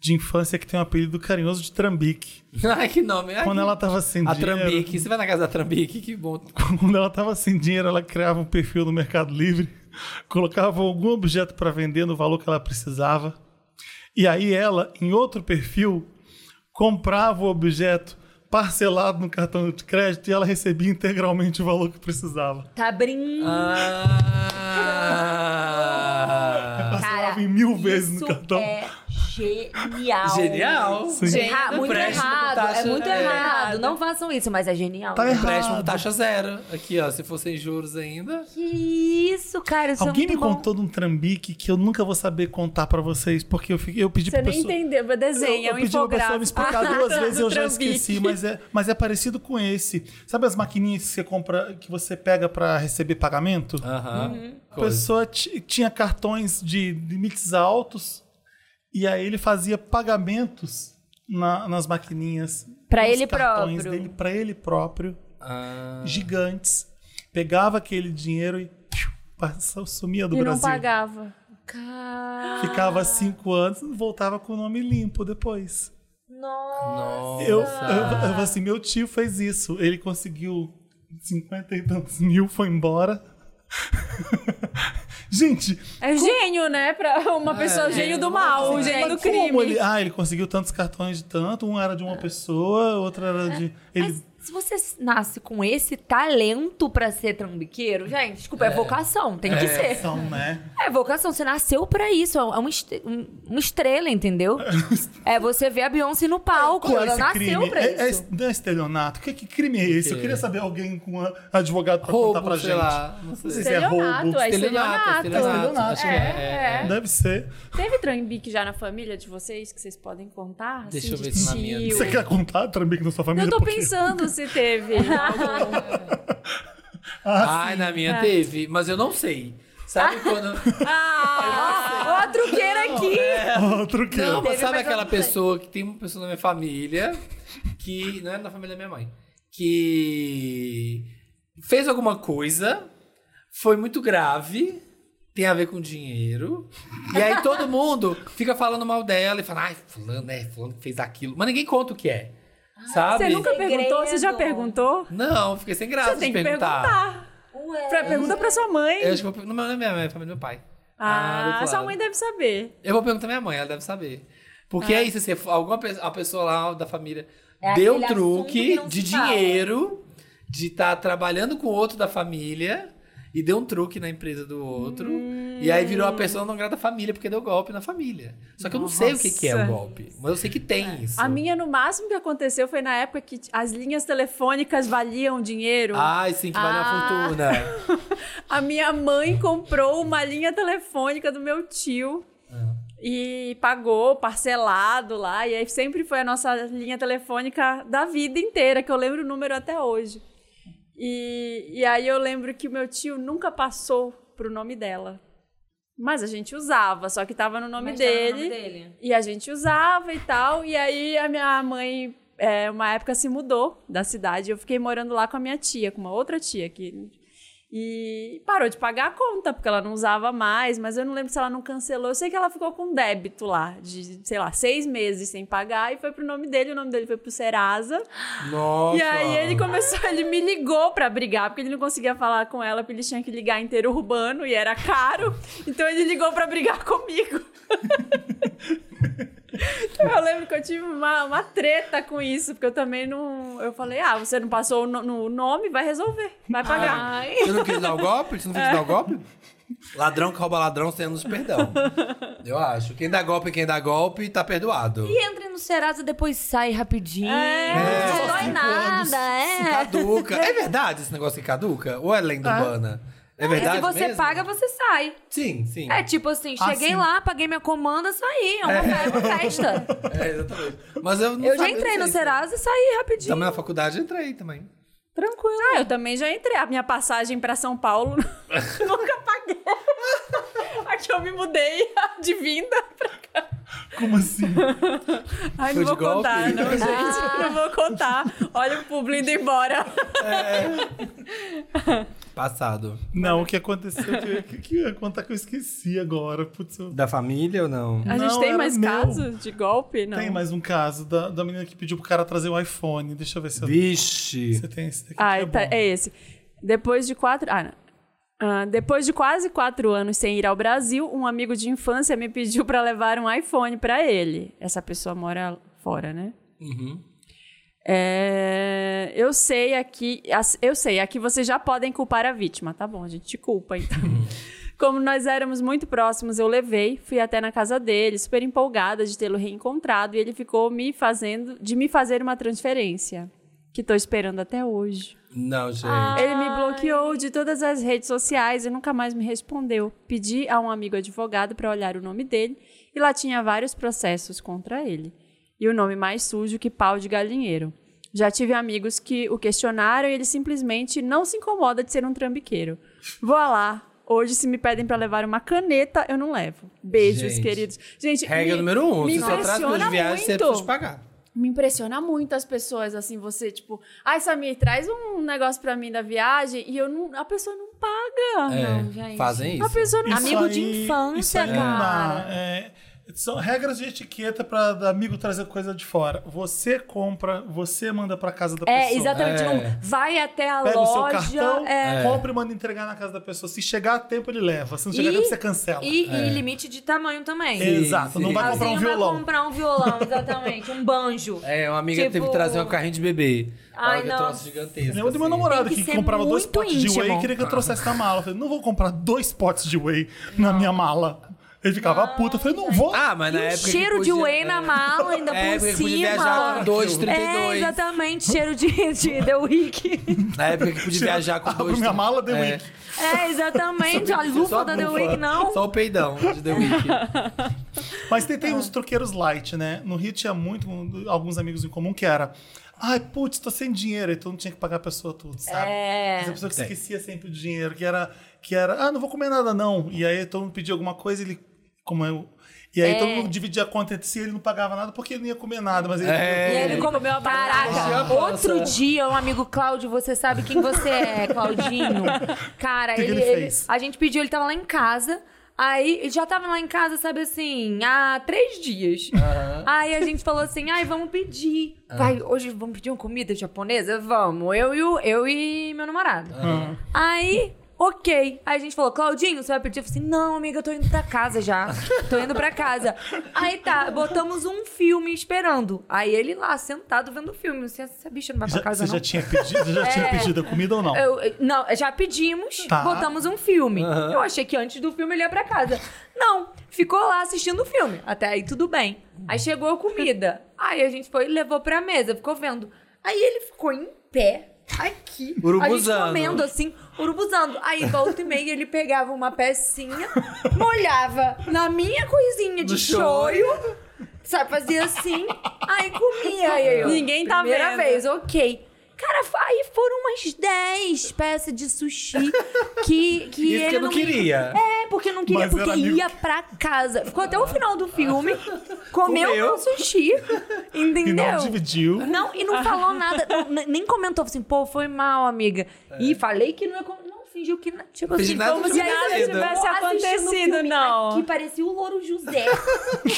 Speaker 1: de infância que tem um apelido carinhoso de Trambique.
Speaker 3: Ai, que nome. Ai,
Speaker 1: Quando
Speaker 3: que-
Speaker 1: ela tava sem
Speaker 3: A
Speaker 1: dinheiro.
Speaker 3: Trambique. Você vai na casa da Trambique, que bom.
Speaker 1: Quando ela tava sem dinheiro, ela criava um perfil no Mercado Livre, colocava algum objeto para vender no valor que ela precisava. E aí ela, em outro perfil, comprava o objeto parcelado no cartão de crédito e ela recebia integralmente o valor que precisava.
Speaker 2: Tá brincando.
Speaker 3: Ah,
Speaker 1: parcelava em mil vezes no
Speaker 2: isso
Speaker 1: cartão.
Speaker 2: É genial.
Speaker 3: genial.
Speaker 2: Erra-
Speaker 3: Não
Speaker 2: muito
Speaker 3: presta,
Speaker 2: errado,
Speaker 3: taxa-
Speaker 2: é muito
Speaker 3: é.
Speaker 2: errado. Não façam isso, mas é genial.
Speaker 1: Tá
Speaker 2: né?
Speaker 1: errado.
Speaker 3: Empréstimo taxa zero. Aqui, ó, se fossem juros ainda.
Speaker 2: Que isso, cara. Isso
Speaker 1: Alguém
Speaker 2: é
Speaker 1: me
Speaker 2: muito bom.
Speaker 1: contou de um trambique que eu nunca vou saber contar pra vocês, porque eu, fiquei, eu pedi
Speaker 4: Você
Speaker 1: pra
Speaker 4: nem
Speaker 1: pessoa...
Speaker 4: entendeu, mas
Speaker 1: eu,
Speaker 4: desenha, é um
Speaker 1: eu pedi pra pessoa me
Speaker 4: infográfico.
Speaker 1: explicar
Speaker 4: Ah,
Speaker 1: duas
Speaker 4: tá,
Speaker 1: vezes
Speaker 4: do
Speaker 1: eu já
Speaker 4: trambique.
Speaker 1: esqueci, mas é, mas é parecido com esse. Sabe as maquininhas que você compra, que você pega pra receber pagamento?
Speaker 3: Aham.
Speaker 2: Uhum.
Speaker 1: A pessoa ti- tinha cartões de limites altos e aí ele fazia pagamentos na- nas maquininhas.
Speaker 2: Pra
Speaker 1: nos
Speaker 2: ele
Speaker 1: cartões
Speaker 2: próprio.
Speaker 1: Dele, pra ele próprio,
Speaker 3: Ah,
Speaker 1: gigantes. Pegava aquele dinheiro e piu, passa- sumia do
Speaker 4: E não
Speaker 1: Brasil.
Speaker 4: pagava.
Speaker 2: Cara,
Speaker 1: Ficava cinco anos, voltava com o nome limpo depois.
Speaker 2: nossa.
Speaker 1: Eu, eu, eu falei assim, meu tio fez isso. Ele conseguiu 50 e tantos mil, foi embora. Gente,
Speaker 4: É gênio, né? Pra uma pessoa, gênio do mal,
Speaker 1: mas
Speaker 4: gênio do crime.
Speaker 1: como ele. Ah, ele conseguiu tantos cartões de tanto, um era de uma pessoa, outro era de.
Speaker 2: É.
Speaker 1: Ele,
Speaker 2: Se você nasce com esse talento pra ser trambiqueiro, gente, desculpa, é, vocação, tem que ser.
Speaker 1: são, né?
Speaker 2: É vocação, você nasceu pra isso, é uma, este- um- uma estrela, entendeu? é você ver a Beyoncé no palco,
Speaker 1: Qual é
Speaker 2: ela
Speaker 1: esse
Speaker 2: nasceu
Speaker 1: crime?
Speaker 2: pra
Speaker 1: é, é
Speaker 2: isso.
Speaker 1: es- não é estelionato? Que, que crime é esse? Eu queria saber alguém com um advogado pra contar
Speaker 3: roubo,
Speaker 1: pra
Speaker 3: sei
Speaker 1: gente.
Speaker 3: lá. Não sei.
Speaker 1: Não sei se é roubo.
Speaker 4: Estelionato, é
Speaker 3: Estelionato,
Speaker 4: estelionato.
Speaker 3: estelionato. Acho que é, é.
Speaker 2: é.
Speaker 1: Deve ser.
Speaker 4: Teve trambique já na família de vocês que vocês podem contar?
Speaker 3: Deixa
Speaker 4: assim,
Speaker 3: eu
Speaker 4: de
Speaker 3: ver se na minha-
Speaker 4: tio?
Speaker 1: Você quer contar trambique na sua família?
Speaker 4: Eu tô
Speaker 1: Porque-
Speaker 4: pensando se teve. algum.
Speaker 1: Ah,
Speaker 3: Ai, na
Speaker 2: Tá.
Speaker 3: minha teve, mas eu não sei. Sabe quando.
Speaker 2: Ah, ó a truqueira aqui.
Speaker 3: é?
Speaker 1: Ah, truqueiro.
Speaker 3: Não, mas
Speaker 2: Teve,
Speaker 3: sabe
Speaker 2: mas eu
Speaker 3: aquela
Speaker 2: não sei.
Speaker 3: pessoa que tem uma pessoa na minha família que. Não é na família da minha mãe. Que fez alguma coisa, foi muito grave, tem a ver com dinheiro. E aí todo mundo fica falando mal dela e fala, ai, fulano, é, fulano fez aquilo. Mas ninguém conta o que é. Sabe?
Speaker 4: Ah, Você nunca
Speaker 2: Segredo.
Speaker 4: perguntou? Você já perguntou?
Speaker 3: Não, fiquei sem graça
Speaker 4: Você tem
Speaker 3: de
Speaker 4: que
Speaker 3: perguntar.
Speaker 4: perguntar.
Speaker 2: Ué.
Speaker 4: Pra, pergunta pra sua mãe.
Speaker 3: Eu acho que eu vou, não, não é minha mãe, é família do meu pai. do
Speaker 4: Ah,
Speaker 3: fulano.
Speaker 4: sua mãe deve saber.
Speaker 3: Eu vou perguntar à minha mãe, ela deve saber. Porque
Speaker 4: Ah.
Speaker 3: é isso, assim, alguma pe- a pessoa lá da família
Speaker 2: É
Speaker 3: deu
Speaker 2: aquele assunto que
Speaker 3: truque
Speaker 2: não
Speaker 3: de
Speaker 2: se
Speaker 4: né?
Speaker 2: fala.
Speaker 3: dinheiro, de estar trabalhando com outro da família e deu um truque na empresa do outro. E aí virou a pessoa não grata da família, porque deu golpe na família. Só que eu não sei o que, que é o
Speaker 4: Nossa. É.
Speaker 3: golpe, mas eu sei que tem isso.
Speaker 4: A minha, no máximo que aconteceu, foi na época que as linhas telefônicas valiam dinheiro.
Speaker 3: Ai, sim, que vale
Speaker 4: Ah.
Speaker 3: a fortuna.
Speaker 4: A minha mãe comprou uma linha telefônica do meu tio. E pagou parcelado lá, e aí sempre foi a nossa linha telefônica da vida inteira, que eu lembro o número até hoje. E, e aí eu lembro que o meu tio nunca passou pro nome dela. Mas a gente usava, só que tava no nome,
Speaker 2: Mas tá no
Speaker 4: dele,
Speaker 2: nome dele.
Speaker 4: E a gente usava e tal. E aí a minha mãe, é, uma época, se mudou da cidade. Eu fiquei morando lá com a minha tia, com uma outra tia que E parou de pagar a conta, porque ela não usava mais, mas eu não lembro se ela não cancelou. Eu sei que ela ficou com um débito lá, de, sei lá, seis meses sem pagar, e foi pro nome dele, o nome dele foi pro Serasa.
Speaker 3: Nossa.
Speaker 4: E aí ele começou, ele me ligou pra brigar, porque ele não conseguia falar com ela, porque ele tinha que ligar interurbano e era caro. Então ele ligou pra brigar comigo. Então Eu lembro que eu tive uma, uma treta com isso, porque eu também não. Eu falei, ah, você não passou o no, no nome, vai resolver, vai pagar.
Speaker 2: Ai.
Speaker 3: Você não quis dar o golpe? Você não
Speaker 2: É.
Speaker 3: quis dar o golpe? Ladrão que rouba ladrão, você nos perdão. Eu acho. Quem dá golpe, quem dá golpe, tá perdoado.
Speaker 2: E é. entra no Serasa depois sai rapidinho.
Speaker 4: É,
Speaker 2: não
Speaker 3: só
Speaker 2: dói
Speaker 3: cinco anos,
Speaker 2: nada, é.
Speaker 3: Caduca. É verdade esse negócio que caduca? Ou é lenda urbana? É verdade
Speaker 2: Ah. Se você
Speaker 3: mesmo?
Speaker 2: paga, você sai.
Speaker 3: Sim, sim.
Speaker 2: É tipo assim,
Speaker 1: Ah,
Speaker 2: cheguei
Speaker 1: sim.
Speaker 2: lá, paguei minha comanda, saí. É uma, é uma festa.
Speaker 3: É, exatamente. Mas eu não
Speaker 2: Eu já
Speaker 3: sabia,
Speaker 2: entrei
Speaker 3: eu não
Speaker 2: no
Speaker 3: sei.
Speaker 2: Serasa e saí rapidinho.
Speaker 3: Também na faculdade eu entrei também.
Speaker 2: Tranquilo.
Speaker 4: Ah, eu também já entrei. A minha passagem pra São Paulo nunca paguei. Aqui eu me mudei de vinda.
Speaker 1: Como assim?
Speaker 4: Ai,
Speaker 3: Foi
Speaker 4: não vou
Speaker 3: de golpe?
Speaker 4: contar, não, gente. Não vou contar. Olha o publi indo embora.
Speaker 3: Passado.
Speaker 1: Não, o que aconteceu? que- O que, que eu ia contar que eu esqueci agora? Putz, eu...
Speaker 3: Da família ou não?
Speaker 2: Ah.
Speaker 4: A gente
Speaker 1: Não,
Speaker 4: tem
Speaker 1: era
Speaker 4: mais
Speaker 1: meu.
Speaker 4: casos de golpe? Não.
Speaker 1: Tem mais um caso da, da menina que pediu pro cara trazer o iPhone. Deixa eu ver se eu...
Speaker 3: Vixe.
Speaker 1: você tem esse daqui.
Speaker 4: Ah,
Speaker 1: que é,
Speaker 4: tá-
Speaker 1: bom.
Speaker 4: é esse. Depois de quatro. Ah, não. Ah, depois de quase quatro anos sem ir ao Brasil, um amigo de infância me pediu para levar um iPhone para ele. Essa pessoa mora fora, né?
Speaker 1: Uhum.
Speaker 4: É, eu sei aqui, as- eu sei, aqui vocês já podem culpar a vítima, tá bom? A gente te culpa, então. Como nós éramos muito próximos, eu levei, fui até na casa dele, super empolgada de tê-lo reencontrado, e ele ficou me fazendo, de me fazer uma transferência, que tô esperando até hoje.
Speaker 3: Não, gente.
Speaker 2: Ah,
Speaker 4: Ele me bloqueou de todas as redes sociais e nunca mais me respondeu. Pedi a um amigo advogado para olhar o nome dele e lá tinha vários processos contra ele. E o nome mais sujo que pau de galinheiro. Já tive amigos que o questionaram e ele simplesmente não se incomoda de ser um trambiqueiro. Vou lá. Hoje, se me pedem para levar uma caneta, eu não levo. Beijos,
Speaker 3: Gente,
Speaker 4: queridos. Gente,
Speaker 3: Regra
Speaker 4: me-
Speaker 3: número um.
Speaker 4: me
Speaker 3: Você só traz
Speaker 4: impressiona
Speaker 3: duas viagens, você é
Speaker 4: muito.
Speaker 3: precisa pagar.
Speaker 4: Me impressiona muito as pessoas, assim, você, tipo, ai, Samir, traz um negócio pra mim da viagem e eu não, a pessoa não paga.
Speaker 3: É,
Speaker 2: Não, gente.
Speaker 3: fazem isso.
Speaker 4: A pessoa não
Speaker 1: Isso
Speaker 2: é Amigo de
Speaker 1: aí-
Speaker 2: infância,
Speaker 1: isso aí não dá.
Speaker 2: cara.
Speaker 1: É, são regras de etiqueta pra dar amigo trazer coisa de fora. Você compra, você manda pra casa da
Speaker 2: É,
Speaker 1: pessoa.
Speaker 2: exatamente.
Speaker 3: É.
Speaker 2: Não, vai até a
Speaker 1: Pega
Speaker 2: loja.
Speaker 1: o seu cartão,
Speaker 2: é.
Speaker 1: compra e manda entregar na casa da pessoa. Se chegar a tempo, ele leva. Se não chegar a
Speaker 2: E-
Speaker 1: tempo, você cancela.
Speaker 2: E,
Speaker 3: É.
Speaker 2: e limite de tamanho também.
Speaker 1: Exato. Não
Speaker 3: Sim,
Speaker 1: vai comprar
Speaker 3: sim.
Speaker 1: um
Speaker 2: Assim, Vai
Speaker 1: violão.
Speaker 2: comprar um violão, exatamente. Um banjo.
Speaker 3: É, uma amiga
Speaker 2: Tipo-
Speaker 3: teve que trazer um carrinho de bebê.
Speaker 2: Ai,
Speaker 3: Olha que
Speaker 2: não.
Speaker 3: troço gigantesco.
Speaker 1: Lembro do meu
Speaker 3: assim.
Speaker 1: namorado
Speaker 2: Tem que
Speaker 1: que,
Speaker 2: ser
Speaker 1: comprava dois
Speaker 2: muito
Speaker 1: potes de whey
Speaker 2: íntimo.
Speaker 1: e
Speaker 3: Ah.
Speaker 1: queria que eu trouxesse na mala. Eu falei, não vou comprar dois potes de whey na minha mala. Ele ficava puto. Eu falei, não vou.
Speaker 3: Ah, mas na
Speaker 2: E um
Speaker 3: época. que
Speaker 2: cheiro de
Speaker 3: podia-
Speaker 2: whey na mala, ainda
Speaker 3: É,
Speaker 2: por
Speaker 3: porque podia
Speaker 2: cima.
Speaker 3: viajar com dois, trinta e
Speaker 2: É,
Speaker 3: dois.
Speaker 2: exatamente. Cheiro de, de The Week.
Speaker 3: Na época que podia viajar com
Speaker 1: Abro
Speaker 3: dois.
Speaker 1: minha mala, deu
Speaker 3: é,
Speaker 1: wiki.
Speaker 2: É, exatamente. A
Speaker 3: só
Speaker 2: lufa da The
Speaker 3: bufa,
Speaker 2: Week, não.
Speaker 3: Só o peidão de The Week.
Speaker 1: Mas tem, tem uns truqueiros light, né? No Rio tinha muito, um, alguns amigos em comum que era. Ai, putz, tô sem dinheiro, então não tinha que pagar a pessoa tudo, sabe?
Speaker 2: É.
Speaker 1: Essa pessoa que
Speaker 3: Tem.
Speaker 1: esquecia sempre o dinheiro, que era, que era, ah, não vou comer nada não. E aí todo mundo pedia alguma coisa, ele, como eu, E aí todo
Speaker 2: É.
Speaker 1: mundo dividia a conta entre si, ele não pagava nada porque ele não ia comer nada, mas ele.
Speaker 3: É.
Speaker 2: E aí ele comeu
Speaker 4: comeu a
Speaker 2: Caraca,
Speaker 3: batata.
Speaker 2: outro dia, um amigo Cláudio, você sabe quem você é, Claudinho. Cara,
Speaker 1: Que que
Speaker 2: ele,
Speaker 1: ele
Speaker 2: ele-
Speaker 1: fez?
Speaker 2: A gente pediu, ele tava lá em casa. Aí ele já tava lá em casa, sabe assim, há três dias. Aí a gente falou assim: ai, vamos pedir. Vai, hoje vamos pedir uma comida japonesa? Vamos, eu e, o, eu e meu namorado. Aí, ok. Aí a gente falou, Claudinho, você vai pedir? Eu falei assim, não, amiga, eu tô indo pra casa já. Tô indo pra casa. Aí tá, botamos um filme esperando. Aí ele lá, sentado, vendo o filme. Você, essa bicha não vai pra
Speaker 1: Já-
Speaker 2: casa,
Speaker 1: você
Speaker 2: não? É.
Speaker 1: já tinha pedido, já tinha pedido a comida ou não?
Speaker 2: Eu- eu- não, já pedimos,
Speaker 1: Tá.
Speaker 2: botamos um filme. Eu achei que antes do filme ele ia pra casa. Não, ficou lá assistindo o filme. Até aí tudo bem. Aí chegou a comida. Aí a gente foi e levou pra mesa, ficou vendo. Aí ele ficou em pé, aqui.
Speaker 3: Urubuzando.
Speaker 2: A gente comendo assim, urubuzando. Aí volta e meia ele pegava uma pecinha, molhava na minha coisinha de
Speaker 3: No
Speaker 2: shoyu. Sabe, fazia assim, aí comia. Aí, eu,
Speaker 4: Ninguém tá
Speaker 2: primeira
Speaker 4: vendo.
Speaker 2: vez, ok. Cara, fa- aí foram umas 10 peças de sushi que, que
Speaker 3: Isso
Speaker 2: ele
Speaker 3: que eu não queria.
Speaker 2: É, porque não queria,
Speaker 1: Mas era
Speaker 2: porque
Speaker 1: amigo
Speaker 2: ia pra casa. Ficou até o final do filme, comeu
Speaker 3: Comeu.
Speaker 2: o sushi,
Speaker 1: e
Speaker 2: entendeu?
Speaker 1: não dividiu.
Speaker 2: Não, e não falou nada, não, n- nem comentou, assim, pô, foi mal, amiga. E falei que não ia... com- Não, fingiu que... na- Tipo
Speaker 3: Fingi
Speaker 2: assim,
Speaker 3: nada
Speaker 2: como
Speaker 3: de
Speaker 2: se aí
Speaker 3: nada
Speaker 2: você
Speaker 3: tivesse
Speaker 2: ficou assistindo
Speaker 4: acontecido,
Speaker 2: o filme
Speaker 4: não.
Speaker 2: Aqui parecia o Louro José,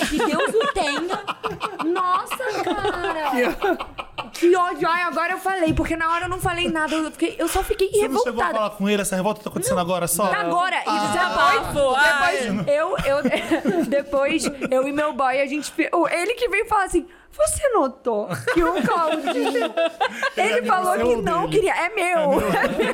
Speaker 2: que Deus o tenha. Nossa, cara! Que ódio! Ai, agora eu falei, porque na hora eu não falei nada, eu, fiquei- eu só fiquei
Speaker 1: Você não chegou a
Speaker 2: revoltada.
Speaker 1: falar com ele, essa revolta tá acontecendo agora só?
Speaker 2: Tá agora, e desabafo. Depois, eu, eu, depois, eu e meu boy, a gente. fi- o- Ele que veio falar assim: Você notou que o Claudinho.
Speaker 3: é
Speaker 2: Ele falou
Speaker 1: seu
Speaker 2: que não
Speaker 1: dele.
Speaker 2: queria. É meu.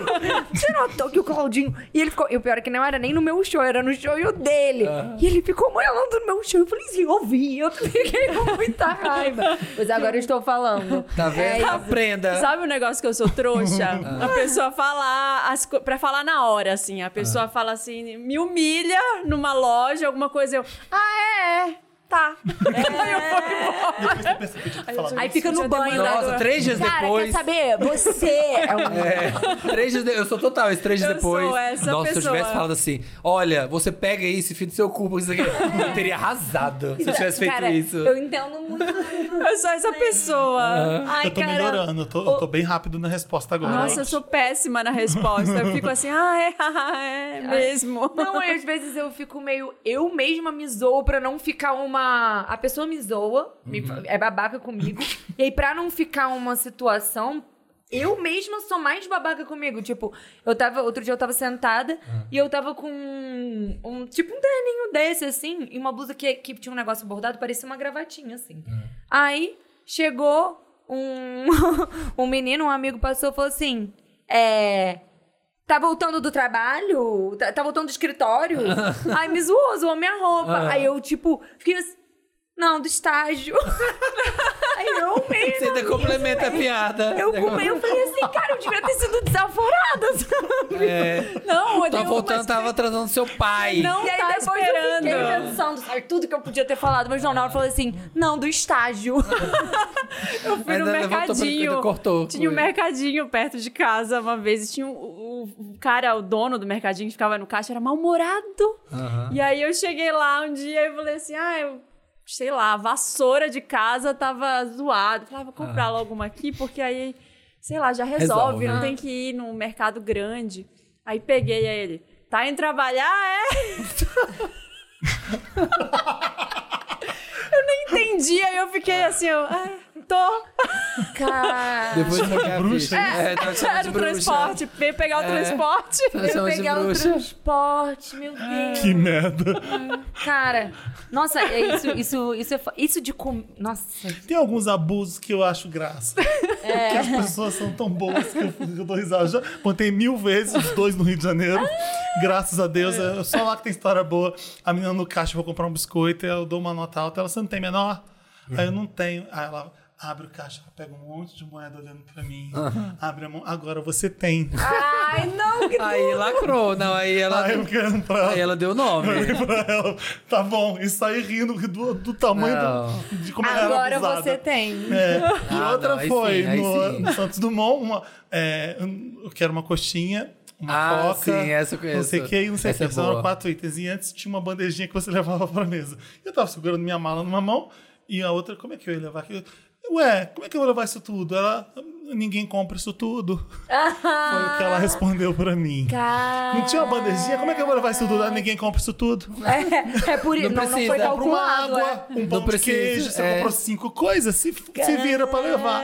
Speaker 2: Você notou que o Claudinho. E ele ficou. E o pior é que não era nem no meu show, era no show e o dele.
Speaker 3: Ah.
Speaker 2: E ele ficou molhando no meu show. Eu falei assim: Ouvi. Eu fiquei com muita raiva. Mas agora eu estou falando.
Speaker 3: Tá vendo?
Speaker 2: É,
Speaker 3: Aprenda.
Speaker 4: Sabe o negócio que eu sou trouxa?
Speaker 1: Ah.
Speaker 4: A pessoa fala as co- pra falar na hora, assim. A
Speaker 1: Ah.
Speaker 4: pessoa fala assim, me humilha numa loja, alguma coisa. Eu, ah, é, é. Tá. Aí eu vou embora.
Speaker 1: Depois você pensa que tinha que falar.
Speaker 2: Aí fica no
Speaker 4: Já
Speaker 2: banho.
Speaker 4: demorou.
Speaker 2: né?
Speaker 3: Nossa, três dias
Speaker 2: Cara,
Speaker 3: depois.
Speaker 2: quer saber? Você é um
Speaker 3: É, três dias de- Eu sou total, esse três dias
Speaker 4: Eu
Speaker 3: depois.
Speaker 4: sou essa
Speaker 3: nossa, se eu
Speaker 4: pessoa.
Speaker 3: tivesse falado assim: olha, você pega isso e fio do seu cu, porque isso aqui. Eu teria arrasado se eu tivesse feito
Speaker 2: Cara,
Speaker 3: isso.
Speaker 2: Eu entendo muito.
Speaker 4: Eu sou essa pessoa.
Speaker 2: Ai,
Speaker 1: Ah. Eu tô
Speaker 2: cara.
Speaker 1: melhorando, eu tô, eu tô bem rápido na resposta agora.
Speaker 4: Nossa, eu sou péssima na resposta. Eu fico assim, ah, é, ah, é mesmo.
Speaker 2: Não, eu, às vezes eu fico meio. Eu mesma me zoo pra não ficar uma. A pessoa me zoa, me- é babaca comigo. e aí, pra não ficar uma situação. Eu mesma sou mais babaca comigo. Tipo, eu tava. Outro dia eu tava sentada e eu tava com um. um- tipo um terninho desse, assim, e uma blusa que, que tinha um negócio bordado, parecia uma gravatinha, assim. Aí chegou um, um menino, um amigo passou e falou assim: É. Tá voltando do trabalho? Tá, tá voltando do escritório? Aí me zoou, zoou minha
Speaker 4: É.
Speaker 2: roupa. Aí eu, tipo, fiquei assim, não, do estágio. Aí eu
Speaker 3: Você
Speaker 2: mesmo.
Speaker 3: ainda complementa a piada.
Speaker 2: Eu, comei, eu falei assim, cara, eu devia ter sido desaforada, sabe?
Speaker 3: É,
Speaker 4: Não, eu
Speaker 3: Tá
Speaker 4: dei
Speaker 3: voltando,
Speaker 4: uma...
Speaker 3: tava atrasando seu pai.
Speaker 4: Não
Speaker 2: e aí
Speaker 4: tá
Speaker 2: depois
Speaker 4: esperando.
Speaker 2: eu fiquei pensando, sabe, tudo que eu podia ter falado. Mas não, na hora eu falei assim, não, do estágio.
Speaker 4: Eu fui no
Speaker 3: Ainda levantou pra- ainda
Speaker 4: mercadinho.
Speaker 3: cortou.
Speaker 4: Tinha um
Speaker 3: Foi.
Speaker 4: mercadinho perto de casa uma vez. E tinha o o cara, o dono do mercadinho que ficava no caixa, era mal-humorado.
Speaker 3: Aham.
Speaker 4: E aí eu cheguei lá um dia e falei assim: ah, eu. Sei lá, a vassoura de casa tava zoada. Falei, ah, vou comprar logo uma aqui, porque aí, sei lá, já resolve, né?
Speaker 3: Resolve.
Speaker 4: não tem que ir num mercado grande. Aí peguei aí ele. Tá indo trabalhar? É? eu nem entendi, aí eu fiquei assim, eu, ah, tô.
Speaker 2: Cara.
Speaker 3: Depois de
Speaker 1: bruxa,
Speaker 3: É, tava chamando
Speaker 4: Era
Speaker 3: de
Speaker 4: o
Speaker 3: bruxa.
Speaker 4: transporte, veio pegar o
Speaker 3: É.
Speaker 4: transporte.
Speaker 3: Tava
Speaker 2: Eu
Speaker 3: chamando de
Speaker 2: pegar o
Speaker 3: bruxa. Ah.
Speaker 2: transporte, meu Deus.
Speaker 1: Que merda.
Speaker 2: Cara, nossa, é isso, isso, isso, é fa- isso de comer. Nossa.
Speaker 1: Tem alguns abusos que eu acho graça.
Speaker 2: É.
Speaker 1: Porque as pessoas são tão boas que eu, que eu dou risada. Já contei mil vezes os dois no Rio de Janeiro. Graças a Deus. É só lá que tem história boa. A menina no caixa vai comprar um biscoito, eu dou uma nota alta. Ela, você não tem menor? Aí eu não tenho. Aí ela abre o caixa, ela pega um monte de moeda olhando pra mim. Abre a mão. Agora você tem.
Speaker 2: Ah. Ai, não, que
Speaker 3: Aí lacrou, não, aí ela,
Speaker 1: Aí eu quero um pra
Speaker 3: aí ela deu o nome.
Speaker 1: pra ela. Tá bom. E saí rindo do, do tamanho
Speaker 3: Não.
Speaker 1: do- de como ela era
Speaker 2: Agora
Speaker 1: abusada.
Speaker 2: você tem.
Speaker 1: É. e
Speaker 3: Ah,
Speaker 1: outra
Speaker 3: não, aí
Speaker 1: foi
Speaker 3: sim, aí
Speaker 1: no,
Speaker 3: sim.
Speaker 1: no Santos Dumont, uma, é, um, eu quero uma coxinha. uma
Speaker 3: Ah,
Speaker 1: coca,
Speaker 3: sim, essa eu
Speaker 1: não
Speaker 3: conheço.
Speaker 1: sei o que, não sei o
Speaker 3: Essa é
Speaker 1: que. São
Speaker 3: boa.
Speaker 1: quatro itens. E antes tinha uma bandejinha que você levava pra mesa. Eu tava segurando minha mala numa mão e a outra, como é que eu ia levar aquilo? Ué, como é que eu vou levar isso tudo? Ela, ninguém compra isso tudo. Foi o que ela respondeu pra mim.
Speaker 2: Cara.
Speaker 1: Não tinha uma bandejinha? Como é que eu vou levar isso tudo? Ah, ninguém compra isso tudo.
Speaker 2: É, é por isso. Não,
Speaker 3: Não
Speaker 2: não
Speaker 3: precisa,
Speaker 2: foi
Speaker 3: pra uma
Speaker 1: Compra uma
Speaker 2: calculado.
Speaker 1: água,
Speaker 2: é.
Speaker 1: um pão
Speaker 3: Não
Speaker 1: de
Speaker 3: precisa,
Speaker 1: queijo, você
Speaker 3: é.
Speaker 1: comprou cinco coisas, se, se vira pra levar.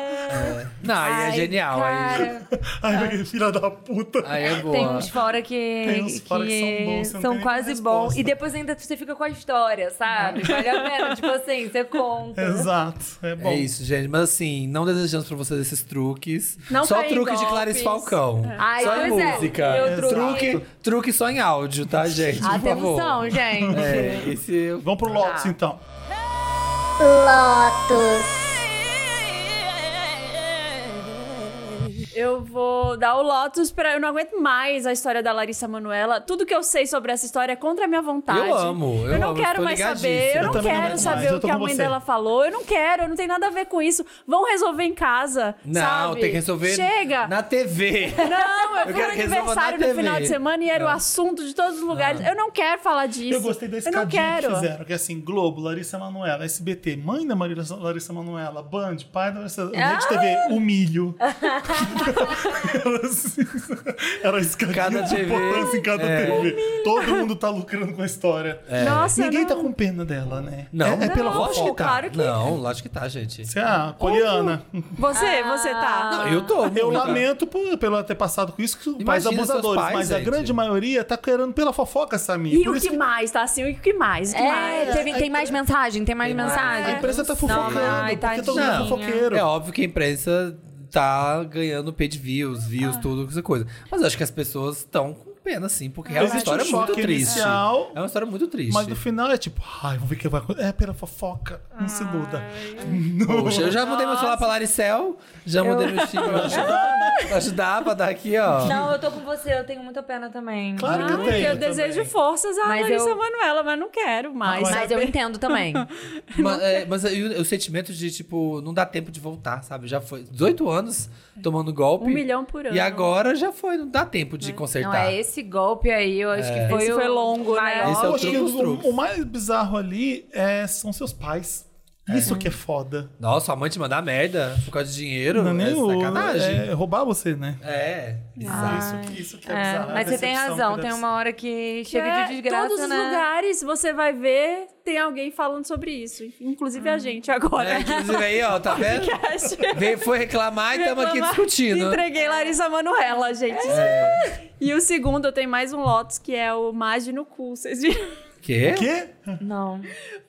Speaker 3: Não, aí é
Speaker 2: Ai,
Speaker 3: genial. Aí,
Speaker 2: cara.
Speaker 3: Tá.
Speaker 1: Ai, filha da puta.
Speaker 3: aí é boa.
Speaker 2: Tem uns fora que,
Speaker 1: Tem uns fora que são bons, você não
Speaker 2: são
Speaker 1: tem nem
Speaker 2: quase
Speaker 1: resposta.
Speaker 2: bons. E depois ainda você fica com a história, sabe? Vale a pena, tipo assim, você conta.
Speaker 1: Exato. É bom.
Speaker 3: É isso, gente. Mas assim, não desejamos pra vocês esses truques.
Speaker 4: Não
Speaker 3: só
Speaker 4: caem em
Speaker 3: truque de
Speaker 4: golpes.
Speaker 3: Clarice Falcão.
Speaker 2: Ai,
Speaker 3: só
Speaker 2: pois é.
Speaker 3: música.
Speaker 2: Eu
Speaker 1: Exato.
Speaker 3: truque,
Speaker 2: truque-
Speaker 3: truque só em áudio, tá, gente? Por favor.
Speaker 2: Atenção, gente.
Speaker 3: É, esse...
Speaker 1: Vamos pro Lotus,
Speaker 4: Tá.
Speaker 1: então.
Speaker 4: Eu vou dar o Lotus pra. Eu não aguento mais a história da Larissa Manuela. Tudo que eu sei sobre essa história é contra a minha vontade.
Speaker 3: Eu amo, eu
Speaker 4: não
Speaker 3: amo,
Speaker 4: quero
Speaker 3: tô
Speaker 4: mais saber.
Speaker 3: ligadíssimo.
Speaker 4: Eu
Speaker 3: Eu
Speaker 4: não
Speaker 1: também não
Speaker 4: quero
Speaker 1: aguento mais, eu
Speaker 4: saber o
Speaker 1: tô
Speaker 4: que a
Speaker 1: com
Speaker 4: mãe
Speaker 1: você.
Speaker 4: dela falou. Eu não quero, eu não tenho nada a ver com isso. Vão resolver em casa.
Speaker 3: Não,
Speaker 4: sabe?
Speaker 3: tem que resolver
Speaker 4: Chega!
Speaker 3: na TV.
Speaker 4: Não, eu,
Speaker 3: Eu
Speaker 4: fui no
Speaker 3: quero que resolva
Speaker 4: aniversário
Speaker 3: na
Speaker 4: no
Speaker 3: TV.
Speaker 4: final de semana e era o assunto de todos os lugares. Eu não quero falar disso.
Speaker 1: Ah. Eu gostei da
Speaker 4: Eu não
Speaker 1: escadinha que
Speaker 4: quero.
Speaker 1: fizeram, que é assim, Globo, Larissa Manoela, SBT, mãe da Marília, Larissa Manoela, Band, pai da Larissa,
Speaker 4: Ah!
Speaker 1: Rede TV, o milho. era, assim, era a escadinha
Speaker 3: Cada é.
Speaker 1: de
Speaker 3: TV,
Speaker 1: importância em cada TV. Todo mundo tá lucrando com a história.
Speaker 4: Nossa,
Speaker 1: Ninguém
Speaker 4: não.
Speaker 1: tá com pena dela, né?
Speaker 3: É. Não,
Speaker 1: É, é pela
Speaker 4: Não,
Speaker 3: lógico que
Speaker 1: fofoca.
Speaker 3: tá.
Speaker 4: claro que-
Speaker 3: Não, lógico que tá, gente.
Speaker 1: Você é a Poliana.
Speaker 4: Você, você tá.
Speaker 3: Não, eu tô.
Speaker 1: Ah, Eu
Speaker 3: muito.
Speaker 1: lamento por, pelo ter passado com isso, que são pais
Speaker 3: Imagina seus
Speaker 1: abusadores,
Speaker 3: pais,
Speaker 1: mas a
Speaker 3: gente.
Speaker 1: grande maioria tá querendo pela fofoca, Samir.
Speaker 4: E
Speaker 1: Por
Speaker 4: o que,
Speaker 1: isso que
Speaker 4: mais, tá assim? E o que mais? O que mais?
Speaker 2: É, teve- tem mais mensagem, tem mais
Speaker 1: a
Speaker 2: mensagem.
Speaker 1: imprensa tá fofocando,
Speaker 2: ai,
Speaker 1: porque todo mundo é
Speaker 3: tadinha.
Speaker 1: fofoqueiro.
Speaker 3: É óbvio que a imprensa tá ganhando paid views, views, tudo, essa coisa. Mas eu acho que as pessoas estão com pena, sim, porque é uma
Speaker 1: Existe um
Speaker 3: história muito
Speaker 1: choque
Speaker 3: triste.
Speaker 1: inicial,
Speaker 3: é uma história muito triste.
Speaker 1: Mas no final é tipo, ai, vamos ver o que vai acontecer. É pela fofoca, não se muda.
Speaker 3: Poxa, eu já mudei meu celular pra Laricel, já mudei meu chip pra ajudar, né? Pra ajudar, pra dar aqui, ó.
Speaker 2: Não, eu tô com você, eu tenho muita pena também.
Speaker 1: Claro que Ah, eu
Speaker 4: Ai,
Speaker 1: tenho.
Speaker 4: eu desejo
Speaker 1: também.
Speaker 4: forças à
Speaker 2: Mas
Speaker 4: Larissa
Speaker 2: eu-
Speaker 4: Manoela, mas não quero mais.
Speaker 1: Não,
Speaker 2: Mas
Speaker 4: sabe?
Speaker 2: eu entendo também.
Speaker 3: Mas, é, mas aí o, o sentimento de, tipo, não dá tempo de voltar, sabe? Já foi 18 anos tomando golpe.
Speaker 4: Um milhão por ano.
Speaker 3: E agora já foi, não dá tempo de
Speaker 2: Não,
Speaker 3: consertar.
Speaker 2: é esse golpe aí, eu acho que foi
Speaker 4: Esse
Speaker 2: o
Speaker 4: foi longo, né?
Speaker 2: maior.
Speaker 3: Esse é
Speaker 1: Eu
Speaker 3: o
Speaker 1: acho que
Speaker 3: truque dos
Speaker 1: o,
Speaker 3: truques.
Speaker 1: o mais bizarro ali é, são seus pais. Isso que é foda.
Speaker 3: Nossa, a mãe te mandar merda por causa de dinheiro
Speaker 1: Não é nem
Speaker 3: é
Speaker 1: o,
Speaker 3: sacanagem.
Speaker 1: é roubar você, né?
Speaker 3: É, bizarro.
Speaker 1: Isso, que- isso que é,
Speaker 2: É,
Speaker 1: bizarro. é a
Speaker 2: mas você tem
Speaker 1: decepção que
Speaker 2: razão,
Speaker 1: deve
Speaker 2: tem
Speaker 1: ser.
Speaker 2: uma hora que
Speaker 4: Que
Speaker 2: chega de
Speaker 4: é
Speaker 2: desgraça,
Speaker 4: todos os
Speaker 2: né?
Speaker 4: lugares você vai ver, tem alguém falando sobre isso. Inclusive a gente agora.
Speaker 3: É, inclusive aí, ó, tá vendo?
Speaker 4: Podcast.
Speaker 3: Veio, foi reclamar e estamos aqui
Speaker 4: Reclamar.
Speaker 3: discutindo.
Speaker 4: Entreguei Larissa Manoela, gente. E o segundo, eu tenho mais um Lotus, que é o Magno Cu. Vocês viram?
Speaker 3: Quê?
Speaker 1: Quê?
Speaker 2: Não.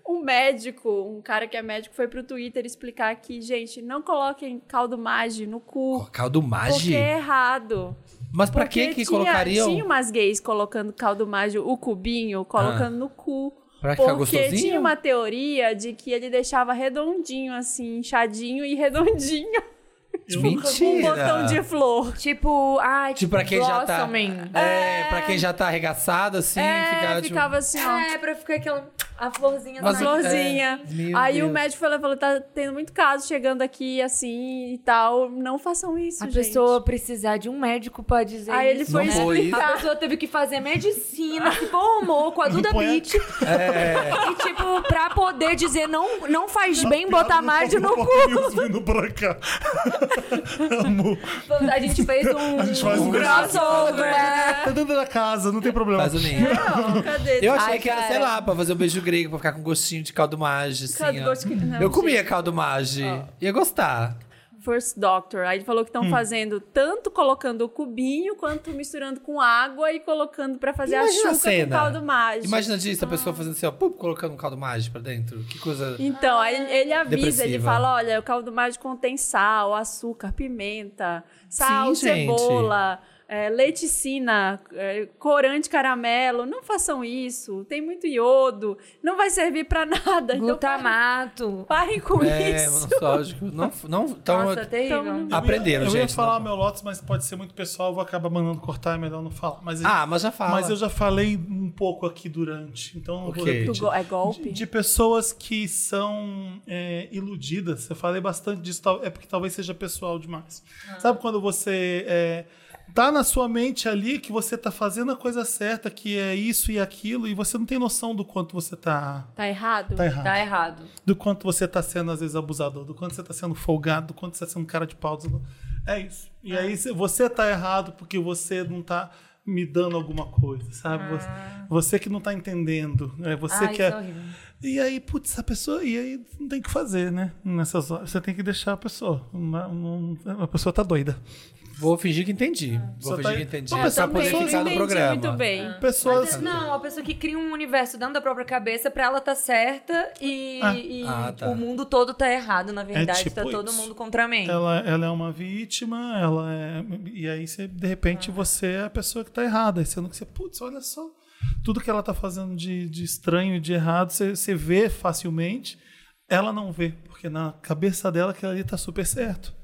Speaker 4: Um médico, um cara que é médico, foi pro Twitter explicar que, gente, não coloquem caldo Maggi no
Speaker 3: Pô,
Speaker 4: cu.
Speaker 3: Caldo
Speaker 4: Porque
Speaker 3: Magi?
Speaker 4: é errado.
Speaker 3: Mas pra que
Speaker 4: Porque
Speaker 3: que
Speaker 4: tinha,
Speaker 3: colocariam?
Speaker 4: Tinha um umas gays colocando caldo mágico, o cubinho, colocando no cu.
Speaker 3: Ah. Pra ficar
Speaker 4: Porque
Speaker 3: gostosinho?
Speaker 4: tinha uma teoria de que ele deixava redondinho, assim, inchadinho e redondinho. Um
Speaker 3: Mentira!
Speaker 4: botão de flor.
Speaker 2: Tipo, ai,
Speaker 3: Tipo, pra quem já tá...
Speaker 2: blossoming.
Speaker 3: É, pra quem já tá arregaçado, assim,
Speaker 4: é,
Speaker 3: fica, tipo...
Speaker 4: ficava assim, ó.
Speaker 2: É, pra ficar aquela. A florzinha assim.
Speaker 3: Mas
Speaker 4: Uma
Speaker 2: saindo.
Speaker 3: o-
Speaker 4: florzinha.
Speaker 3: é, meu
Speaker 4: Aí o
Speaker 3: Deus.
Speaker 4: médico falou, falou, tá tendo muito caso chegando aqui, assim, e tal. Não façam isso,
Speaker 2: A
Speaker 4: gente.
Speaker 2: pessoa precisar de um médico pra dizer
Speaker 4: Aí ele
Speaker 2: isso,
Speaker 4: foi
Speaker 2: né?
Speaker 3: Foi isso.
Speaker 2: A pessoa teve que fazer medicina, se formou com a Duda
Speaker 1: põe a-
Speaker 2: Beat. E, tipo, pra poder dizer não, não faz bem
Speaker 1: Piada
Speaker 2: botar
Speaker 1: do
Speaker 2: mais no
Speaker 1: Pop
Speaker 2: cu.
Speaker 1: News vindo pra cá. Amo.
Speaker 2: A gente fez um.
Speaker 1: A gente faz um
Speaker 2: crossover. É.
Speaker 1: Tá dentro da casa, não tem problema.
Speaker 3: Faz o ninho.
Speaker 4: Não, Ah, cadê?
Speaker 3: Eu achei
Speaker 2: Ai,
Speaker 3: que era,
Speaker 2: cara.
Speaker 3: sei lá, pra fazer um beijo grego, pra ficar com gostinho de caldo magi, assim,
Speaker 4: Caldo
Speaker 3: ó.
Speaker 4: gosto que- não,
Speaker 3: Eu comia caldo magi. Ia gostar.
Speaker 4: First Doctor. Aí ele falou que estão
Speaker 3: Hum.
Speaker 4: fazendo tanto colocando o cubinho, quanto misturando com água e colocando pra fazer
Speaker 3: Imagina
Speaker 4: a
Speaker 3: a
Speaker 4: chuca com
Speaker 3: cena.
Speaker 4: caldo mágico.
Speaker 3: Imagina disso, a
Speaker 4: Ah.
Speaker 3: pessoa fazendo assim, ó, pum, colocando um caldo magi pra dentro. Que coisa...
Speaker 4: Então, aí ele- ele avisa, ele
Speaker 3: Depressiva.
Speaker 4: fala, olha, o caldo mágico contém sal, açúcar, pimenta, sal,
Speaker 3: Sim, gente.
Speaker 4: cebola, é, leiticina, é, corante caramelo. Não façam isso, tem muito iodo, não vai servir pra nada. Então, parem,
Speaker 2: Glutamato.
Speaker 4: parem com
Speaker 3: É,
Speaker 4: isso.
Speaker 3: monostálgico. Não, não, então,
Speaker 2: Nossa, terrível.
Speaker 4: então-
Speaker 3: aprenderam,
Speaker 1: eu ia, Eu
Speaker 3: gente.
Speaker 1: ia falar
Speaker 3: não-
Speaker 1: meu Lotus, mas pode ser muito pessoal, eu vou acabar mandando cortar, é melhor não falar. Mas,
Speaker 3: Ah, mas já fala.
Speaker 1: mas eu já falei um pouco aqui durante, então eu vou
Speaker 3: Ok.
Speaker 1: repetir.
Speaker 4: Do go- é golpe?
Speaker 1: De, de pessoas que são é, iludidas. Eu falei bastante disso, tal- é porque talvez seja pessoal demais. Sabe quando você é, Tá na sua mente ali que você tá fazendo a coisa certa, que é isso e aquilo, e você não tem noção do quanto você tá.
Speaker 4: Tá errado?
Speaker 1: Tá errado.
Speaker 2: Tá errado.
Speaker 1: Do quanto você tá sendo, às vezes, abusador, do quanto você tá sendo folgado, do quanto você tá sendo cara de pau. do- É isso. E aí cê- você tá errado porque você não tá me dando alguma coisa, sabe? Você, você que não tá entendendo. É você
Speaker 2: Ah,
Speaker 1: que
Speaker 2: isso
Speaker 1: é-
Speaker 2: é horrível.
Speaker 1: E aí, putz, a pessoa. E aí não tem o que fazer, né? Nessas horas. Você tem que deixar a pessoa. Uma- um- a pessoa tá doida.
Speaker 3: Vou fingir que entendi.
Speaker 2: Ah.
Speaker 1: Só
Speaker 3: Vou
Speaker 1: tá-
Speaker 3: fingir que entendi.
Speaker 2: É,
Speaker 1: Só pensar
Speaker 3: Pra poder
Speaker 1: pessoas-
Speaker 3: ficar no
Speaker 4: entendi
Speaker 3: programa.
Speaker 4: muito bem.
Speaker 1: Pessoas.
Speaker 2: Mas, é não, a pessoa que cria um universo dentro da própria cabeça, pra ela tá certa e,
Speaker 1: Ah.
Speaker 2: e
Speaker 3: Ah, tá.
Speaker 2: o mundo todo tá errado, na verdade.
Speaker 1: tipo
Speaker 2: tá todo
Speaker 1: isso.
Speaker 2: mundo contra mim.
Speaker 1: Ela, ela é uma vítima, ela é. E aí, você, de
Speaker 2: Ah.
Speaker 1: repente, você é a pessoa que tá errada. Sendo que você, putz, olha só. Tudo que ela tá fazendo de, de estranho e de errado, você, você vê facilmente. Ela não vê, porque na cabeça dela aquilo ali tá super certo.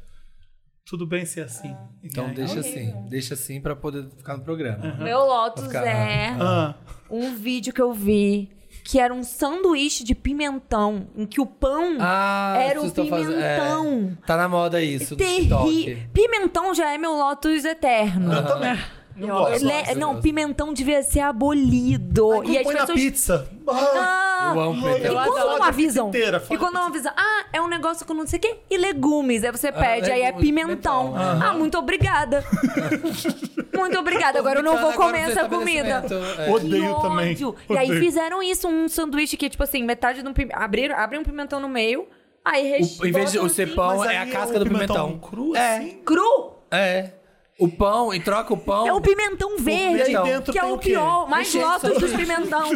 Speaker 1: Tudo bem ser assim.
Speaker 2: Ah.
Speaker 3: Então
Speaker 1: E aí-
Speaker 3: deixa assim. Deixa assim pra poder ficar no programa.
Speaker 2: Meu Lotus
Speaker 3: Vai ficar-
Speaker 2: é
Speaker 1: Ah,
Speaker 2: um vídeo que eu vi que era um sanduíche de pimentão, em que o pão
Speaker 3: Ah,
Speaker 2: era
Speaker 3: vocês
Speaker 2: o
Speaker 3: estão fazendo- é,
Speaker 2: pimentão.
Speaker 3: tá na moda isso, do
Speaker 2: Terri...
Speaker 3: TikTok.
Speaker 2: Pimentão já é meu Lotus eterno.
Speaker 1: eu também. Eu gosto.
Speaker 2: Le-
Speaker 3: gosto, eu
Speaker 2: Não,
Speaker 3: gosto.
Speaker 2: pimentão devia ser abolido.
Speaker 1: Como
Speaker 2: e as
Speaker 1: põe na
Speaker 2: pessoas.
Speaker 1: pizza. Ah,
Speaker 2: Ah,
Speaker 3: Eu amo
Speaker 1: Eu
Speaker 2: E
Speaker 3: pimentão.
Speaker 2: quando
Speaker 1: adoro
Speaker 2: não avisam?
Speaker 1: inteira,
Speaker 2: e
Speaker 1: fala
Speaker 2: quando não avisam? Ah, é um negócio com não sei o quê. E legumes. Aí você pede, aí é
Speaker 3: legumes,
Speaker 2: pimentão.
Speaker 3: pimentão, né?
Speaker 2: Ah, muito obrigada. muito obrigada. Agora eu não vou
Speaker 3: Agora tá
Speaker 2: comer
Speaker 3: no
Speaker 2: essa comida.
Speaker 3: estabelecimento, é.
Speaker 1: Odeio.
Speaker 2: Que
Speaker 1: também.
Speaker 2: ódio. E aí
Speaker 1: Odeio.
Speaker 2: fizeram isso, um sanduíche que, tipo assim, metade do pimentão. Abriram, abrem um pimentão no meio, aí
Speaker 3: O,
Speaker 2: recheio.
Speaker 3: em vez de o ser pão,
Speaker 1: Mas
Speaker 3: é
Speaker 1: aí
Speaker 3: a
Speaker 1: é
Speaker 3: casca
Speaker 1: o
Speaker 3: do pimentão.
Speaker 1: pimentão cru,
Speaker 3: é,
Speaker 1: assim?
Speaker 2: Cru!
Speaker 3: é. O pão, e troca o pão.
Speaker 2: É o pimentão verde,
Speaker 3: pimentão.
Speaker 2: que é
Speaker 1: Tem
Speaker 2: o
Speaker 1: o quê?
Speaker 2: pior, mais
Speaker 3: Recheio de
Speaker 2: lotos dos pimentão.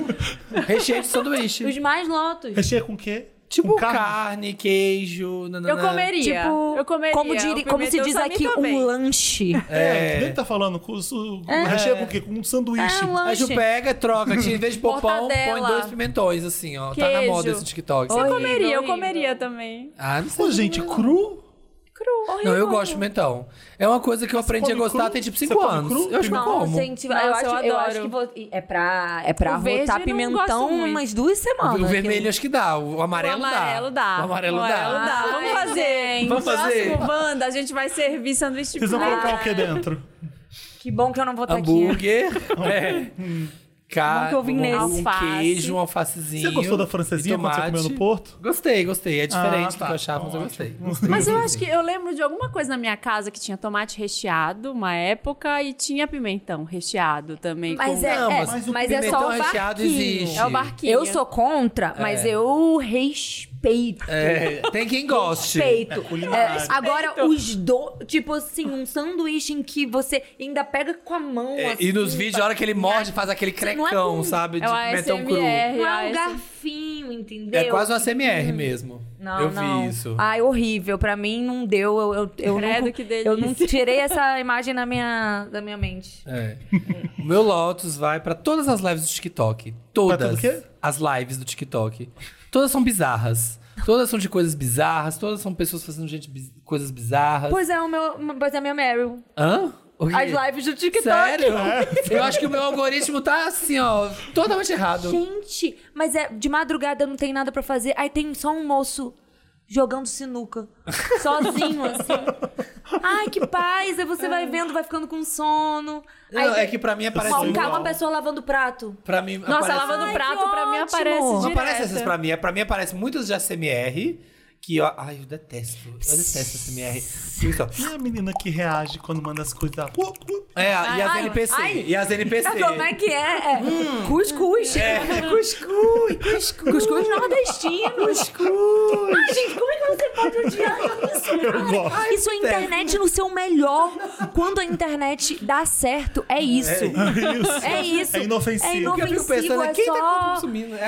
Speaker 3: Recheio de sanduíche.
Speaker 2: Os mais lotos.
Speaker 1: Recheia com o quê?
Speaker 3: Tipo
Speaker 1: com
Speaker 3: carne,
Speaker 1: carne?
Speaker 3: queijo.
Speaker 4: Eu
Speaker 3: nananã.
Speaker 4: comeria.
Speaker 2: Tipo,
Speaker 4: eu comeria.
Speaker 2: como,
Speaker 4: o
Speaker 2: diri- como se
Speaker 4: pimentão
Speaker 2: diz
Speaker 4: só me
Speaker 2: aqui,
Speaker 4: tá bem.
Speaker 2: um lanche.
Speaker 1: É, ele tá falando com o recheio com o quê? Com um sanduíche.
Speaker 2: É um
Speaker 3: Aí tu
Speaker 2: lanche.
Speaker 3: pega, troca, tira, em vez de pôr pão, põe
Speaker 2: Mortadela.
Speaker 3: dois pimentões, assim, ó. Tá na
Speaker 4: Queijo.
Speaker 3: moda esse TikTok.
Speaker 4: Eu
Speaker 3: sabe?
Speaker 4: comeria, eu
Speaker 2: Horrível.
Speaker 4: comeria também.
Speaker 3: Ah, não sei.
Speaker 1: Pô, gente, cru?
Speaker 4: Cru.
Speaker 3: Não, eu gosto de pimentão. É uma coisa que eu aprendi a
Speaker 1: come
Speaker 3: gostar
Speaker 1: cru?
Speaker 3: tem tipo
Speaker 1: Você
Speaker 3: 5
Speaker 1: come
Speaker 3: anos.
Speaker 1: cru?
Speaker 3: Eu acho que eu
Speaker 2: Não,
Speaker 3: como.
Speaker 2: gente,
Speaker 4: Nossa,
Speaker 2: eu acho,
Speaker 4: eu
Speaker 2: eu
Speaker 4: adoro.
Speaker 2: acho que vou- é pra, é pra
Speaker 4: O verde
Speaker 2: rotar
Speaker 4: eu não
Speaker 2: pimentão
Speaker 4: gosto muito.
Speaker 2: umas duas semanas.
Speaker 3: o
Speaker 2: que
Speaker 3: vermelho acho que dá, o amarelo,
Speaker 4: o amarelo dá.
Speaker 3: O amarelo, dá.
Speaker 2: Ai,
Speaker 4: Vamos fazer.
Speaker 3: Vamos
Speaker 4: No
Speaker 3: fazer.
Speaker 4: Próximo banda, a gente vai servir sanduíche de
Speaker 1: Vocês vão
Speaker 4: pão.
Speaker 1: colocar o que dentro?
Speaker 2: eu- Que bom que eu não vou estar aqui.
Speaker 3: é Hambúrguer. é.
Speaker 2: Bom
Speaker 3: Cara,
Speaker 2: que eu vim
Speaker 3: um
Speaker 2: nesse.
Speaker 3: queijo, um alfacezinho.
Speaker 1: Você gostou da francesinha
Speaker 3: e
Speaker 1: quando você
Speaker 3: tomate.
Speaker 1: comeu no Porto?
Speaker 3: Gostei, gostei. É
Speaker 1: tá.
Speaker 3: diferente do que eu achava, mas eu gostei.
Speaker 4: Mas eu acho que eu lembro de alguma coisa na minha casa que tinha tomate recheado, uma época, e tinha pimentão recheado também.
Speaker 2: Mas
Speaker 4: com-
Speaker 2: é,
Speaker 3: Não,
Speaker 2: é,
Speaker 3: mas
Speaker 2: mas,
Speaker 3: o
Speaker 2: é só
Speaker 3: pimentão
Speaker 2: o
Speaker 3: recheado
Speaker 2: barquinho.
Speaker 3: existe.
Speaker 4: É o barquinho.
Speaker 2: Eu sou contra, mas eu respeito.
Speaker 3: É, tem quem goste.
Speaker 2: Respeito.
Speaker 1: culinária.
Speaker 2: É, agora, os do... Tipo assim, um sanduíche em que você ainda pega com a mão,
Speaker 3: É,
Speaker 2: assim,
Speaker 3: e nos vídeos, a hora que ele morde, faz aquele
Speaker 2: Isso não é
Speaker 3: crecão,
Speaker 2: com-
Speaker 3: sabe? De
Speaker 4: É o
Speaker 3: pimentão cru.
Speaker 4: ASMR.
Speaker 2: Não é um
Speaker 4: Esse-
Speaker 2: garfinho, entendeu?
Speaker 3: É quase uma CMR mesmo.
Speaker 2: Não,
Speaker 3: eu
Speaker 2: não. Ah.
Speaker 3: vi isso.
Speaker 2: Ai, horrível. Pra mim não deu. Eu, eu, eu
Speaker 4: Credo,
Speaker 2: não,
Speaker 4: que delícia.
Speaker 2: Eu não tirei essa imagem da minha, da minha mente.
Speaker 3: É. O meu Lotus vai pra todas as lives do TikTok. Todas.
Speaker 1: Pra tudo o quê?
Speaker 3: As lives do TikTok. Todas são bizarras. Todas são de coisas bizarras. Todas são pessoas fazendo gente biz- coisas bizarras.
Speaker 2: Pois é, o meu, pois é a minha Meryl.
Speaker 3: Hã? O quê?
Speaker 2: As lives do TikTok.
Speaker 3: Sério?
Speaker 1: É.
Speaker 3: Eu acho que o meu algoritmo tá assim, ó, totalmente errado.
Speaker 2: Gente, mas é de madrugada não tem nada pra fazer. Aí tem só um moço jogando sinuca. Sozinho, assim. Ai, que paz. Aí você vai vendo, vai ficando com sono. Aí
Speaker 3: Não, é que pra mim aparece.
Speaker 2: uma,
Speaker 1: igual.
Speaker 2: uma pessoa lavando prato.
Speaker 3: Pra mim é
Speaker 4: Nossa,
Speaker 3: aparece...
Speaker 4: lavando
Speaker 2: Ai,
Speaker 4: prato
Speaker 2: que
Speaker 4: pra mim
Speaker 2: ótimo.
Speaker 4: aparece
Speaker 2: Não
Speaker 3: Não
Speaker 4: direto.
Speaker 3: aparece essas pra mim. Pra mim aparece muitas de ACMR. Que eu, ai, eu detesto. Eu detesto ACMR. Olha só.
Speaker 1: E a menina que reage quando manda as coisas? lá? Uop, uop.
Speaker 3: É, e as
Speaker 2: ai,
Speaker 3: NPC.
Speaker 2: ai.
Speaker 3: E as NPC.
Speaker 2: Como é que é? é. Cuscuz.
Speaker 3: Hum. É, cuscuz,
Speaker 2: Cuscuz nordestino.
Speaker 3: cuscuz.
Speaker 2: Ai, gente, como é que você pode odiar isso? Ai, Isso é internet no seu melhor. Quando a internet dá certo, é isso.
Speaker 1: Isso.
Speaker 2: É isso.
Speaker 1: É inofensivo.
Speaker 2: É
Speaker 3: Porque eu
Speaker 2: inofensivo,
Speaker 3: fico pensando,
Speaker 2: é
Speaker 3: quem tá
Speaker 2: só
Speaker 3: consumindo? É a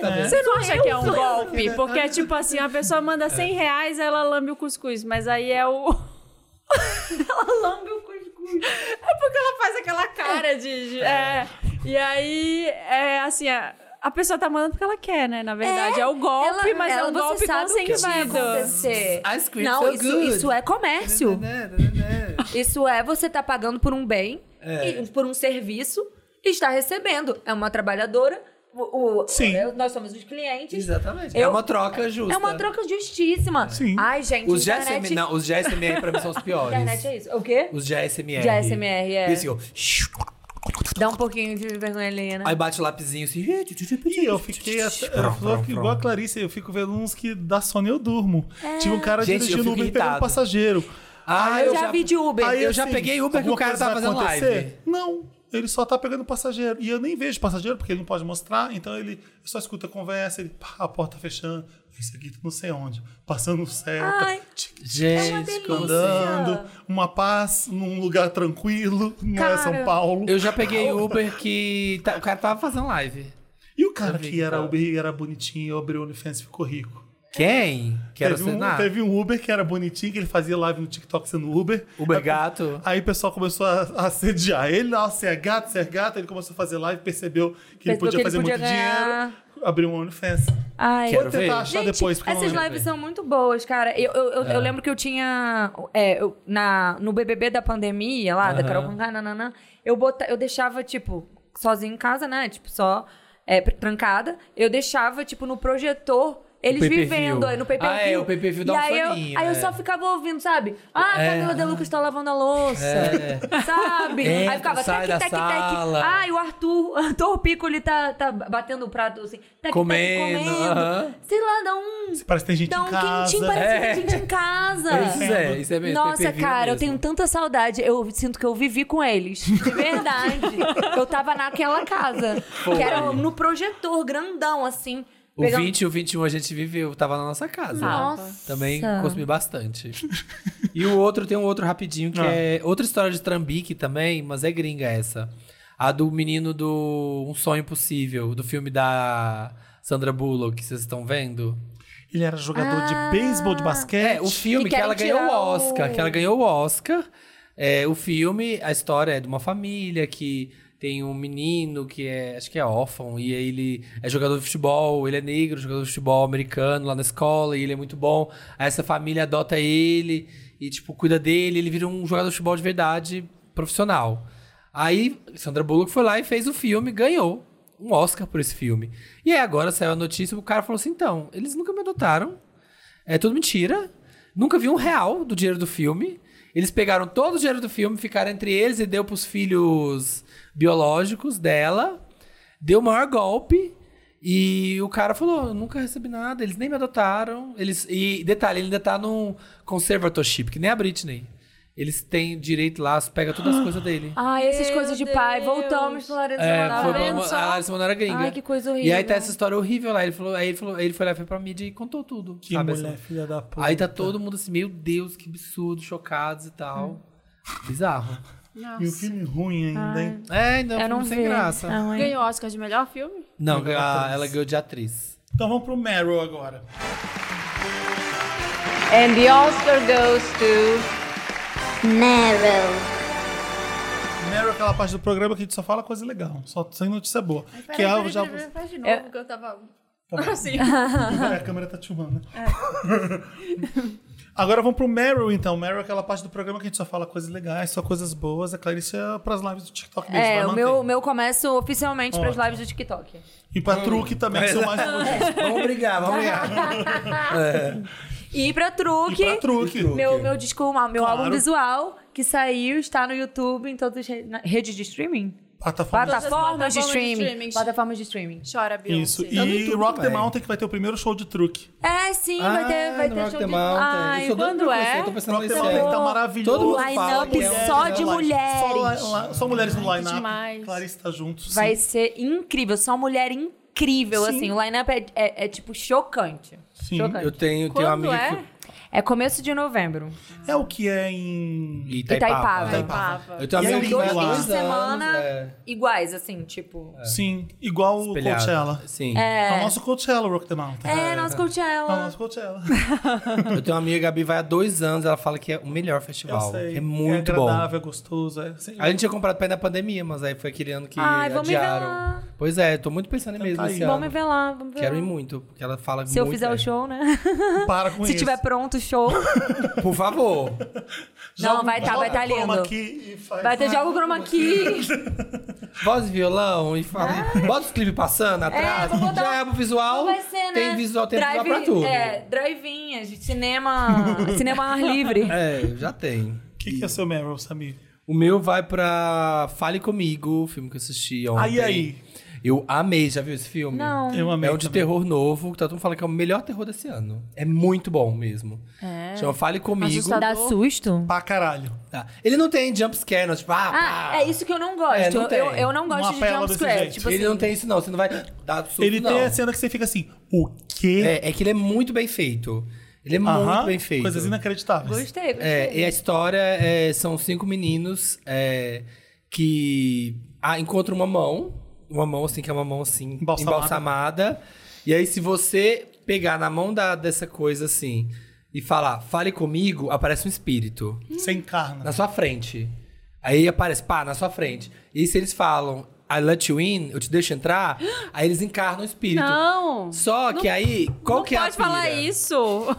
Speaker 3: Clarice, tá vendo?
Speaker 4: Você não acha que é um
Speaker 2: sou eu.
Speaker 4: golpe? Porque é tipo assim, a pessoa manda
Speaker 2: É.
Speaker 4: 100 reais, ela lambe o cuscuz, mas aí é o...
Speaker 2: Ela lambe o cuscuz.
Speaker 4: É porque ela faz aquela cara de. de- é. E aí, é assim, a, a pessoa tá mandando porque ela quer, né? Na verdade, é, o golpe,
Speaker 2: Ela-
Speaker 4: mas é
Speaker 2: ela-
Speaker 4: um
Speaker 2: você
Speaker 4: golpe
Speaker 2: sabe o que vai
Speaker 4: consentido.
Speaker 2: acontecer.
Speaker 3: Ice cream
Speaker 2: Não,
Speaker 3: so
Speaker 2: isso,
Speaker 3: good. né?
Speaker 2: isso é comércio. Isso é você tá pagando por um bem, e- por um serviço, e está recebendo. É uma trabalhadora o- o-
Speaker 1: Sim.
Speaker 2: eu- nós somos os clientes.
Speaker 3: Exatamente. É
Speaker 2: Eu-
Speaker 3: uma troca justa.
Speaker 2: É uma troca justíssima.
Speaker 1: Sim.
Speaker 2: Ai, gente,
Speaker 3: Os
Speaker 2: internet...
Speaker 3: GSM, não, os GSMR pra mim são os piores.
Speaker 2: internet é isso. O quê?
Speaker 3: Os GSMR.
Speaker 2: GSMR, é.
Speaker 3: E assim, ó,
Speaker 2: Dá um pouquinho de vergonha alheia, né?
Speaker 3: Aí bate o lapisinho assim.
Speaker 1: E eu fiquei até, eu sou que igual a Clarice, eu fico vendo uns que da Sony eu durmo. Tinha um
Speaker 2: É.
Speaker 1: cara
Speaker 3: Gente, eu
Speaker 1: dirigindo
Speaker 3: fico
Speaker 1: Uber e pegando
Speaker 3: irritado.
Speaker 1: passageiro.
Speaker 3: Ah,
Speaker 2: eu já vi de Uber.
Speaker 1: Aí,
Speaker 3: eu já
Speaker 1: assim,
Speaker 3: peguei Uber que o
Speaker 1: alguma
Speaker 3: cara
Speaker 1: coisa
Speaker 3: tava
Speaker 1: vai
Speaker 3: fazendo
Speaker 1: acontecer?
Speaker 3: live.
Speaker 1: Não, ele só tá pegando passageiro. E eu nem vejo passageiro, porque ele não pode mostrar, então ele só escuta a conversa, ele, pá, a porta fechando, isso aqui não sei onde, passando cerca,
Speaker 2: Ai.
Speaker 1: tic,
Speaker 2: É uma
Speaker 3: Gente,
Speaker 2: delícia.
Speaker 3: como assim?
Speaker 1: andando, uma paz num lugar tranquilo, não é São
Speaker 2: Cara.
Speaker 1: Paulo.
Speaker 3: Eu já peguei Uber que tá- o cara tava fazendo live.
Speaker 1: E o cara
Speaker 3: Eu vi
Speaker 1: que era
Speaker 3: que tá.
Speaker 1: Uber e era bonitinho, abriu o OnlyFans e ficou rico.
Speaker 3: Quem? Quero Ah,
Speaker 1: teve, um,
Speaker 3: assinar.
Speaker 1: teve um Uber que era bonitinho, que ele fazia live no TikTok sendo Uber.
Speaker 3: Uber
Speaker 1: Aí-
Speaker 3: gato.
Speaker 1: Aí o pessoal começou a, a sediar ele. Nossa, você é gato, você é gato. Ele começou a fazer live, percebeu que ele
Speaker 2: Percebeu
Speaker 1: podia
Speaker 2: que ele
Speaker 1: fazer
Speaker 2: podia
Speaker 1: muito
Speaker 2: ganhar.
Speaker 1: dinheiro. Abriu um OnlyFans.
Speaker 2: Ai,
Speaker 3: Quero
Speaker 1: Vou
Speaker 3: ver.
Speaker 1: tentar achar
Speaker 2: Gente,
Speaker 1: depois. porque um eu não
Speaker 2: essas
Speaker 1: lembro.
Speaker 2: lives são muito boas, cara. Eu, eu,
Speaker 3: É.
Speaker 2: eu, eu lembro que eu tinha. é, eu- na, no BBB da pandemia, lá, da
Speaker 3: Aham.
Speaker 2: Carol Conká, nananã, eu, bota, eu deixava, tipo, sozinha em casa, né? Tipo, só é, pr- trancada. Eu deixava, tipo, no projetor. Eles
Speaker 3: pay-per-view.
Speaker 2: vivendo aí no pay
Speaker 3: Ah, é, o pay-per-view dá um
Speaker 2: aí,
Speaker 3: soninho,
Speaker 2: eu, aí eu
Speaker 3: é.
Speaker 2: só ficava ouvindo, sabe? Ah,
Speaker 3: É.
Speaker 2: Camila De Lucas tá lavando a louça.
Speaker 3: É.
Speaker 2: Sabe?
Speaker 3: Entra,
Speaker 2: aí ficava
Speaker 3: sai da sala.
Speaker 2: Ah, e o Arthur, Arthur Piccoli tá, tá batendo o prato assim. Tec,
Speaker 3: Comendo,
Speaker 2: comendo.
Speaker 3: aham.
Speaker 2: Sei lá, dá um.
Speaker 1: Parece que tem gente
Speaker 2: Dá um
Speaker 1: em casa.
Speaker 2: quentinho, parece que
Speaker 3: É.
Speaker 2: tem gente em casa.
Speaker 3: Isso é, isso é mesmo.
Speaker 2: Tá. Nossa,
Speaker 3: pay-per-view
Speaker 2: cara, eu
Speaker 3: mesmo.
Speaker 2: tenho tanta saudade. Eu sinto que eu vivi com eles. De verdade. eu tava naquela casa. Que era no projetor, grandão, assim.
Speaker 3: O 20 e o 21 a gente viveu, tava na nossa casa.
Speaker 2: Nossa.
Speaker 3: Também consumi bastante. e o outro, tem um outro rapidinho, que
Speaker 1: Ah.
Speaker 3: é outra história de Trambique também, mas é gringa essa. A do menino do Um Sonho Possível, do filme da Sandra Bullock, que vocês estão vendo.
Speaker 1: Ele era jogador
Speaker 2: Ah.
Speaker 1: de beisebol, de basquete.
Speaker 3: É, o filme que,
Speaker 2: Que
Speaker 3: ela
Speaker 2: querem
Speaker 3: ganhou o
Speaker 2: tirar o-
Speaker 3: Oscar. Que ela ganhou o Oscar. É, o filme, a história é de uma família que tem um menino que é, acho que é órfão, e aí ele é jogador de futebol, ele é negro, jogador de futebol americano lá na escola, e ele é muito bom. Aí essa família adota ele e, tipo, cuida dele, ele vira um jogador de futebol de verdade profissional. Aí Sandra Bullock foi lá e fez o filme, ganhou um Oscar por esse filme. E aí agora saiu a notícia, o cara falou assim, então, eles nunca me adotaram, é tudo mentira. Nunca vi um real do dinheiro do filme. Eles pegaram todo o dinheiro do filme, ficaram entre eles e deu pros filhos biológicos dela. Deu o maior golpe. E o cara falou: "Eu nunca recebi nada, eles nem me adotaram. Eles... E detalhe, ele ainda tá num conservatorship, que nem a Britney. Eles têm direito lá, pega todas as coisas dele.
Speaker 2: Ai, essas
Speaker 4: Meu
Speaker 2: coisas de pai.
Speaker 4: Deus.
Speaker 2: Voltamos pro Larissa
Speaker 3: É,
Speaker 2: Manoela.
Speaker 3: foi
Speaker 4: Tá
Speaker 3: pra
Speaker 4: vendo
Speaker 3: uma,
Speaker 4: só?
Speaker 3: a Larissa Manoela gringa.
Speaker 2: Ai, que coisa
Speaker 3: E aí
Speaker 2: horrível.
Speaker 3: tá essa história horrível lá. Ele falou, aí ele falou, ele foi lá, foi pra mídia e contou tudo.
Speaker 1: Que
Speaker 3: sabe,
Speaker 1: mulher,
Speaker 3: assim?
Speaker 1: filha da puta.
Speaker 3: Aí tá todo mundo assim, meu Deus, que absurdo, chocados e tal. Bizarro.
Speaker 1: E o filme ruim ainda, hein?
Speaker 3: É, ainda é um
Speaker 2: Eu não
Speaker 3: filme sem
Speaker 2: vi. Ah.
Speaker 3: graça.
Speaker 2: Não, hein?
Speaker 4: Ganhou Oscar de melhor filme?
Speaker 2: um
Speaker 3: Não,
Speaker 1: Melhor
Speaker 3: a-
Speaker 1: atriz.
Speaker 3: ela ganhou de atriz.
Speaker 1: Então vamos pro Meryl agora.
Speaker 5: And the Oscar goes to
Speaker 6: Meryl.
Speaker 1: Meryl é aquela parte do programa que a gente só fala coisa legal, só sem notícia boa. que é algo já.
Speaker 4: Faz de
Speaker 2: É,
Speaker 4: novo, que eu tava... Assim.
Speaker 1: É, a câmera tá te filmando, né?
Speaker 2: É.
Speaker 1: Agora vamos pro Meryl, então. Meryl é aquela parte do programa que a gente só fala coisas legais, só coisas boas. A Clarice é pras lives do TikTok mesmo, vai
Speaker 2: É, o
Speaker 1: manter.
Speaker 2: meu, meu começo oficialmente pras
Speaker 1: Ótimo.
Speaker 2: lives do TikTok.
Speaker 1: E pra truque também, que são mais elogios.
Speaker 3: Vamos brigar, vamos
Speaker 2: Tá
Speaker 3: brigar.
Speaker 2: E pra
Speaker 1: E
Speaker 2: truque.
Speaker 1: pra truque.
Speaker 2: Meu, meu disco, meu
Speaker 1: Claro.
Speaker 2: álbum visual, que saiu, está no YouTube, em todas as re- na- redes de streaming.
Speaker 1: Plataforma.
Speaker 2: Plataformas
Speaker 4: plataformas
Speaker 2: de
Speaker 4: de
Speaker 2: streaming.
Speaker 4: streaming.
Speaker 2: Plataformas de streaming.
Speaker 4: Chora, Beyoncé.
Speaker 1: Isso.
Speaker 3: Tá no
Speaker 1: E
Speaker 3: YouTube
Speaker 1: Rock the
Speaker 3: também.
Speaker 1: Mountain, que vai ter o primeiro show de truque.
Speaker 2: É, sim,
Speaker 3: Ah,
Speaker 2: vai ter, vai
Speaker 3: é
Speaker 2: ter show de... Ai,
Speaker 4: quando é?
Speaker 3: Eu tô pensando
Speaker 1: Rock the
Speaker 3: nesse
Speaker 1: Mountain tá
Speaker 3: ano.
Speaker 1: maravilhoso.
Speaker 3: Todo
Speaker 2: o
Speaker 3: mundo fala que
Speaker 2: line-up
Speaker 3: é um
Speaker 2: só
Speaker 3: dos
Speaker 2: de
Speaker 3: melhores.
Speaker 2: mulheres.
Speaker 1: Só, la- só mulheres no
Speaker 4: Ai, que
Speaker 1: line-up.
Speaker 4: demais.
Speaker 1: Clarice tá junto. sim.
Speaker 2: Vai ser incrível, só mulher incrível,
Speaker 1: Sim.
Speaker 2: assim. O line-up é, é- é, tipo, chocante.
Speaker 1: Sim.
Speaker 2: Chocante.
Speaker 3: Eu tenho, um tenho uma
Speaker 4: Quando
Speaker 3: amiga
Speaker 4: é?
Speaker 3: que...
Speaker 2: É começo de novembro.
Speaker 1: É o que é em.
Speaker 2: Itaipava.
Speaker 3: Eu tenho
Speaker 1: E
Speaker 3: uma
Speaker 1: aí,
Speaker 3: amiga que
Speaker 1: dois
Speaker 3: vai há
Speaker 1: fins de
Speaker 3: dois
Speaker 2: semana.
Speaker 3: anos, é,
Speaker 2: Iguais, assim, tipo...
Speaker 1: Sim. Igual o
Speaker 3: espelhado.
Speaker 1: Coachella.
Speaker 3: Sim.
Speaker 1: É o nosso Coachella, Rock the Mountain.
Speaker 2: É, nossa
Speaker 1: É o
Speaker 2: Coachella.
Speaker 1: nosso Coachella.
Speaker 3: Eu tenho uma amiga, a Gabi, vai há dois anos, ela fala que é o melhor
Speaker 1: Eu
Speaker 3: festival.
Speaker 1: sei.
Speaker 3: É muito
Speaker 1: é
Speaker 3: bom.
Speaker 1: agradável, é gostoso. É, sim.
Speaker 3: A gente tinha comprado pra ir na pandemia, mas aí foi aquele ano que
Speaker 2: Ai, vamos ver
Speaker 3: adiaram.
Speaker 2: lá.
Speaker 3: Pois é, tô muito pensando
Speaker 1: Então
Speaker 3: em mesmo
Speaker 1: Tentar
Speaker 3: esse
Speaker 1: ir.
Speaker 3: ano.
Speaker 2: Vamos ver lá, vamos ver
Speaker 3: Quero
Speaker 2: lá.
Speaker 3: ir muito, porque ela fala
Speaker 2: Se eu
Speaker 3: muito
Speaker 2: fizer
Speaker 3: bem.
Speaker 2: o show, né?
Speaker 1: Para com
Speaker 2: Se
Speaker 1: isso.
Speaker 2: tiver pronto o show.
Speaker 3: Por favor.
Speaker 2: Não, vai tá, vai tá lindo. Vai ter jogo chroma key.
Speaker 3: Voz e violão e fala. Bota os clipes passando atrás.
Speaker 2: É. vou botar-
Speaker 3: Já é pro visual.
Speaker 2: Não vai ser, né?
Speaker 3: Tem visual, tem
Speaker 2: drive,
Speaker 3: visual pra tudo.
Speaker 2: É, drive-in, gente, cinema, cinema ao ar livre.
Speaker 3: É, já tem.
Speaker 1: O que, que é seu Meryl, Samir?
Speaker 3: O meu vai pra Fale Comigo, filme que eu assisti ontem.
Speaker 1: Aí, aí.
Speaker 3: Eu amei, já viu esse filme?
Speaker 2: Não.
Speaker 1: Eu amei.
Speaker 3: É um de
Speaker 1: também.
Speaker 3: terror novo, que tá todo mundo falando que é o melhor terror desse ano. É muito bom mesmo. É. Chama Fale Comigo.
Speaker 4: Assustador.
Speaker 7: Dá susto?
Speaker 1: Pra caralho.
Speaker 3: Tá. Ele não tem jumpscare, não, tipo, ah,
Speaker 2: Ah,
Speaker 3: pá.
Speaker 2: é isso que eu não gosto.
Speaker 3: É, não
Speaker 2: eu,
Speaker 3: tem.
Speaker 2: eu, eu não gosto
Speaker 1: Não
Speaker 2: de
Speaker 1: apela desse
Speaker 2: jumpscare.
Speaker 1: jeito.
Speaker 2: Tipo
Speaker 3: ele
Speaker 2: assim,
Speaker 3: não tem isso, não. Você não vai dar susto,
Speaker 1: Ele
Speaker 3: não.
Speaker 1: tem a cena que você fica assim, o quê?
Speaker 3: É, é que ele é muito bem feito. Ele é
Speaker 1: Aham, assim, né?
Speaker 3: muito bem feito.
Speaker 1: Coisas inacreditáveis.
Speaker 2: Gostei, gostei.
Speaker 3: É, e a história é, são cinco meninos é, que ah, encontram uma mão, uma mão assim, que é uma mão assim,
Speaker 1: Embalsamada.
Speaker 3: embalsamada. E aí, se você pegar na mão da, dessa coisa assim e falar, fale comigo, aparece um espírito
Speaker 1: Você encarna.
Speaker 3: na sua frente. Aí aparece, pá, na sua frente. E se eles falam, I let you in, eu te deixo entrar, aí eles encarnam o espírito.
Speaker 4: Não!
Speaker 3: Só que aí, qual
Speaker 4: não
Speaker 3: que é a
Speaker 4: pode falar
Speaker 3: pira?
Speaker 4: isso!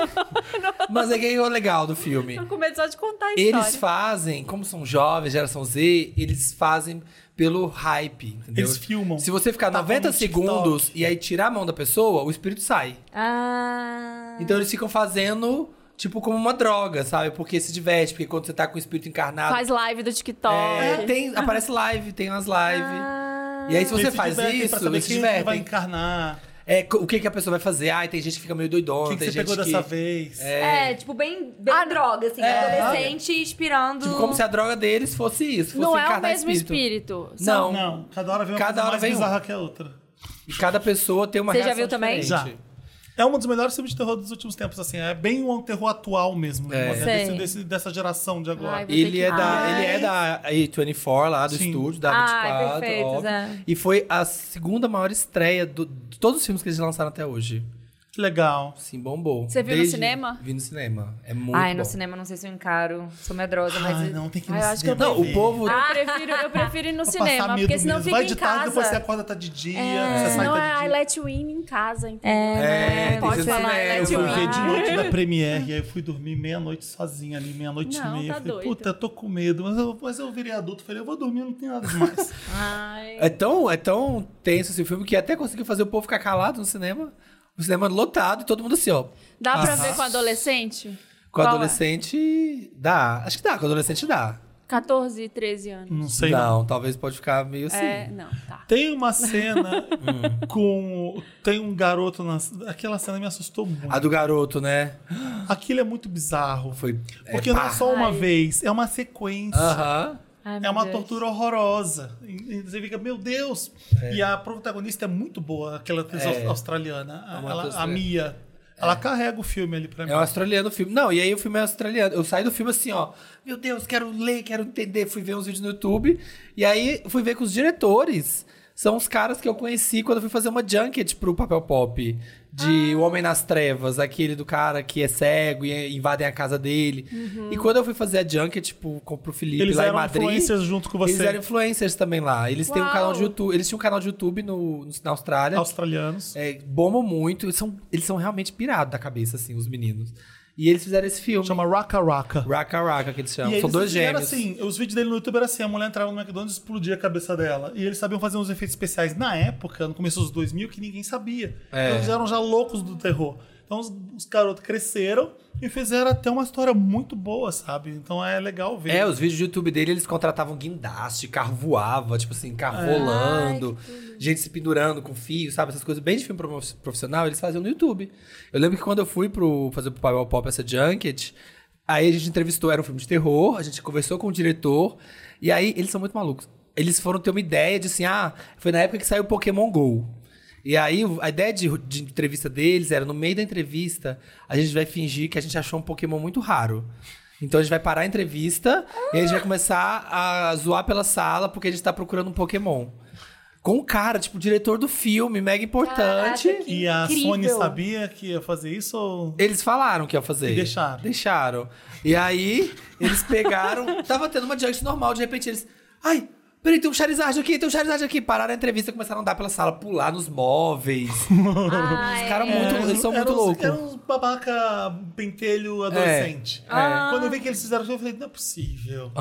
Speaker 3: Mas é que é o legal do filme.
Speaker 4: Tô com medo só de contar a história.
Speaker 3: Eles fazem, como são jovens, geração Z, eles fazem pelo hype, entendeu?
Speaker 1: Eles filmam.
Speaker 3: Se você ficar
Speaker 1: Tá
Speaker 3: 90
Speaker 1: no TikTok.
Speaker 3: segundos e aí tirar a mão da pessoa, o espírito sai.
Speaker 2: Ah.
Speaker 3: Então eles ficam fazendo, tipo, como uma droga, sabe? Porque se diverte, porque quando você tá com o espírito encarnado.
Speaker 4: Faz live do TikTok.
Speaker 3: é, tem, aparece live, tem umas lives. E aí, se você
Speaker 1: Eles se
Speaker 3: faz
Speaker 1: divertem pra
Speaker 3: isso,
Speaker 1: saber
Speaker 3: eles se
Speaker 1: quem vai
Speaker 3: divertem.
Speaker 1: encarnar,
Speaker 3: É, co- o que, que a pessoa vai fazer? Ai, tem gente que fica meio doidona,
Speaker 1: o que, que
Speaker 3: tem
Speaker 1: você
Speaker 3: gente
Speaker 1: pegou
Speaker 3: que...
Speaker 1: dessa vez.
Speaker 2: É, tipo, bem, bem droga, assim. adolescente inspirando.
Speaker 3: Tipo, como se a droga deles fosse isso.
Speaker 4: Não
Speaker 3: fosse
Speaker 4: é o
Speaker 3: encarnar
Speaker 4: mesmo espírito.
Speaker 3: Não.
Speaker 1: Não, cada hora vem uma
Speaker 3: Cada
Speaker 1: coisa
Speaker 3: hora
Speaker 1: mais
Speaker 3: vem um.
Speaker 1: bizarra que a outra.
Speaker 3: E cada pessoa tem uma
Speaker 2: Você já
Speaker 3: reação
Speaker 2: viu também?
Speaker 3: diferente.
Speaker 1: Já. É um dos melhores filmes de terror dos últimos tempos, assim. É bem um terror atual mesmo. né?
Speaker 3: É.
Speaker 4: Sei.
Speaker 1: Desse- desse- dessa geração de agora.
Speaker 4: Ai, vou ter
Speaker 3: Ele
Speaker 4: que-
Speaker 3: é, da,
Speaker 4: Ah.
Speaker 3: ele é da A24 lá do
Speaker 1: Sim.
Speaker 3: estúdio, da
Speaker 2: Ah,
Speaker 3: 24.
Speaker 2: perfeitos,
Speaker 3: óbvio.
Speaker 2: é.
Speaker 3: E foi a segunda maior estreia do- de todos os filmes que eles lançaram até hoje.
Speaker 1: Que legal.
Speaker 3: Sim, bombou.
Speaker 4: Você viu no cinema?
Speaker 3: Vi no cinema. É muito
Speaker 2: Ai,
Speaker 3: bom.
Speaker 2: no cinema não sei se eu encaro. Sou medrosa, mas. Ah.
Speaker 1: Ai, não, tem que ir no
Speaker 4: Ai, um. Ah, eu acho que eu
Speaker 1: cinema
Speaker 3: Não, o
Speaker 1: ver.
Speaker 3: povo...
Speaker 4: Eu prefiro, eu prefiro ir no
Speaker 1: Pra
Speaker 4: cinema,
Speaker 1: passar medo
Speaker 4: porque senão
Speaker 1: mesmo.
Speaker 4: fica
Speaker 1: Vai
Speaker 4: em
Speaker 1: de tarde,
Speaker 4: casa.
Speaker 1: depois você acorda tá de dia, você sai
Speaker 4: Senão é
Speaker 1: tá
Speaker 4: I
Speaker 1: de dia.
Speaker 4: let you in em casa, entendeu?
Speaker 3: É,
Speaker 2: É,
Speaker 3: tem
Speaker 2: não pode
Speaker 3: esse
Speaker 2: falar.
Speaker 3: cinema.
Speaker 2: Let
Speaker 1: Eu
Speaker 2: you
Speaker 1: fui ver
Speaker 2: in.
Speaker 1: de noite da Premiere, e aí eu fui dormir meia-noite sozinha ali, meia-noite e
Speaker 4: Não,
Speaker 1: meia.
Speaker 4: tá
Speaker 1: eu falei,
Speaker 4: doido.
Speaker 1: puta, eu tô com medo, mas eu, mas eu virei adulto. Falei, eu vou dormir, não tem nada demais.
Speaker 3: É tão, é tão tenso esse filme que até conseguiu fazer o povo ficar calado no cinema. O cinema lotado e todo mundo assim, ó.
Speaker 4: Dá pra
Speaker 3: Aham.
Speaker 4: ver com adolescente?
Speaker 3: Com
Speaker 4: Qual é?
Speaker 3: adolescente dá. Acho que dá, com adolescente dá.
Speaker 4: 14, 13 anos.
Speaker 1: não sei. não.
Speaker 3: não, talvez pode ficar meio assim.
Speaker 4: É, não, tá.
Speaker 1: Tem uma cena
Speaker 3: Hum.
Speaker 1: com. Tem um garoto na. Aquela cena me assustou muito.
Speaker 3: A do garoto, né?
Speaker 1: Aquilo é muito bizarro.
Speaker 3: Foi. é,
Speaker 1: Porque não é
Speaker 3: pá.
Speaker 1: só uma vez, é uma sequência.
Speaker 3: Aham.
Speaker 1: É uma tortura horrorosa. E- e Você fica, meu Deus! E a protagonista é muito boa, aquela atriz
Speaker 3: É.
Speaker 1: aus- australiana, a,
Speaker 3: É uma
Speaker 1: ela-
Speaker 3: atriz-
Speaker 1: a Mia. Ela carrega o filme ali pra mim.
Speaker 3: É um australiano o filme. Não, e aí o filme é australiano. Eu saí do filme assim, ó. Meu Deus, quero ler, quero entender. Fui ver uns vídeos no YouTube. E aí fui ver que os diretores são os caras que eu conheci quando eu fui fazer uma junket pro papel pop. De
Speaker 1: Ah.
Speaker 3: O Homem nas Trevas, aquele do cara que é cego e invadem a casa dele. E quando eu fui fazer a junket pro, com- pro Felipe
Speaker 1: Uhum. Eles
Speaker 3: lá
Speaker 1: eram
Speaker 3: em Madrid.
Speaker 1: influencers junto com
Speaker 3: Eles
Speaker 1: você,
Speaker 3: eram influencers também lá. Eles têm um
Speaker 4: Uau!
Speaker 3: canal de YouTube. Eles tinham um canal de YouTube no, na Austrália.
Speaker 1: australianos.
Speaker 3: É, bombam muito. Eles são, eles são realmente pirados da cabeça, assim, os meninos. E eles fizeram esse filme.
Speaker 1: Chama Raka Raka.
Speaker 3: Raka Raka, que eles chamam.
Speaker 1: E aí
Speaker 3: Então, são
Speaker 1: eles
Speaker 3: dois
Speaker 1: fizeram
Speaker 3: gêmeos.
Speaker 1: assim, os vídeos dele no YouTube eram assim, a mulher entrava no McDonald's e explodia a cabeça dela. E eles sabiam fazer uns efeitos especiais na época, no começo dos 2000, que ninguém sabia.
Speaker 3: É.
Speaker 1: Então eles eram já loucos do terror. Então os, os garotos cresceram e fizeram até uma história muito boa, sabe? Então é legal ver.
Speaker 3: É, os vídeos do YouTube dele, eles contratavam guindaste, carro voava, tipo assim, carro rolando, gente se pendurando com fio, sabe? Essas coisas bem de filme promo- profissional, eles faziam no YouTube. Eu lembro que quando eu fui pro, fazer pro Papel Pop essa Junket, aí a gente entrevistou, era um filme de terror, a gente conversou com o diretor, e aí eles são muito malucos. Eles foram ter uma ideia de assim, ah, foi na época que saiu Pokémon GO. E aí, o- a ideia de, de entrevista deles era, no meio da entrevista, a gente vai fingir que a gente achou um Pokémon muito raro. Então a gente vai parar a entrevista e a gente vai começar a zoar pela sala porque a gente tá procurando um Pokémon. Com o cara, tipo, o diretor do filme, mega importante.
Speaker 2: Caraca, que
Speaker 1: E a
Speaker 2: incrível.
Speaker 1: Sony sabia que ia fazer isso ou...
Speaker 3: Eles falaram que ia fazer.
Speaker 1: E deixaram.
Speaker 3: Deixaram. E aí, eles pegaram. tava tendo uma junction normal, de repente eles. Ai! Peraí, tem um Charizard aqui, tem um Charizard aqui. Pararam a entrevista, começaram a andar pela sala, pular nos móveis. Os caras muito, eles são
Speaker 1: Eram
Speaker 3: É. muito
Speaker 1: uns-
Speaker 3: loucos. É.
Speaker 1: Eram uns babaca pentelho adolescente.
Speaker 3: Ah.
Speaker 1: Quando eu vi que eles fizeram aquilo, eu falei, não é possível.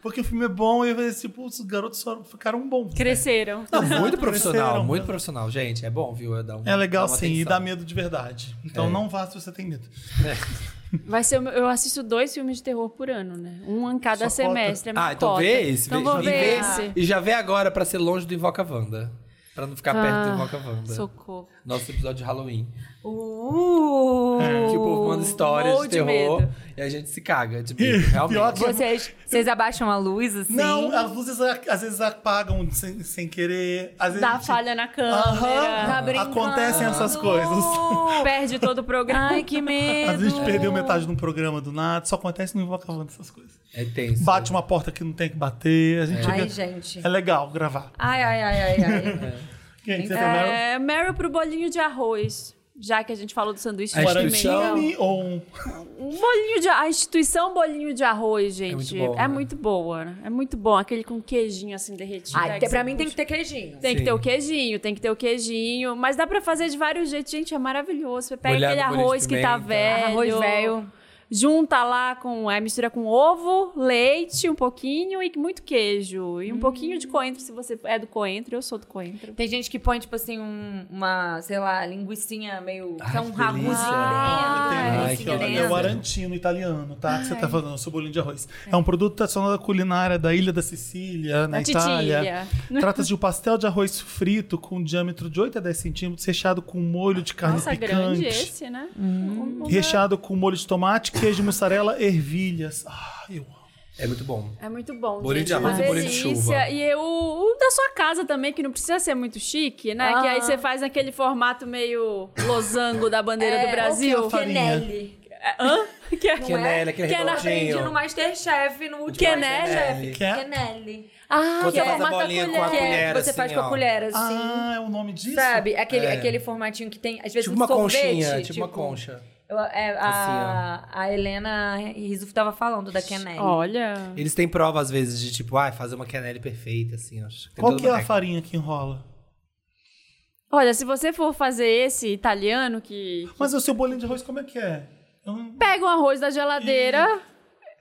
Speaker 1: Porque o filme é bom e eu falei, tipo, os garotos só ficaram bons.
Speaker 4: Cresceram.
Speaker 3: Não, muito profissional,
Speaker 1: Cresceram,
Speaker 3: muito
Speaker 1: né?
Speaker 3: profissional, gente. É bom, viu? Dá um-
Speaker 1: É legal
Speaker 3: dá uma
Speaker 1: sim, e
Speaker 3: atenção. É.
Speaker 1: dá medo de verdade. Então não vá se você tem medo.
Speaker 4: Vai ser, o meu- eu assisto dois filmes de terror por ano, né? Um em cada
Speaker 1: Sua cota.
Speaker 4: semestre. é minha
Speaker 3: Ah, então
Speaker 4: cota.
Speaker 3: vê esse.
Speaker 4: Então
Speaker 3: vê-
Speaker 4: vou
Speaker 3: e,
Speaker 4: ver
Speaker 3: vê-
Speaker 4: esse.
Speaker 3: e já vê agora pra ser longe do Invoca Wanda. Pra não ficar perto do
Speaker 4: Ah,
Speaker 3: Invoca Wanda.
Speaker 4: Socorro.
Speaker 3: Nosso episódio de Halloween.
Speaker 2: Uh,
Speaker 3: Que o povo manda histórias
Speaker 4: morro
Speaker 3: de
Speaker 4: de
Speaker 3: terror.
Speaker 4: medo.
Speaker 3: e a gente se caga de medo, realmente.
Speaker 1: Pior que-
Speaker 2: Vocês, vocês abaixam a luz, assim?
Speaker 1: Não, as luzes a- às vezes apagam sem, sem querer. Às vezes,
Speaker 4: Dá
Speaker 1: tipo,
Speaker 4: falha na
Speaker 1: Aham,
Speaker 3: Ah,
Speaker 4: câmera.
Speaker 2: Tá brincando.
Speaker 1: acontecem essas coisas.
Speaker 4: Perde todo o programa.
Speaker 2: Ai, que medo.
Speaker 1: Às vezes perdeu metade de um programa do nada, só acontece no Invoca Wanda essas coisas.
Speaker 3: É tenso.
Speaker 1: Bate uma porta que não tem que bater, a gente
Speaker 2: Ai,
Speaker 1: fica-
Speaker 2: gente.
Speaker 1: É legal gravar.
Speaker 2: Ai, ai, ai, ai, ai.
Speaker 1: Quem é que você tem, Meryl?
Speaker 4: É, Meryl pro bolinho de arroz. Já que a gente falou do sanduíche
Speaker 3: A
Speaker 4: de
Speaker 3: instituição.
Speaker 4: pimentão.
Speaker 1: Guarantini ou um.
Speaker 4: Um bolinho de a instituição bolinho de arroz, gente.
Speaker 3: muito
Speaker 4: É muito,
Speaker 3: bom, né?
Speaker 4: boa, né? É muito bom, aquele com queijinho assim derretido.
Speaker 2: ai
Speaker 4: Aí
Speaker 2: te-
Speaker 4: você
Speaker 2: pra mim tem que ter
Speaker 4: puxa.
Speaker 2: queijinho.
Speaker 4: Tem
Speaker 3: Sim.
Speaker 4: que ter o queijinho, tem que ter o queijinho, mas dá pra fazer de vários jeitos, gente, é maravilhoso. Você pega
Speaker 3: Molhar no
Speaker 4: aquele
Speaker 3: bolinho de
Speaker 4: arroz que tá
Speaker 3: pimenta.
Speaker 4: velho,
Speaker 2: Arroz velho.
Speaker 4: junta lá com, é, mistura com ovo, leite, um pouquinho e muito queijo
Speaker 2: Hum.
Speaker 4: e um pouquinho de coentro, se você é do coentro, eu sou do coentro.
Speaker 2: Tem gente que põe, tipo assim, um- uma, sei lá, linguiçinha meio.
Speaker 3: Ai,
Speaker 2: que é um né?
Speaker 3: que
Speaker 2: raguzinho
Speaker 3: delícia.
Speaker 4: Ah,
Speaker 2: dentro,
Speaker 3: Ai,
Speaker 2: uma
Speaker 3: que
Speaker 2: linguicinha
Speaker 3: delícia.
Speaker 1: É o
Speaker 2: dentro.
Speaker 1: arantino italiano, tá? Que você
Speaker 4: É.
Speaker 1: tá falando, seu bolinho de arroz. É um produto tradicional da culinária da Ilha da Sicília, na
Speaker 4: Da
Speaker 1: Itália.
Speaker 4: Sicília.
Speaker 1: Trata-se de um pastel de arroz frito com um diâmetro de 8 a 10 centímetros, recheado com molho de carne
Speaker 4: Nossa,
Speaker 1: picante.
Speaker 4: grande esse, né?
Speaker 2: Hum.
Speaker 4: Um- um-
Speaker 1: Recheado com molho de tomate, queijo, mussarela, ervilhas. Ah, eu amo.
Speaker 3: É muito bom.
Speaker 4: É muito bom.
Speaker 3: Bolinho
Speaker 4: gente,
Speaker 3: de arroz
Speaker 4: uma
Speaker 3: e bolinho de
Speaker 4: delícia.
Speaker 3: chuva.
Speaker 4: E o, o da sua casa também, que não precisa ser muito chique, né?
Speaker 2: Ah.
Speaker 4: Que aí você faz naquele formato meio losango da
Speaker 3: é
Speaker 4: bandeira do Brasil.
Speaker 1: faço? é farinha.
Speaker 2: Quenelle.
Speaker 4: Que é-
Speaker 2: É, Não é?
Speaker 3: Quenelle, aquele
Speaker 2: Que eu aprendi
Speaker 3: redondinho.
Speaker 2: no Masterchef, no último
Speaker 4: Quenelle.
Speaker 2: Masterchef.
Speaker 3: Tipo
Speaker 1: Que é?
Speaker 2: Quenelle.
Speaker 4: Ah,
Speaker 3: Quando
Speaker 4: que
Speaker 3: você
Speaker 4: é o
Speaker 3: faz a
Speaker 4: formato da
Speaker 3: bolinha com
Speaker 4: colher.
Speaker 3: a
Speaker 2: Que é,
Speaker 3: colher,
Speaker 2: você
Speaker 3: assim,
Speaker 2: faz com
Speaker 3: ó.
Speaker 2: a colher, assim.
Speaker 1: Ah, é o nome disso?
Speaker 2: Sabe? Aquele,
Speaker 3: É.
Speaker 2: aquele formatinho que tem, às vezes,
Speaker 3: Tipo
Speaker 2: um
Speaker 3: uma
Speaker 2: sorvete.
Speaker 3: conchinha, tipo, uma concha. Assim,
Speaker 2: Eu- é, a, a Helena Rizzo tava falando da Kennelly.
Speaker 4: Olha.
Speaker 3: Eles têm prova, às vezes, de tipo, ah, fazer uma quenelle perfeita, assim, acho. Tem
Speaker 1: Qual
Speaker 3: toda
Speaker 1: que é
Speaker 3: uma
Speaker 1: a
Speaker 3: técnica.
Speaker 1: farinha que enrola?
Speaker 4: Olha, se você for fazer esse italiano que.
Speaker 1: Mas o seu bolinho de arroz, como é que é? Eu não-
Speaker 4: Pega o arroz da geladeira,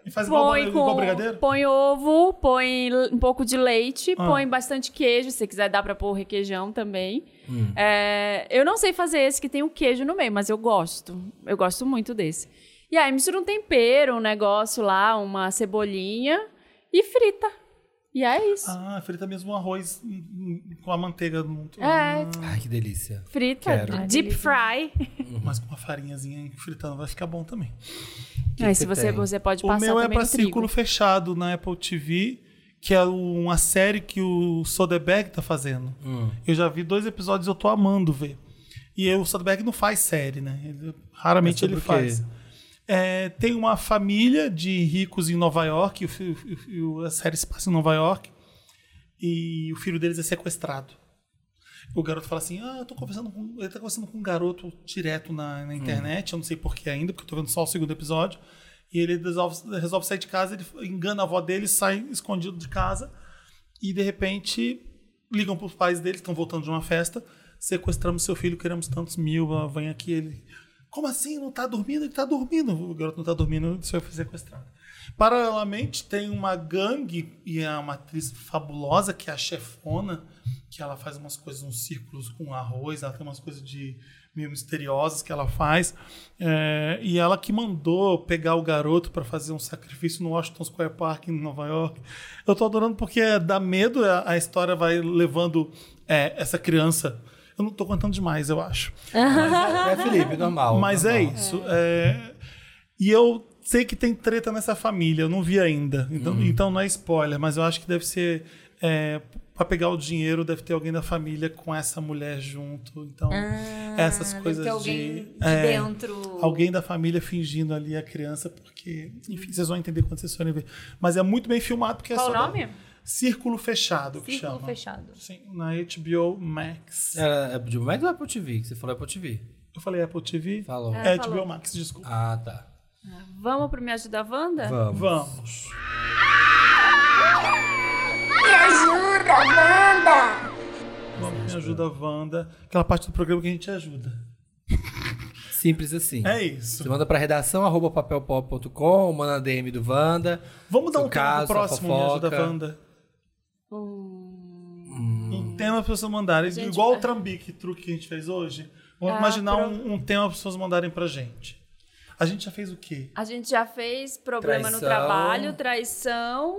Speaker 1: E faz igual,
Speaker 4: põe
Speaker 1: igual
Speaker 4: com.
Speaker 1: brigadeiro?
Speaker 4: Põe ovo, põe l- um pouco de leite,
Speaker 1: Ah.
Speaker 4: põe bastante queijo. Se você quiser, dá pra pôr requeijão também.
Speaker 1: Hum.
Speaker 4: É, eu não sei fazer esse que tem o queijo no meio, mas eu gosto. Eu gosto muito desse. E aí mistura um tempero, um negócio lá, uma cebolinha e frita. E é isso.
Speaker 1: Ah, frita mesmo um arroz hum, hum, com a manteiga junto.
Speaker 4: É,
Speaker 3: Ai, que delícia.
Speaker 4: frita,
Speaker 3: Quero.
Speaker 4: deep fry.
Speaker 1: Mas com uma farinhazinha fritando vai ficar bom também.
Speaker 3: que
Speaker 4: Aí, se
Speaker 3: que
Speaker 4: você,
Speaker 3: tem?
Speaker 4: você pode
Speaker 1: o
Speaker 4: passar
Speaker 1: meu é
Speaker 4: também
Speaker 1: pra
Speaker 4: no trigo.
Speaker 1: círculo fechado na Apple TV, que é uma série que o Soderbergh tá fazendo. Eu já vi dois episódios e eu tô amando ver. E eu- o Soderbergh não faz série, né? Ele- raramente
Speaker 3: Mas sobre
Speaker 1: ele
Speaker 3: o quê?
Speaker 1: faz. É, tem uma família de ricos em Nova York, e o fi- e o fi- e o- a série se passa em Nova York, e o filho deles é sequestrado. O garoto fala assim: Ah, eu tô conversando com. Ele tá conversando com um garoto direto na, na internet, eu não sei porquê ainda, porque eu tô vendo só o segundo episódio. E ele resolve, resolve sair de casa, ele engana a avó dele, sai escondido de casa. E de repente ligam pros pais dele, estão voltando de uma festa. Sequestramos seu filho, queremos tantos mil, ah, vem aqui. Ele. Como assim? Não tá dormindo? Ele tá dormindo. O garoto não tá dormindo, ele foi sequestrado. Paralelamente, tem uma gangue e é uma atriz fabulosa, que é a chefona, que ela faz umas coisas, uns círculos com arroz, ela tem umas coisas de meio misteriosas que ela faz. É, e ela que mandou pegar o garoto para fazer um sacrifício no Washington Square Park, em Nova York. Eu tô adorando porque dá medo, a, a história vai levando é, essa criança. Eu não tô contando demais, eu acho.
Speaker 3: É Felipe, normal.
Speaker 1: Mas é
Speaker 3: normal.
Speaker 1: isso. é. E eu sei que tem treta nessa família, eu não vi ainda. Então, então não é spoiler, mas eu acho que deve ser. É, pra pegar o dinheiro, deve ter alguém da família com essa mulher junto. Então, essas
Speaker 2: deve
Speaker 1: coisas
Speaker 2: ter alguém
Speaker 1: de. é,
Speaker 2: de dentro.
Speaker 1: Alguém da família fingindo ali a criança, porque. Enfim, vocês vão entender quando vocês forem ver. Mas é muito bem filmado, porque
Speaker 4: Qual
Speaker 1: é
Speaker 4: o
Speaker 1: só.
Speaker 4: nome?
Speaker 1: Círculo Fechado, que
Speaker 2: Círculo
Speaker 1: chama.
Speaker 2: fechado.
Speaker 1: Sim, na HBO Max.
Speaker 3: É, é, como é que é Apple TV? Que você falou Apple TV.
Speaker 1: Eu falei Apple TV?
Speaker 3: Falou.
Speaker 1: É, HBO
Speaker 4: falou.
Speaker 1: Max, desculpa.
Speaker 3: Ah, tá.
Speaker 4: Vamos pro Me Ajuda Wanda?
Speaker 3: Vamos.
Speaker 1: Vamos.
Speaker 6: Me ajuda, Wanda!
Speaker 1: Vamos, me ajuda a Wanda. Aquela parte do programa que a gente ajuda.
Speaker 3: Simples assim.
Speaker 1: É isso.
Speaker 3: Você manda pra redação arroba papelpop.com, manda na DM do Wanda.
Speaker 1: Vamos dar
Speaker 3: Seu
Speaker 1: um tema
Speaker 3: caso,
Speaker 1: pro próximo, me
Speaker 3: fofoca.
Speaker 1: ajuda, Wanda. Um tema para pessoas mandarem. Igual o trambique, truque que a gente fez hoje. Vamos imaginar um, um tema para pessoas mandarem pra gente. A gente já fez o quê?
Speaker 4: A gente já fez problema no
Speaker 3: Traição.
Speaker 4: trabalho, traição,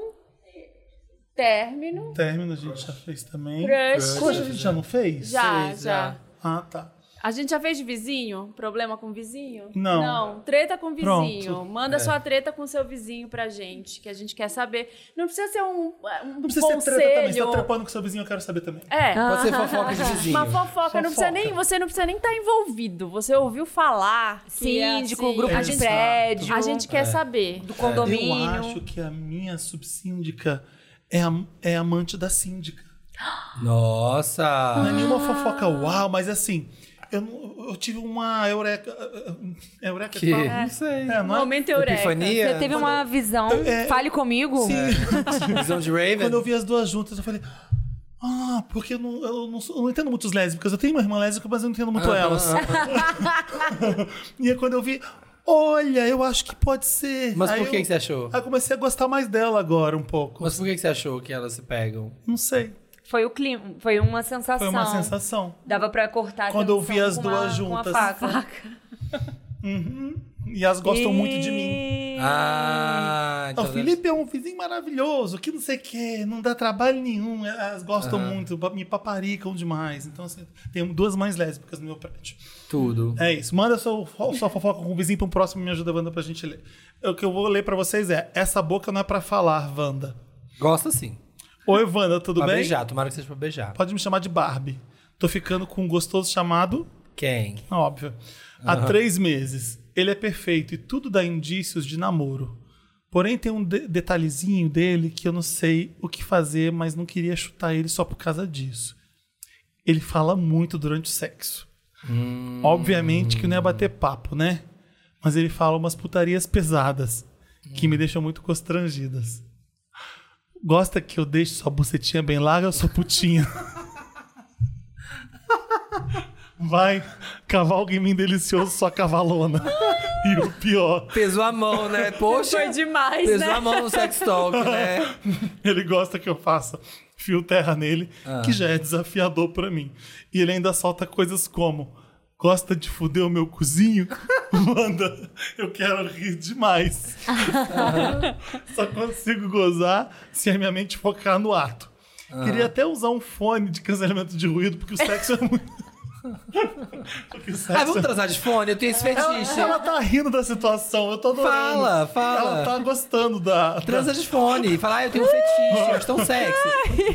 Speaker 4: término.
Speaker 1: Término a gente já fez também.
Speaker 4: Crush.
Speaker 1: Crush a gente já não fez?
Speaker 4: Já,
Speaker 3: Fez,
Speaker 4: já.
Speaker 1: Ah, tá.
Speaker 4: A gente já fez de vizinho? Problema com vizinho?
Speaker 1: Não.
Speaker 4: Não, treta com vizinho.
Speaker 1: Pronto.
Speaker 3: É.
Speaker 4: Manda sua treta com seu vizinho pra gente, que a gente quer saber. Não precisa ser um, um
Speaker 1: Não precisa ser treta também. Você tá
Speaker 4: conselho.
Speaker 1: trepando com seu vizinho, eu quero saber também.
Speaker 4: É.
Speaker 3: Pode ser fofoca de vizinho.
Speaker 4: Uma fofoca, não precisa
Speaker 1: Fofoca.
Speaker 4: nem, você não precisa nem estar envolvido. Você ouviu falar. que é
Speaker 2: Síndico,
Speaker 4: assim.
Speaker 2: grupo
Speaker 4: a
Speaker 2: de
Speaker 4: gente,
Speaker 2: prédio,
Speaker 4: a gente
Speaker 1: É.
Speaker 4: quer saber.
Speaker 2: do
Speaker 1: Eu
Speaker 2: condomínio.
Speaker 1: acho que a minha subsíndica é, am- é amante da síndica. Não
Speaker 3: Nossa!
Speaker 1: é nenhuma fofoca uau, mas assim, eu, não- eu tive uma eureka. eh, Eureka
Speaker 3: Que?
Speaker 1: fala?
Speaker 3: Não sei.
Speaker 1: É, não é?
Speaker 4: Momento eureka.
Speaker 3: Epifania?
Speaker 2: Você teve uma visão.
Speaker 1: É.
Speaker 2: Fale comigo.
Speaker 3: Visão de Raven?
Speaker 1: Quando eu vi as duas juntas, eu falei. Ah, porque eu não, eu não, sou- eu não entendo muito os lésbicas. Eu tenho uma irmã lésbica, mas eu não entendo muito
Speaker 3: Ah,
Speaker 1: elas.
Speaker 3: ah, ah.
Speaker 1: E aí quando eu vi, olha, eu acho que pode ser.
Speaker 3: Mas
Speaker 1: Aí
Speaker 3: por que
Speaker 1: eu-
Speaker 3: que você achou?
Speaker 1: Aí eu comecei a gostar mais dela agora um pouco.
Speaker 3: Mas por que que você achou que elas se pegam?
Speaker 1: Não sei.
Speaker 2: Foi o clima, foi uma sensação.
Speaker 1: Foi uma sensação.
Speaker 2: Dava pra cortar a
Speaker 1: Quando eu
Speaker 2: tensão
Speaker 1: vi as
Speaker 2: com
Speaker 1: duas
Speaker 2: uma- Com
Speaker 1: juntas.
Speaker 2: uma faca.
Speaker 1: E elas gostam muito de mim.
Speaker 3: Ah,
Speaker 1: Ah,
Speaker 3: então
Speaker 1: O Felipe é um vizinho maravilhoso, que não sei o que, não dá trabalho nenhum, elas gostam muito, me paparicam demais. Então, assim, tenho duas mães lésbicas no meu prédio.
Speaker 3: tudo.
Speaker 1: É isso. Manda sua, sua fofoca com o vizinho pra um próximo Me Ajuda Wanda pra gente ler. O que eu vou ler pra vocês é: Essa boca não é pra falar, Wanda.
Speaker 3: Gosta sim.
Speaker 1: Oi, Wanda, é. tudo
Speaker 3: pra
Speaker 1: bem?
Speaker 3: beijar, tomara que seja pra beijar.
Speaker 1: Pode me chamar de Barbie. Tô ficando com um gostoso chamado
Speaker 3: Quem?
Speaker 1: Ah, Óbvio. Há três meses. Ele é perfeito e tudo dá indícios de namoro. Porém, tem um de- detalhezinho dele que eu não sei o que fazer, mas não queria chutar ele só por causa disso. Ele fala muito durante o sexo. Obviamente que não é bater papo, né? Mas ele fala umas putarias pesadas que me deixam muito constrangidas. Gosta que eu deixe sua bucetinha bem larga, eu sou putinha. Vai, cavalga em mim delicioso sua cavalona. e o pior,
Speaker 3: Pesou a mão, né? Poxa,
Speaker 4: Foi demais,
Speaker 3: pesou
Speaker 4: né?
Speaker 3: a mão no sex talk, né?
Speaker 1: ele gosta que eu faça fio terra nele, que já é desafiador pra mim. E ele ainda solta coisas como: gosta de fuder o meu cozinho? Manda, eu quero rir demais. Só consigo gozar se a minha mente focar no ato. Queria até usar um fone de cancelamento de ruído, porque o sexo é muito. porque o sexo
Speaker 3: Ah, vamos transar de fone? Eu tenho esse fetiche.
Speaker 1: Ela tá rindo da situação, eu tô adorando.
Speaker 3: Fala, fala.
Speaker 1: Ela tá gostando da.
Speaker 3: Transa de fone. Fala, ah, eu tenho um fetiche, eu acho tão sexy.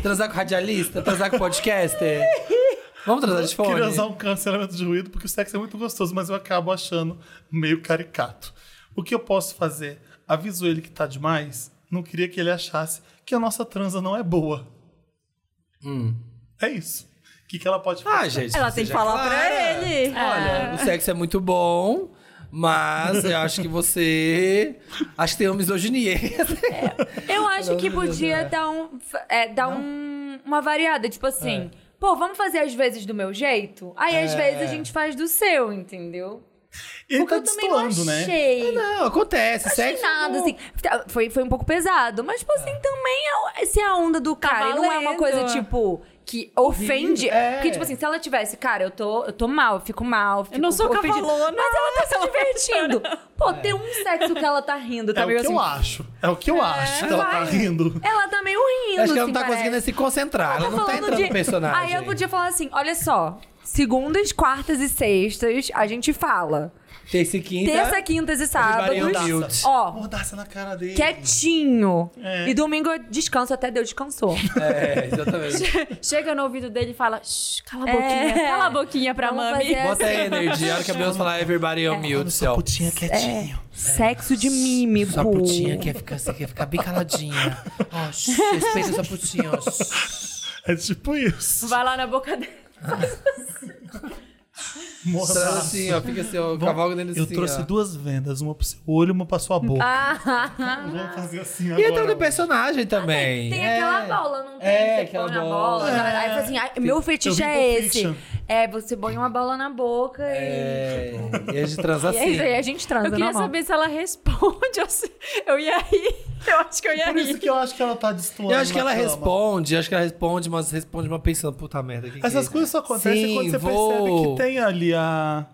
Speaker 3: Transar com radialista, transar com podcaster. Vamos transar de
Speaker 1: da...
Speaker 3: fone?
Speaker 1: Queria usar um cancelamento de ruído, porque o sexo é muito gostoso, mas eu acabo achando meio caricato. O que eu posso fazer? Aviso ele que tá demais? Não queria que ele achasse que a nossa transa não é boa.
Speaker 2: Hum.
Speaker 1: É isso. O que, que ela pode fazer?
Speaker 3: Ah, gente.
Speaker 4: Ela tem que
Speaker 3: seja
Speaker 4: falar pra
Speaker 3: clara.
Speaker 4: ele.
Speaker 3: Olha, o sexo é muito bom, mas eu acho que você. Acho que tem uma misoginia.
Speaker 2: É. Eu acho que
Speaker 3: Pelo amor de
Speaker 2: podia
Speaker 3: Deus, é.
Speaker 2: dar, um, fa- é, dar um- uma variada, tipo
Speaker 1: É.
Speaker 2: assim. Pô, vamos fazer às vezes do meu jeito? Aí às vezes a gente faz do seu, entendeu?
Speaker 1: ele
Speaker 2: Porque
Speaker 1: tá
Speaker 2: eu também não
Speaker 1: destoando, né?
Speaker 2: achei.
Speaker 3: Não, acontece.
Speaker 2: Achei
Speaker 3: sexo. é
Speaker 2: nada, assim. Tá, Foi, foi um pouco pesado. Mas, tipo assim, também é, o- se é a onda do cara. e não é uma
Speaker 4: Tá valendo.
Speaker 2: coisa, tipo, que ofende.
Speaker 3: é.
Speaker 2: Porque, tipo assim, se ela tivesse, cara, eu tô, eu tô mal, eu fico mal. Fico
Speaker 4: não sou
Speaker 2: ofendida,
Speaker 4: cavalona.
Speaker 2: Mas ela tá se divertindo.
Speaker 3: É.
Speaker 2: Pô, tem um sexo que ela tá rindo, tá
Speaker 1: É o que
Speaker 2: meio
Speaker 1: eu
Speaker 2: assim.
Speaker 1: acho. É o que eu acho que ela tá
Speaker 2: vai.
Speaker 1: rindo.
Speaker 2: Ela tá meio rindo,
Speaker 3: Acho que ela
Speaker 2: assim,
Speaker 3: não tá
Speaker 2: parece.
Speaker 3: conseguindo se concentrar. Ela não tá
Speaker 2: falando
Speaker 3: entrando no personagem.
Speaker 2: Aí eu podia falar assim: olha só. Segundas, quartas e sextas, a gente fala.
Speaker 3: Terça e quinta.
Speaker 2: Terça, quintas e sábados.
Speaker 3: varia o tilt.
Speaker 2: Ó,
Speaker 1: Mordaça na cara dele.
Speaker 2: quietinho. E domingo eu descanso, até Deus descansou.
Speaker 3: É, exatamente.
Speaker 4: Chega no ouvido dele e fala: "Shh, cala a
Speaker 2: É.
Speaker 4: boquinha, cala a boquinha pra
Speaker 2: Vamos
Speaker 4: mami.
Speaker 2: fazer-
Speaker 3: Bota aí, energia. A hora que a Beyoncé falar everybody
Speaker 2: É.
Speaker 3: humilde, céu.
Speaker 1: Putinha quietinho.
Speaker 2: Sexo de mímico.
Speaker 3: Sua putinha quer ficar, você quer ficar bem caladinha. Ó, shh, respeita sua putinha. ó, shh.
Speaker 1: É tipo isso.
Speaker 4: Vai lá na boca dele.
Speaker 3: Transa
Speaker 1: Mordaça.
Speaker 3: assim, ó, fica assim, ó, cavalga nele assim.
Speaker 1: Eu trouxe
Speaker 3: ó.
Speaker 1: duas vendas, uma pro seu olho e uma pra sua boca. Vamos fazer assim agora.
Speaker 3: Ah, E entra no personagem também.
Speaker 2: Tem
Speaker 3: é.
Speaker 2: aquela bola, não tem?
Speaker 3: É,
Speaker 2: Você
Speaker 3: aquela
Speaker 2: põe na
Speaker 3: bola. um
Speaker 2: bola. Aí fala assim, ai, meu fetiche
Speaker 1: Eu vi
Speaker 2: é
Speaker 1: Pulp
Speaker 2: esse.
Speaker 1: Fiction.
Speaker 2: É, você põe uma bola na boca
Speaker 3: É, e a gente transa
Speaker 2: e. E é
Speaker 3: assim.
Speaker 2: isso aí, a gente transa,
Speaker 4: Eu queria
Speaker 2: normal.
Speaker 4: saber se ela responde. ou se- Eu ia rir. Eu acho que eu ia
Speaker 1: Por isso
Speaker 4: rir.
Speaker 1: que eu acho que ela tá destoando.
Speaker 3: Eu acho que
Speaker 1: na
Speaker 3: ela
Speaker 1: cama.
Speaker 3: responde, eu acho que ela responde, mas responde uma pensando, puta merda, que que é
Speaker 1: Essas
Speaker 3: isso?
Speaker 1: coisas só acontecem
Speaker 3: Sim,
Speaker 1: quando você percebe
Speaker 3: vou.
Speaker 1: que tem ali a.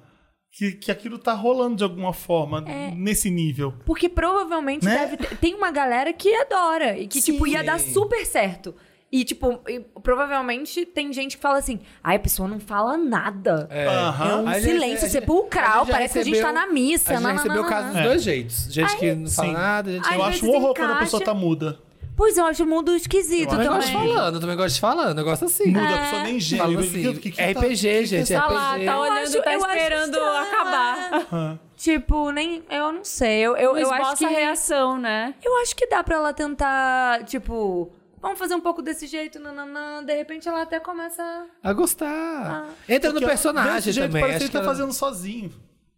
Speaker 1: Que, que aquilo tá rolando de alguma forma,
Speaker 3: É.
Speaker 1: nesse nível.
Speaker 2: Porque provavelmente
Speaker 1: Né?
Speaker 2: deve ter, tem uma galera que adora e que,
Speaker 1: Sim.
Speaker 2: tipo, ia dar super certo. E, tipo, e provavelmente tem gente que fala assim: ai, a pessoa não fala nada. É,
Speaker 1: Aham.
Speaker 2: um
Speaker 3: A gente-
Speaker 2: silêncio
Speaker 3: a gente- a
Speaker 2: sepulcral,
Speaker 3: gente já
Speaker 2: parece que a gente tá
Speaker 3: recebeu-
Speaker 2: na missa.
Speaker 3: A gente já
Speaker 2: nananana.
Speaker 3: recebeu casos dos
Speaker 1: É.
Speaker 3: dois jeitos. Gente que não fala
Speaker 1: Sim.
Speaker 3: nada, gente que
Speaker 2: Às
Speaker 1: eu acho um
Speaker 2: vezes
Speaker 1: horror quando a
Speaker 2: encaixa.
Speaker 1: pessoa tá muda.
Speaker 2: Pois eu acho o mundo esquisito
Speaker 1: Eu
Speaker 3: "Ah,
Speaker 1: é
Speaker 3: Eu
Speaker 2: também.
Speaker 3: gosto de falando, eu também gosto de falando, eu gosto assim.
Speaker 1: Muda, a
Speaker 2: É.
Speaker 1: pessoa nem geme.
Speaker 3: Falando
Speaker 1: O que-
Speaker 3: assim,
Speaker 1: o que- o que tá-
Speaker 3: RPG, gente,
Speaker 1: é
Speaker 3: é
Speaker 4: Tá lá,
Speaker 3: RPG.
Speaker 4: tá olhando,
Speaker 2: acho-
Speaker 4: tá
Speaker 2: eu acho
Speaker 4: esperando
Speaker 2: estranho,
Speaker 4: acabar.
Speaker 1: tá-"
Speaker 2: Tipo, nem. Eu não sei. Eu, eu, eu acho que.
Speaker 4: a reação, né?
Speaker 2: Eu acho que dá pra ela tentar, tipo. Vamos fazer um pouco desse jeito, nananã. De repente ela até começa. a-
Speaker 3: A gostar.
Speaker 2: Ah.
Speaker 3: Entra no personagem
Speaker 1: Desse jeito,
Speaker 3: também.
Speaker 1: parece
Speaker 3: acho
Speaker 1: que ele tá
Speaker 3: ela-
Speaker 1: fazendo sozinho.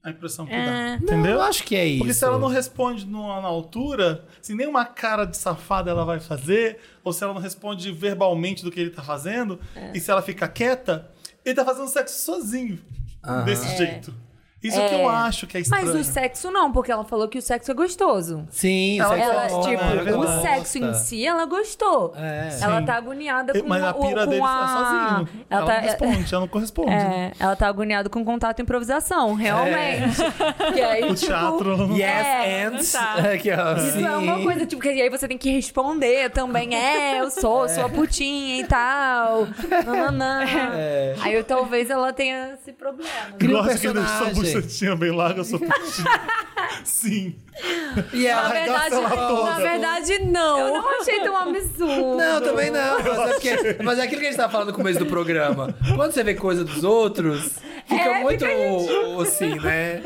Speaker 1: A impressão que dá.
Speaker 3: Não,
Speaker 1: Entendeu?
Speaker 3: eu acho que é isso.
Speaker 1: Porque se ela não responde numa- na altura, se nenhuma cara de safada ela vai fazer, ou se ela não responde verbalmente do que ele tá fazendo,
Speaker 2: É.
Speaker 1: e se ela fica quieta, ele tá fazendo sexo sozinho. Desse jeito. Isso que eu acho que é estranho.
Speaker 2: É. Mas o sexo não, porque ela falou que o sexo é gostoso.
Speaker 3: Sim,
Speaker 1: Ela-
Speaker 3: sexo
Speaker 2: Ela,
Speaker 1: Ela
Speaker 2: tipo,
Speaker 1: é
Speaker 2: o
Speaker 1: verdade.
Speaker 2: sexo em si, ela gostou.
Speaker 3: É.
Speaker 2: Ela
Speaker 1: Sim.
Speaker 2: tá agoniada
Speaker 1: E-
Speaker 2: com
Speaker 1: Mas a
Speaker 2: o-
Speaker 1: pira
Speaker 2: com
Speaker 1: dele
Speaker 2: a-
Speaker 1: tá sozinho. Ela,
Speaker 2: Ela, tá,
Speaker 1: não responde, ela não corresponde.
Speaker 2: é, ela tá agoniada com contato e improvisação, realmente. E aí,
Speaker 1: É. O
Speaker 2: tipo,
Speaker 1: teatro.
Speaker 3: Yes,
Speaker 2: É,
Speaker 3: and.
Speaker 4: tá.
Speaker 3: Aqui, ó.
Speaker 2: Isso é uma coisa, tipo, que aí você tem que responder também. É, eu sou, sou a putinha e tal. Nananã.
Speaker 3: É.
Speaker 2: Aí eu, talvez ela tenha esse problema.
Speaker 3: Cria um
Speaker 1: Gosto que ele deixa sua
Speaker 3: personagem.
Speaker 1: bucetinha bem larga, sua bucetinha. Sim.
Speaker 3: E
Speaker 4: Na
Speaker 3: ela
Speaker 4: verdade,
Speaker 3: arregaça ela toda.
Speaker 4: na verdade, não.
Speaker 2: é Eu não achei tão absurdo.
Speaker 3: Não, também não. Mas é, porque- mas é aquilo que a gente tava falando no começo do programa. Quando você vê coisa dos outros, fica
Speaker 2: É,
Speaker 3: muito assim, né?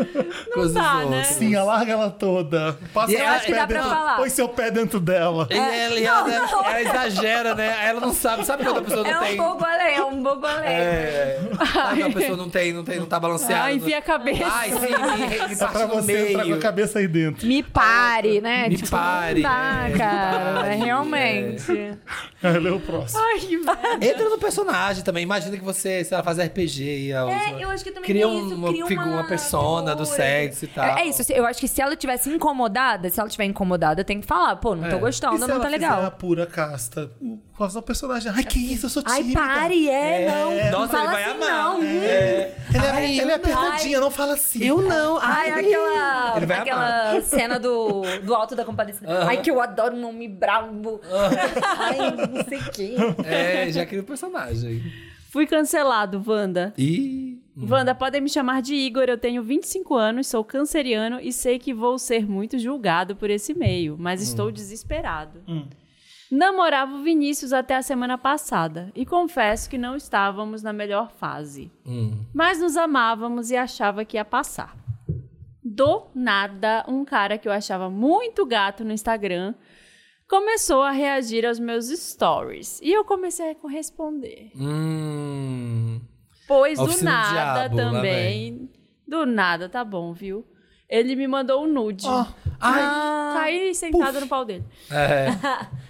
Speaker 3: Coisa
Speaker 4: dá,
Speaker 3: dos
Speaker 4: né?
Speaker 3: outros.
Speaker 1: Sim, alarga ela toda. Passa
Speaker 3: E
Speaker 1: seus
Speaker 3: eu acho que
Speaker 1: pés
Speaker 2: dá pra
Speaker 1: dentro-
Speaker 2: falar.
Speaker 1: Põe seu pé dentro dela.
Speaker 3: E
Speaker 2: É,
Speaker 3: ela, e ela, ela exagera, né? Ela não sabe. Sabe quando a pessoa não
Speaker 2: É um
Speaker 3: tem.
Speaker 2: pouco além, é um pouco além.
Speaker 3: É. Sabe quando a pessoa não tem, não tem, não tá balanceada.
Speaker 4: Ah, enfia a cabeça.
Speaker 3: Ai, sim, me, me
Speaker 1: Só
Speaker 3: parte
Speaker 1: Tá pra
Speaker 3: no
Speaker 1: você entrar com a
Speaker 3: meio.
Speaker 1: cabeça aí dentro.
Speaker 2: Me pare, né?
Speaker 3: Me
Speaker 2: tipo,
Speaker 3: pare,
Speaker 2: Não dá,
Speaker 3: é, me
Speaker 2: cara.
Speaker 3: pare,
Speaker 2: realmente.
Speaker 1: Ela é o próximo.
Speaker 4: Ai, que merda.
Speaker 3: Entra no personagem também. Imagina que você, sei lá, faz RPG e a
Speaker 2: É, eu acho que também
Speaker 3: cria
Speaker 2: tem isso,
Speaker 3: uma,
Speaker 2: cria
Speaker 3: figu- uma persona do
Speaker 2: figura.
Speaker 3: sexo e tal.
Speaker 2: É, é isso, eu acho que se ela tivesse incomodada, se ela tiver incomodada, tem que falar, pô, não tô
Speaker 3: É.
Speaker 2: gostando,
Speaker 1: e se
Speaker 2: não
Speaker 1: ela
Speaker 2: tá
Speaker 1: Fizer a
Speaker 2: legal.
Speaker 1: pura casta. O- Qual é o personagem? Ai, que isso, eu sou
Speaker 2: Ai,
Speaker 1: tímida.
Speaker 2: pare, é, não.
Speaker 3: Nossa,
Speaker 2: não
Speaker 3: ele
Speaker 2: fala
Speaker 3: vai
Speaker 2: assim,
Speaker 3: amar.
Speaker 2: não.
Speaker 3: É.
Speaker 1: Ela é,
Speaker 3: Ai,
Speaker 1: ela é apertadinha, não fala assim.
Speaker 3: Eu não.
Speaker 2: Ai, Ah, é aquela,
Speaker 3: Ele vai
Speaker 2: aquela cena do, do Alto da Compadecida. Ai, que eu adoro um nome brabo. Ai, não sei o quê.
Speaker 3: É, já cria o personagem.
Speaker 4: Fui cancelado, Wanda.
Speaker 3: E.
Speaker 4: Wanda, podem me chamar de Igor. Eu tenho 25 anos, sou canceriano e sei que vou ser muito julgado por esse meio, mas estou desesperado. Namorava o Vinícius até a semana passada e confesso que não estávamos na melhor fase. Mas nos amávamos e achava que ia passar. Do nada, um cara que eu achava muito gato no Instagram começou a reagir aos meus stories e eu comecei a corresponder.
Speaker 3: Hum.
Speaker 4: Pois do
Speaker 3: Oficina do
Speaker 4: nada
Speaker 3: Diabo, lá
Speaker 4: também. Do nada, tá bom, viu? Ele me mandou um nude.
Speaker 1: Ó,
Speaker 3: Ai.
Speaker 2: Ah.
Speaker 4: Caí sentada no pau dele.
Speaker 3: É.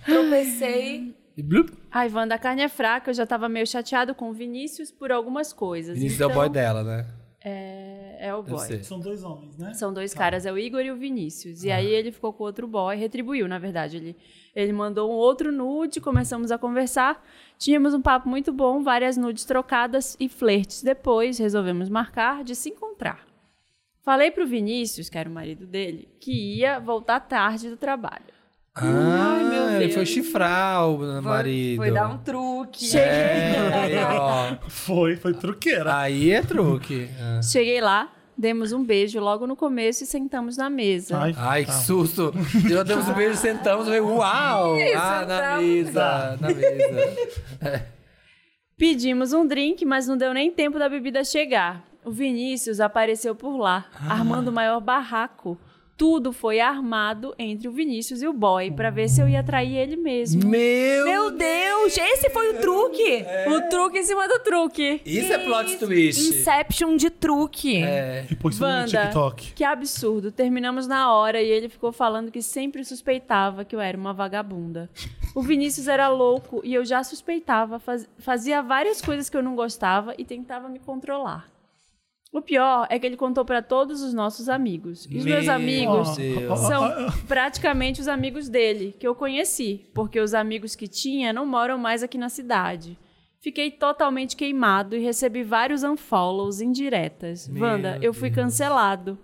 Speaker 2: Tropecei.
Speaker 3: E blup.
Speaker 4: Ai, Wanda, a carne é fraca. Eu já tava meio chateado com o Vinícius por algumas coisas.
Speaker 3: Vinícius
Speaker 4: então,
Speaker 3: é o boy dela, né?
Speaker 4: É, é o
Speaker 3: Eu
Speaker 4: boy.
Speaker 3: sei.
Speaker 1: São dois homens, né?
Speaker 4: São dois caras, é o Igor e o Vinícius. E aí ele ficou com outro boy, retribuiu, na verdade. Ele, ele mandou um outro nude, começamos a conversar. Tínhamos um papo muito bom, várias nudes trocadas e flertes depois. Resolvemos marcar de se encontrar. Falei pro Vinícius, que era o marido dele, que ia voltar tarde do trabalho.
Speaker 3: Ai,
Speaker 4: meu
Speaker 3: meu Ah, Ele
Speaker 4: Deus.
Speaker 3: foi chifrar o marido.
Speaker 2: Foi dar um truque.
Speaker 3: É, aí, ó.
Speaker 1: Foi, foi truqueira.
Speaker 3: Aí é truque. É.
Speaker 4: Cheguei lá, demos um beijo logo no começo e sentamos na mesa.
Speaker 3: Ai, que
Speaker 1: tá.
Speaker 3: susto. Já demos um beijo, sentamos. eu falei, Uau! Ah, na
Speaker 2: sentamos.
Speaker 3: mesa. Na mesa.
Speaker 4: Pedimos um drink, mas não deu nem tempo da bebida chegar. O Vinícius apareceu por lá, armando o maior barraco. tudo foi armado entre o Vinícius e o boy pra ver se eu ia atrair ele mesmo.
Speaker 3: Meu!
Speaker 2: Meu Deus, esse foi o truque!
Speaker 3: É.
Speaker 4: O truque em cima do truque.
Speaker 3: Isso é plot twist.
Speaker 2: Inception de truque.
Speaker 3: É.
Speaker 1: E pôs tudo no
Speaker 4: Wanda.
Speaker 1: TikTok.
Speaker 4: Que absurdo. Terminamos na hora e ele ficou falando que sempre suspeitava que eu era uma vagabunda. O Vinícius era louco e eu já suspeitava, faz- fazia várias coisas que eu não gostava e tentava me controlar. O pior é que ele contou pra todos os nossos amigos. E os meus
Speaker 3: Meu
Speaker 4: amigos
Speaker 3: Deus.
Speaker 4: são praticamente os amigos dele, que eu conheci, porque os amigos que tinha não moram mais aqui na cidade. Fiquei totalmente queimado e recebi vários unfollows indiretas.
Speaker 3: Meu
Speaker 4: Wanda, eu fui
Speaker 3: Deus.
Speaker 4: cancelado.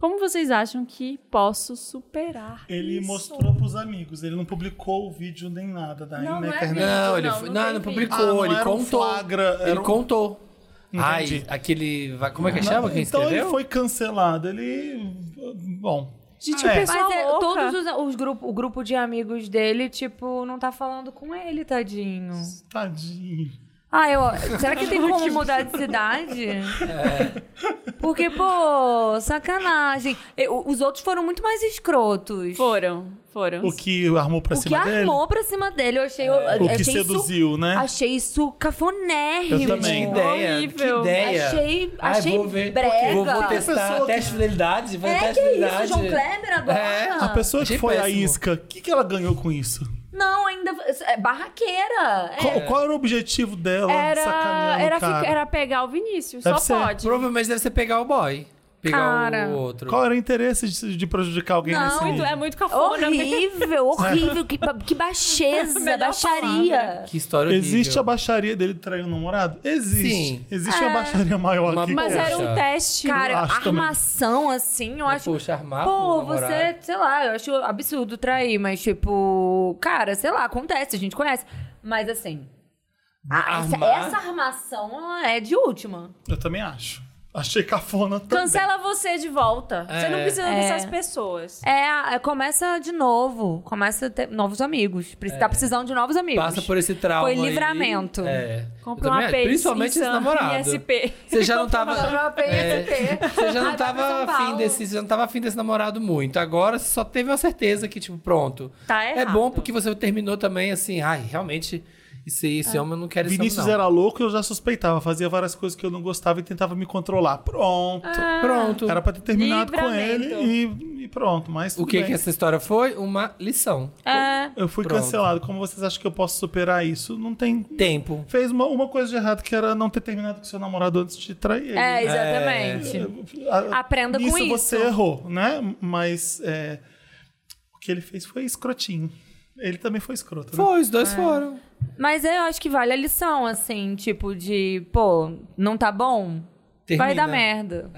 Speaker 4: Como vocês acham que posso superar?
Speaker 1: Ele
Speaker 4: isso?
Speaker 1: mostrou pros amigos, ele não publicou o vídeo nem nada da
Speaker 4: Não,
Speaker 1: na
Speaker 4: não é
Speaker 1: internet.
Speaker 3: Não,
Speaker 4: Não,
Speaker 3: ele
Speaker 4: não
Speaker 3: foi-
Speaker 4: tem
Speaker 3: não, não
Speaker 4: vídeo.
Speaker 3: publicou,
Speaker 1: Ah, não
Speaker 3: ele
Speaker 1: era um
Speaker 3: contou.
Speaker 1: flagra, era
Speaker 3: ele
Speaker 1: um-
Speaker 3: contou. Ai,
Speaker 1: Entendi.
Speaker 3: aquele. va- Como é que chama quem
Speaker 1: então
Speaker 3: escreveu?
Speaker 1: ele foi cancelado. Ele. Bom.
Speaker 4: Gente,
Speaker 1: Ah,
Speaker 4: o
Speaker 1: é.
Speaker 4: pessoal
Speaker 2: Mas é,
Speaker 4: louca.
Speaker 2: todos os, os grupo, o grupo de amigos dele, tipo, não tá falando com ele, tadinho.
Speaker 1: Tadinho.
Speaker 2: Ah, eu, será que tem como mudar de cidade?
Speaker 3: É.
Speaker 2: Porque, pô, sacanagem. Eu- os outros foram muito mais escrotos.
Speaker 4: Foram, foram.
Speaker 1: O que armou pra
Speaker 2: O que
Speaker 1: cima dele?
Speaker 2: armou pra cima dele, eu achei. eu-
Speaker 3: É.
Speaker 1: O
Speaker 2: achei
Speaker 1: que
Speaker 2: isso-
Speaker 1: seduziu, né?
Speaker 2: Achei isso cafonérrimo.
Speaker 1: Eu também.
Speaker 3: Que ideia,
Speaker 4: Horrível.
Speaker 3: que ideia.
Speaker 2: Achei-
Speaker 3: Ai,
Speaker 2: achei
Speaker 3: vou ver.
Speaker 2: brega.
Speaker 3: Vou, vou testar,
Speaker 1: Pessoa que-
Speaker 3: teste de fidelidade, vou
Speaker 2: É,
Speaker 3: teste
Speaker 2: que
Speaker 3: de
Speaker 2: isso,
Speaker 3: fidelidade.
Speaker 2: João Kleber agora?
Speaker 3: É,
Speaker 1: A pessoa que
Speaker 3: Achei
Speaker 1: foi a
Speaker 3: péssimo.
Speaker 1: isca, o que, que ela ganhou com isso?
Speaker 2: Não, ainda. É barraqueira. É.
Speaker 1: Qual, qual era o objetivo dela
Speaker 4: Era,
Speaker 1: tá sacaneando
Speaker 4: era,
Speaker 1: o cara?
Speaker 4: fica- era pegar o Vinícius,
Speaker 1: Deve
Speaker 4: só
Speaker 1: ser.
Speaker 4: pode.
Speaker 3: Provavelmente deve ser pegar o boy. Pegar
Speaker 2: Cara.
Speaker 3: o outro.
Speaker 1: Qual era o interesse de, de prejudicar alguém
Speaker 2: Não,
Speaker 1: nesse
Speaker 4: Muito-
Speaker 1: nível?
Speaker 4: é muito cafona.
Speaker 2: Horrível, horrível. Que, ba- que baixeza,
Speaker 4: Melhor
Speaker 2: baixaria.
Speaker 3: Que história horrível.
Speaker 1: Existe a baixaria dele trair o namorado? Existe.
Speaker 3: Sim.
Speaker 1: Existe uma baixaria maior
Speaker 3: Uma-
Speaker 1: aqui.
Speaker 4: Mas
Speaker 1: que
Speaker 4: era
Speaker 1: essa.
Speaker 4: um teste.
Speaker 2: Cara,
Speaker 1: acho também.
Speaker 2: armação, assim, eu
Speaker 3: Mas,
Speaker 2: acho.
Speaker 3: Poxa, armar
Speaker 2: Pô,
Speaker 3: com o namorado.
Speaker 2: você, é sei lá, eu acho absurdo trair, mas tipo, cara, sei lá, acontece, a gente conhece. Mas assim, a- essa,
Speaker 3: Armar?
Speaker 2: essa armação ela é de última.
Speaker 1: Eu também acho. Achei cafona também.
Speaker 4: Cancela você de volta. Você não
Speaker 3: É.
Speaker 4: precisa
Speaker 2: É.
Speaker 4: dessas pessoas.
Speaker 2: É, é, começa de novo, começa a ter novos amigos. Pre- Tá precisando de novos amigos.
Speaker 3: É. Passa por esse trauma.
Speaker 2: Foi
Speaker 3: aí.
Speaker 2: livramento.
Speaker 3: É.
Speaker 4: Compra
Speaker 3: Eu
Speaker 4: uma
Speaker 3: também acho.
Speaker 4: API.
Speaker 3: Principalmente esse namorado.
Speaker 4: SP.
Speaker 3: Você já não tava.
Speaker 2: Compra uma API,
Speaker 3: É.
Speaker 2: SP.
Speaker 3: Você já
Speaker 2: Vai
Speaker 3: não
Speaker 2: pra
Speaker 3: tava
Speaker 2: Ah, tá, São Paulo.
Speaker 3: afim desse. Você já não tava afim desse namorado muito. Agora você só teve a certeza que, tipo, pronto.
Speaker 4: Tá
Speaker 3: É
Speaker 4: errado.
Speaker 3: bom porque você terminou também assim, ai, realmente, esse, esse
Speaker 2: É.
Speaker 3: homem eu não quero esse homem,
Speaker 1: Vinícius
Speaker 3: não.
Speaker 1: era louco e eu já suspeitava. Fazia várias coisas que eu não gostava e tentava me controlar. Pronto.
Speaker 3: Ah, Pronto.
Speaker 1: Era pra ter terminado com ele
Speaker 4: Livramento.
Speaker 1: e, e pronto. Mas
Speaker 3: O
Speaker 1: tudo
Speaker 3: que
Speaker 1: bem.
Speaker 3: que é essa história foi? Uma lição.
Speaker 4: É.
Speaker 1: Eu fui
Speaker 3: Pronto.
Speaker 1: cancelado. Como vocês acham que eu posso superar isso? Não tem.
Speaker 3: Tempo.
Speaker 1: Fez uma, uma coisa de errado que era não ter terminado com seu namorado antes de trair ele. Né?
Speaker 2: É, exatamente.
Speaker 1: A-
Speaker 2: Aprenda com isso.
Speaker 1: você errou, né? Mas é, o que ele fez foi escrotinho. Ele também foi
Speaker 4: É.
Speaker 1: escroto, né?
Speaker 3: Foi, os dois foram.
Speaker 2: Mas eu acho que vale a lição, assim, tipo de, pô, não tá bom?
Speaker 3: Termina.
Speaker 2: Vai
Speaker 3: É.
Speaker 2: dar merda.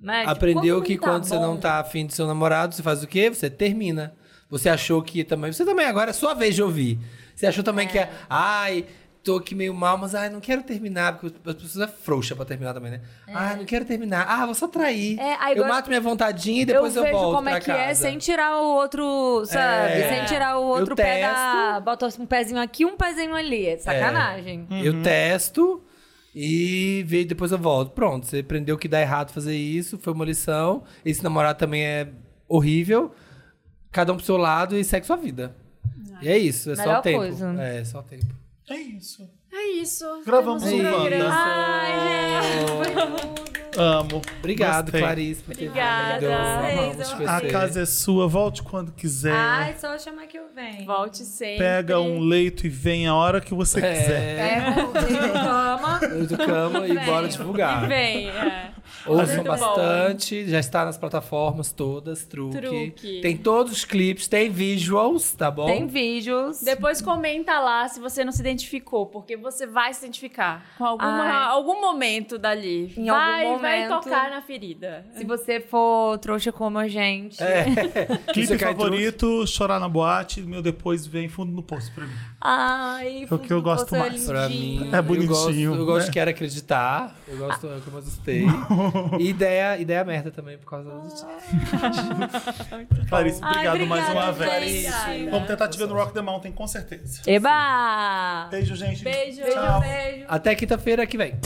Speaker 2: Né? Tipo,
Speaker 3: Aprendeu
Speaker 2: quando
Speaker 3: que
Speaker 2: não tá
Speaker 3: quando você
Speaker 2: bom-
Speaker 3: não tá afim do seu namorado, você faz o quê? Você termina. Você achou que também. Você também, agora é sua vez de ouvir. Você achou também que é. Ai, tô aqui meio mal, mas ai, não quero terminar, porque as pessoas é frouxa pra terminar também, né? Ai, não quero terminar. Ah, vou só trair.
Speaker 2: É, aí
Speaker 3: eu
Speaker 2: agora-
Speaker 3: mato minha vontadinha e depois eu,
Speaker 2: vejo
Speaker 3: volto
Speaker 2: como
Speaker 3: pra
Speaker 2: é que
Speaker 3: casa.
Speaker 2: é sem tirar o outro, sabe?
Speaker 3: É.
Speaker 2: Sem tirar o outro
Speaker 3: Eu
Speaker 2: pé da.
Speaker 3: testo.
Speaker 2: Bota um pezinho aqui, um pezinho ali. É Sacanagem.
Speaker 3: Eu testo e vejo, depois eu volto. Pronto, você aprendeu que dá errado fazer isso, foi uma lição. Esse namorado também é horrível. Cada um pro seu lado e segue sua vida. E é isso, é só
Speaker 2: Melhor
Speaker 3: o tempo.
Speaker 2: coisa.
Speaker 3: É, só o tempo.
Speaker 1: É isso.
Speaker 4: É isso.
Speaker 1: Gravamos
Speaker 4: Temos
Speaker 1: um
Speaker 4: programa.
Speaker 1: Wanda.
Speaker 3: É.
Speaker 1: Amo.
Speaker 3: Obrigado,
Speaker 1: Gostei.
Speaker 3: Clarice, por ter
Speaker 4: Obrigada.
Speaker 3: vindo. Amamos
Speaker 2: Vocês,
Speaker 3: te
Speaker 2: ó.
Speaker 1: A
Speaker 3: conhecer.
Speaker 1: casa é sua, volte quando
Speaker 3: É.
Speaker 1: quiser.
Speaker 2: Ai, só chamar que eu venho.
Speaker 4: Volte sempre.
Speaker 1: Pega um leito e vem a hora que você quiser.
Speaker 3: É,
Speaker 2: Toma.
Speaker 3: do cama e bora divulgar.
Speaker 4: Vem, é.
Speaker 3: Ouçam
Speaker 4: Muito bom.
Speaker 3: bastante, já está nas plataformas todas, truque.
Speaker 4: Truque.
Speaker 3: Tem todos os clipes, tem visuals, tá bom?
Speaker 2: Tem vídeos.
Speaker 4: Depois comenta lá se você não se identificou, porque você vai se identificar com alguma-
Speaker 2: Ai.
Speaker 4: algum momento dali.
Speaker 2: Em
Speaker 4: vai,
Speaker 2: algum
Speaker 4: vai
Speaker 2: momento.
Speaker 4: tocar na ferida.
Speaker 2: Se você for trouxa como a gente.
Speaker 3: É. Você
Speaker 1: Clipe
Speaker 3: cai em truque.
Speaker 1: favorito, chorar na boate, meu depois vem fundo no poço pra mim.
Speaker 2: Ai,
Speaker 1: É o que eu gosto
Speaker 2: você é
Speaker 1: mais.
Speaker 3: Pra
Speaker 2: lindinho.
Speaker 3: mim,
Speaker 1: É
Speaker 3: Eu gosto,
Speaker 1: bonitinho,
Speaker 3: eu gosto
Speaker 1: né?
Speaker 3: quero acreditar. Eu gosto é como eu gostei. E ideia, ideia merda também, por causa do
Speaker 1: Clarice,
Speaker 2: Ai,
Speaker 1: obrigado mais uma
Speaker 2: obrigada,
Speaker 1: vez.
Speaker 2: gente.
Speaker 1: Vamos tentar te ver no Rock the Mountain, com certeza.
Speaker 2: Eba!
Speaker 1: Beijo, gente.
Speaker 4: Beijo.
Speaker 1: Tchau.
Speaker 2: beijo.
Speaker 3: Até quinta-feira que vem.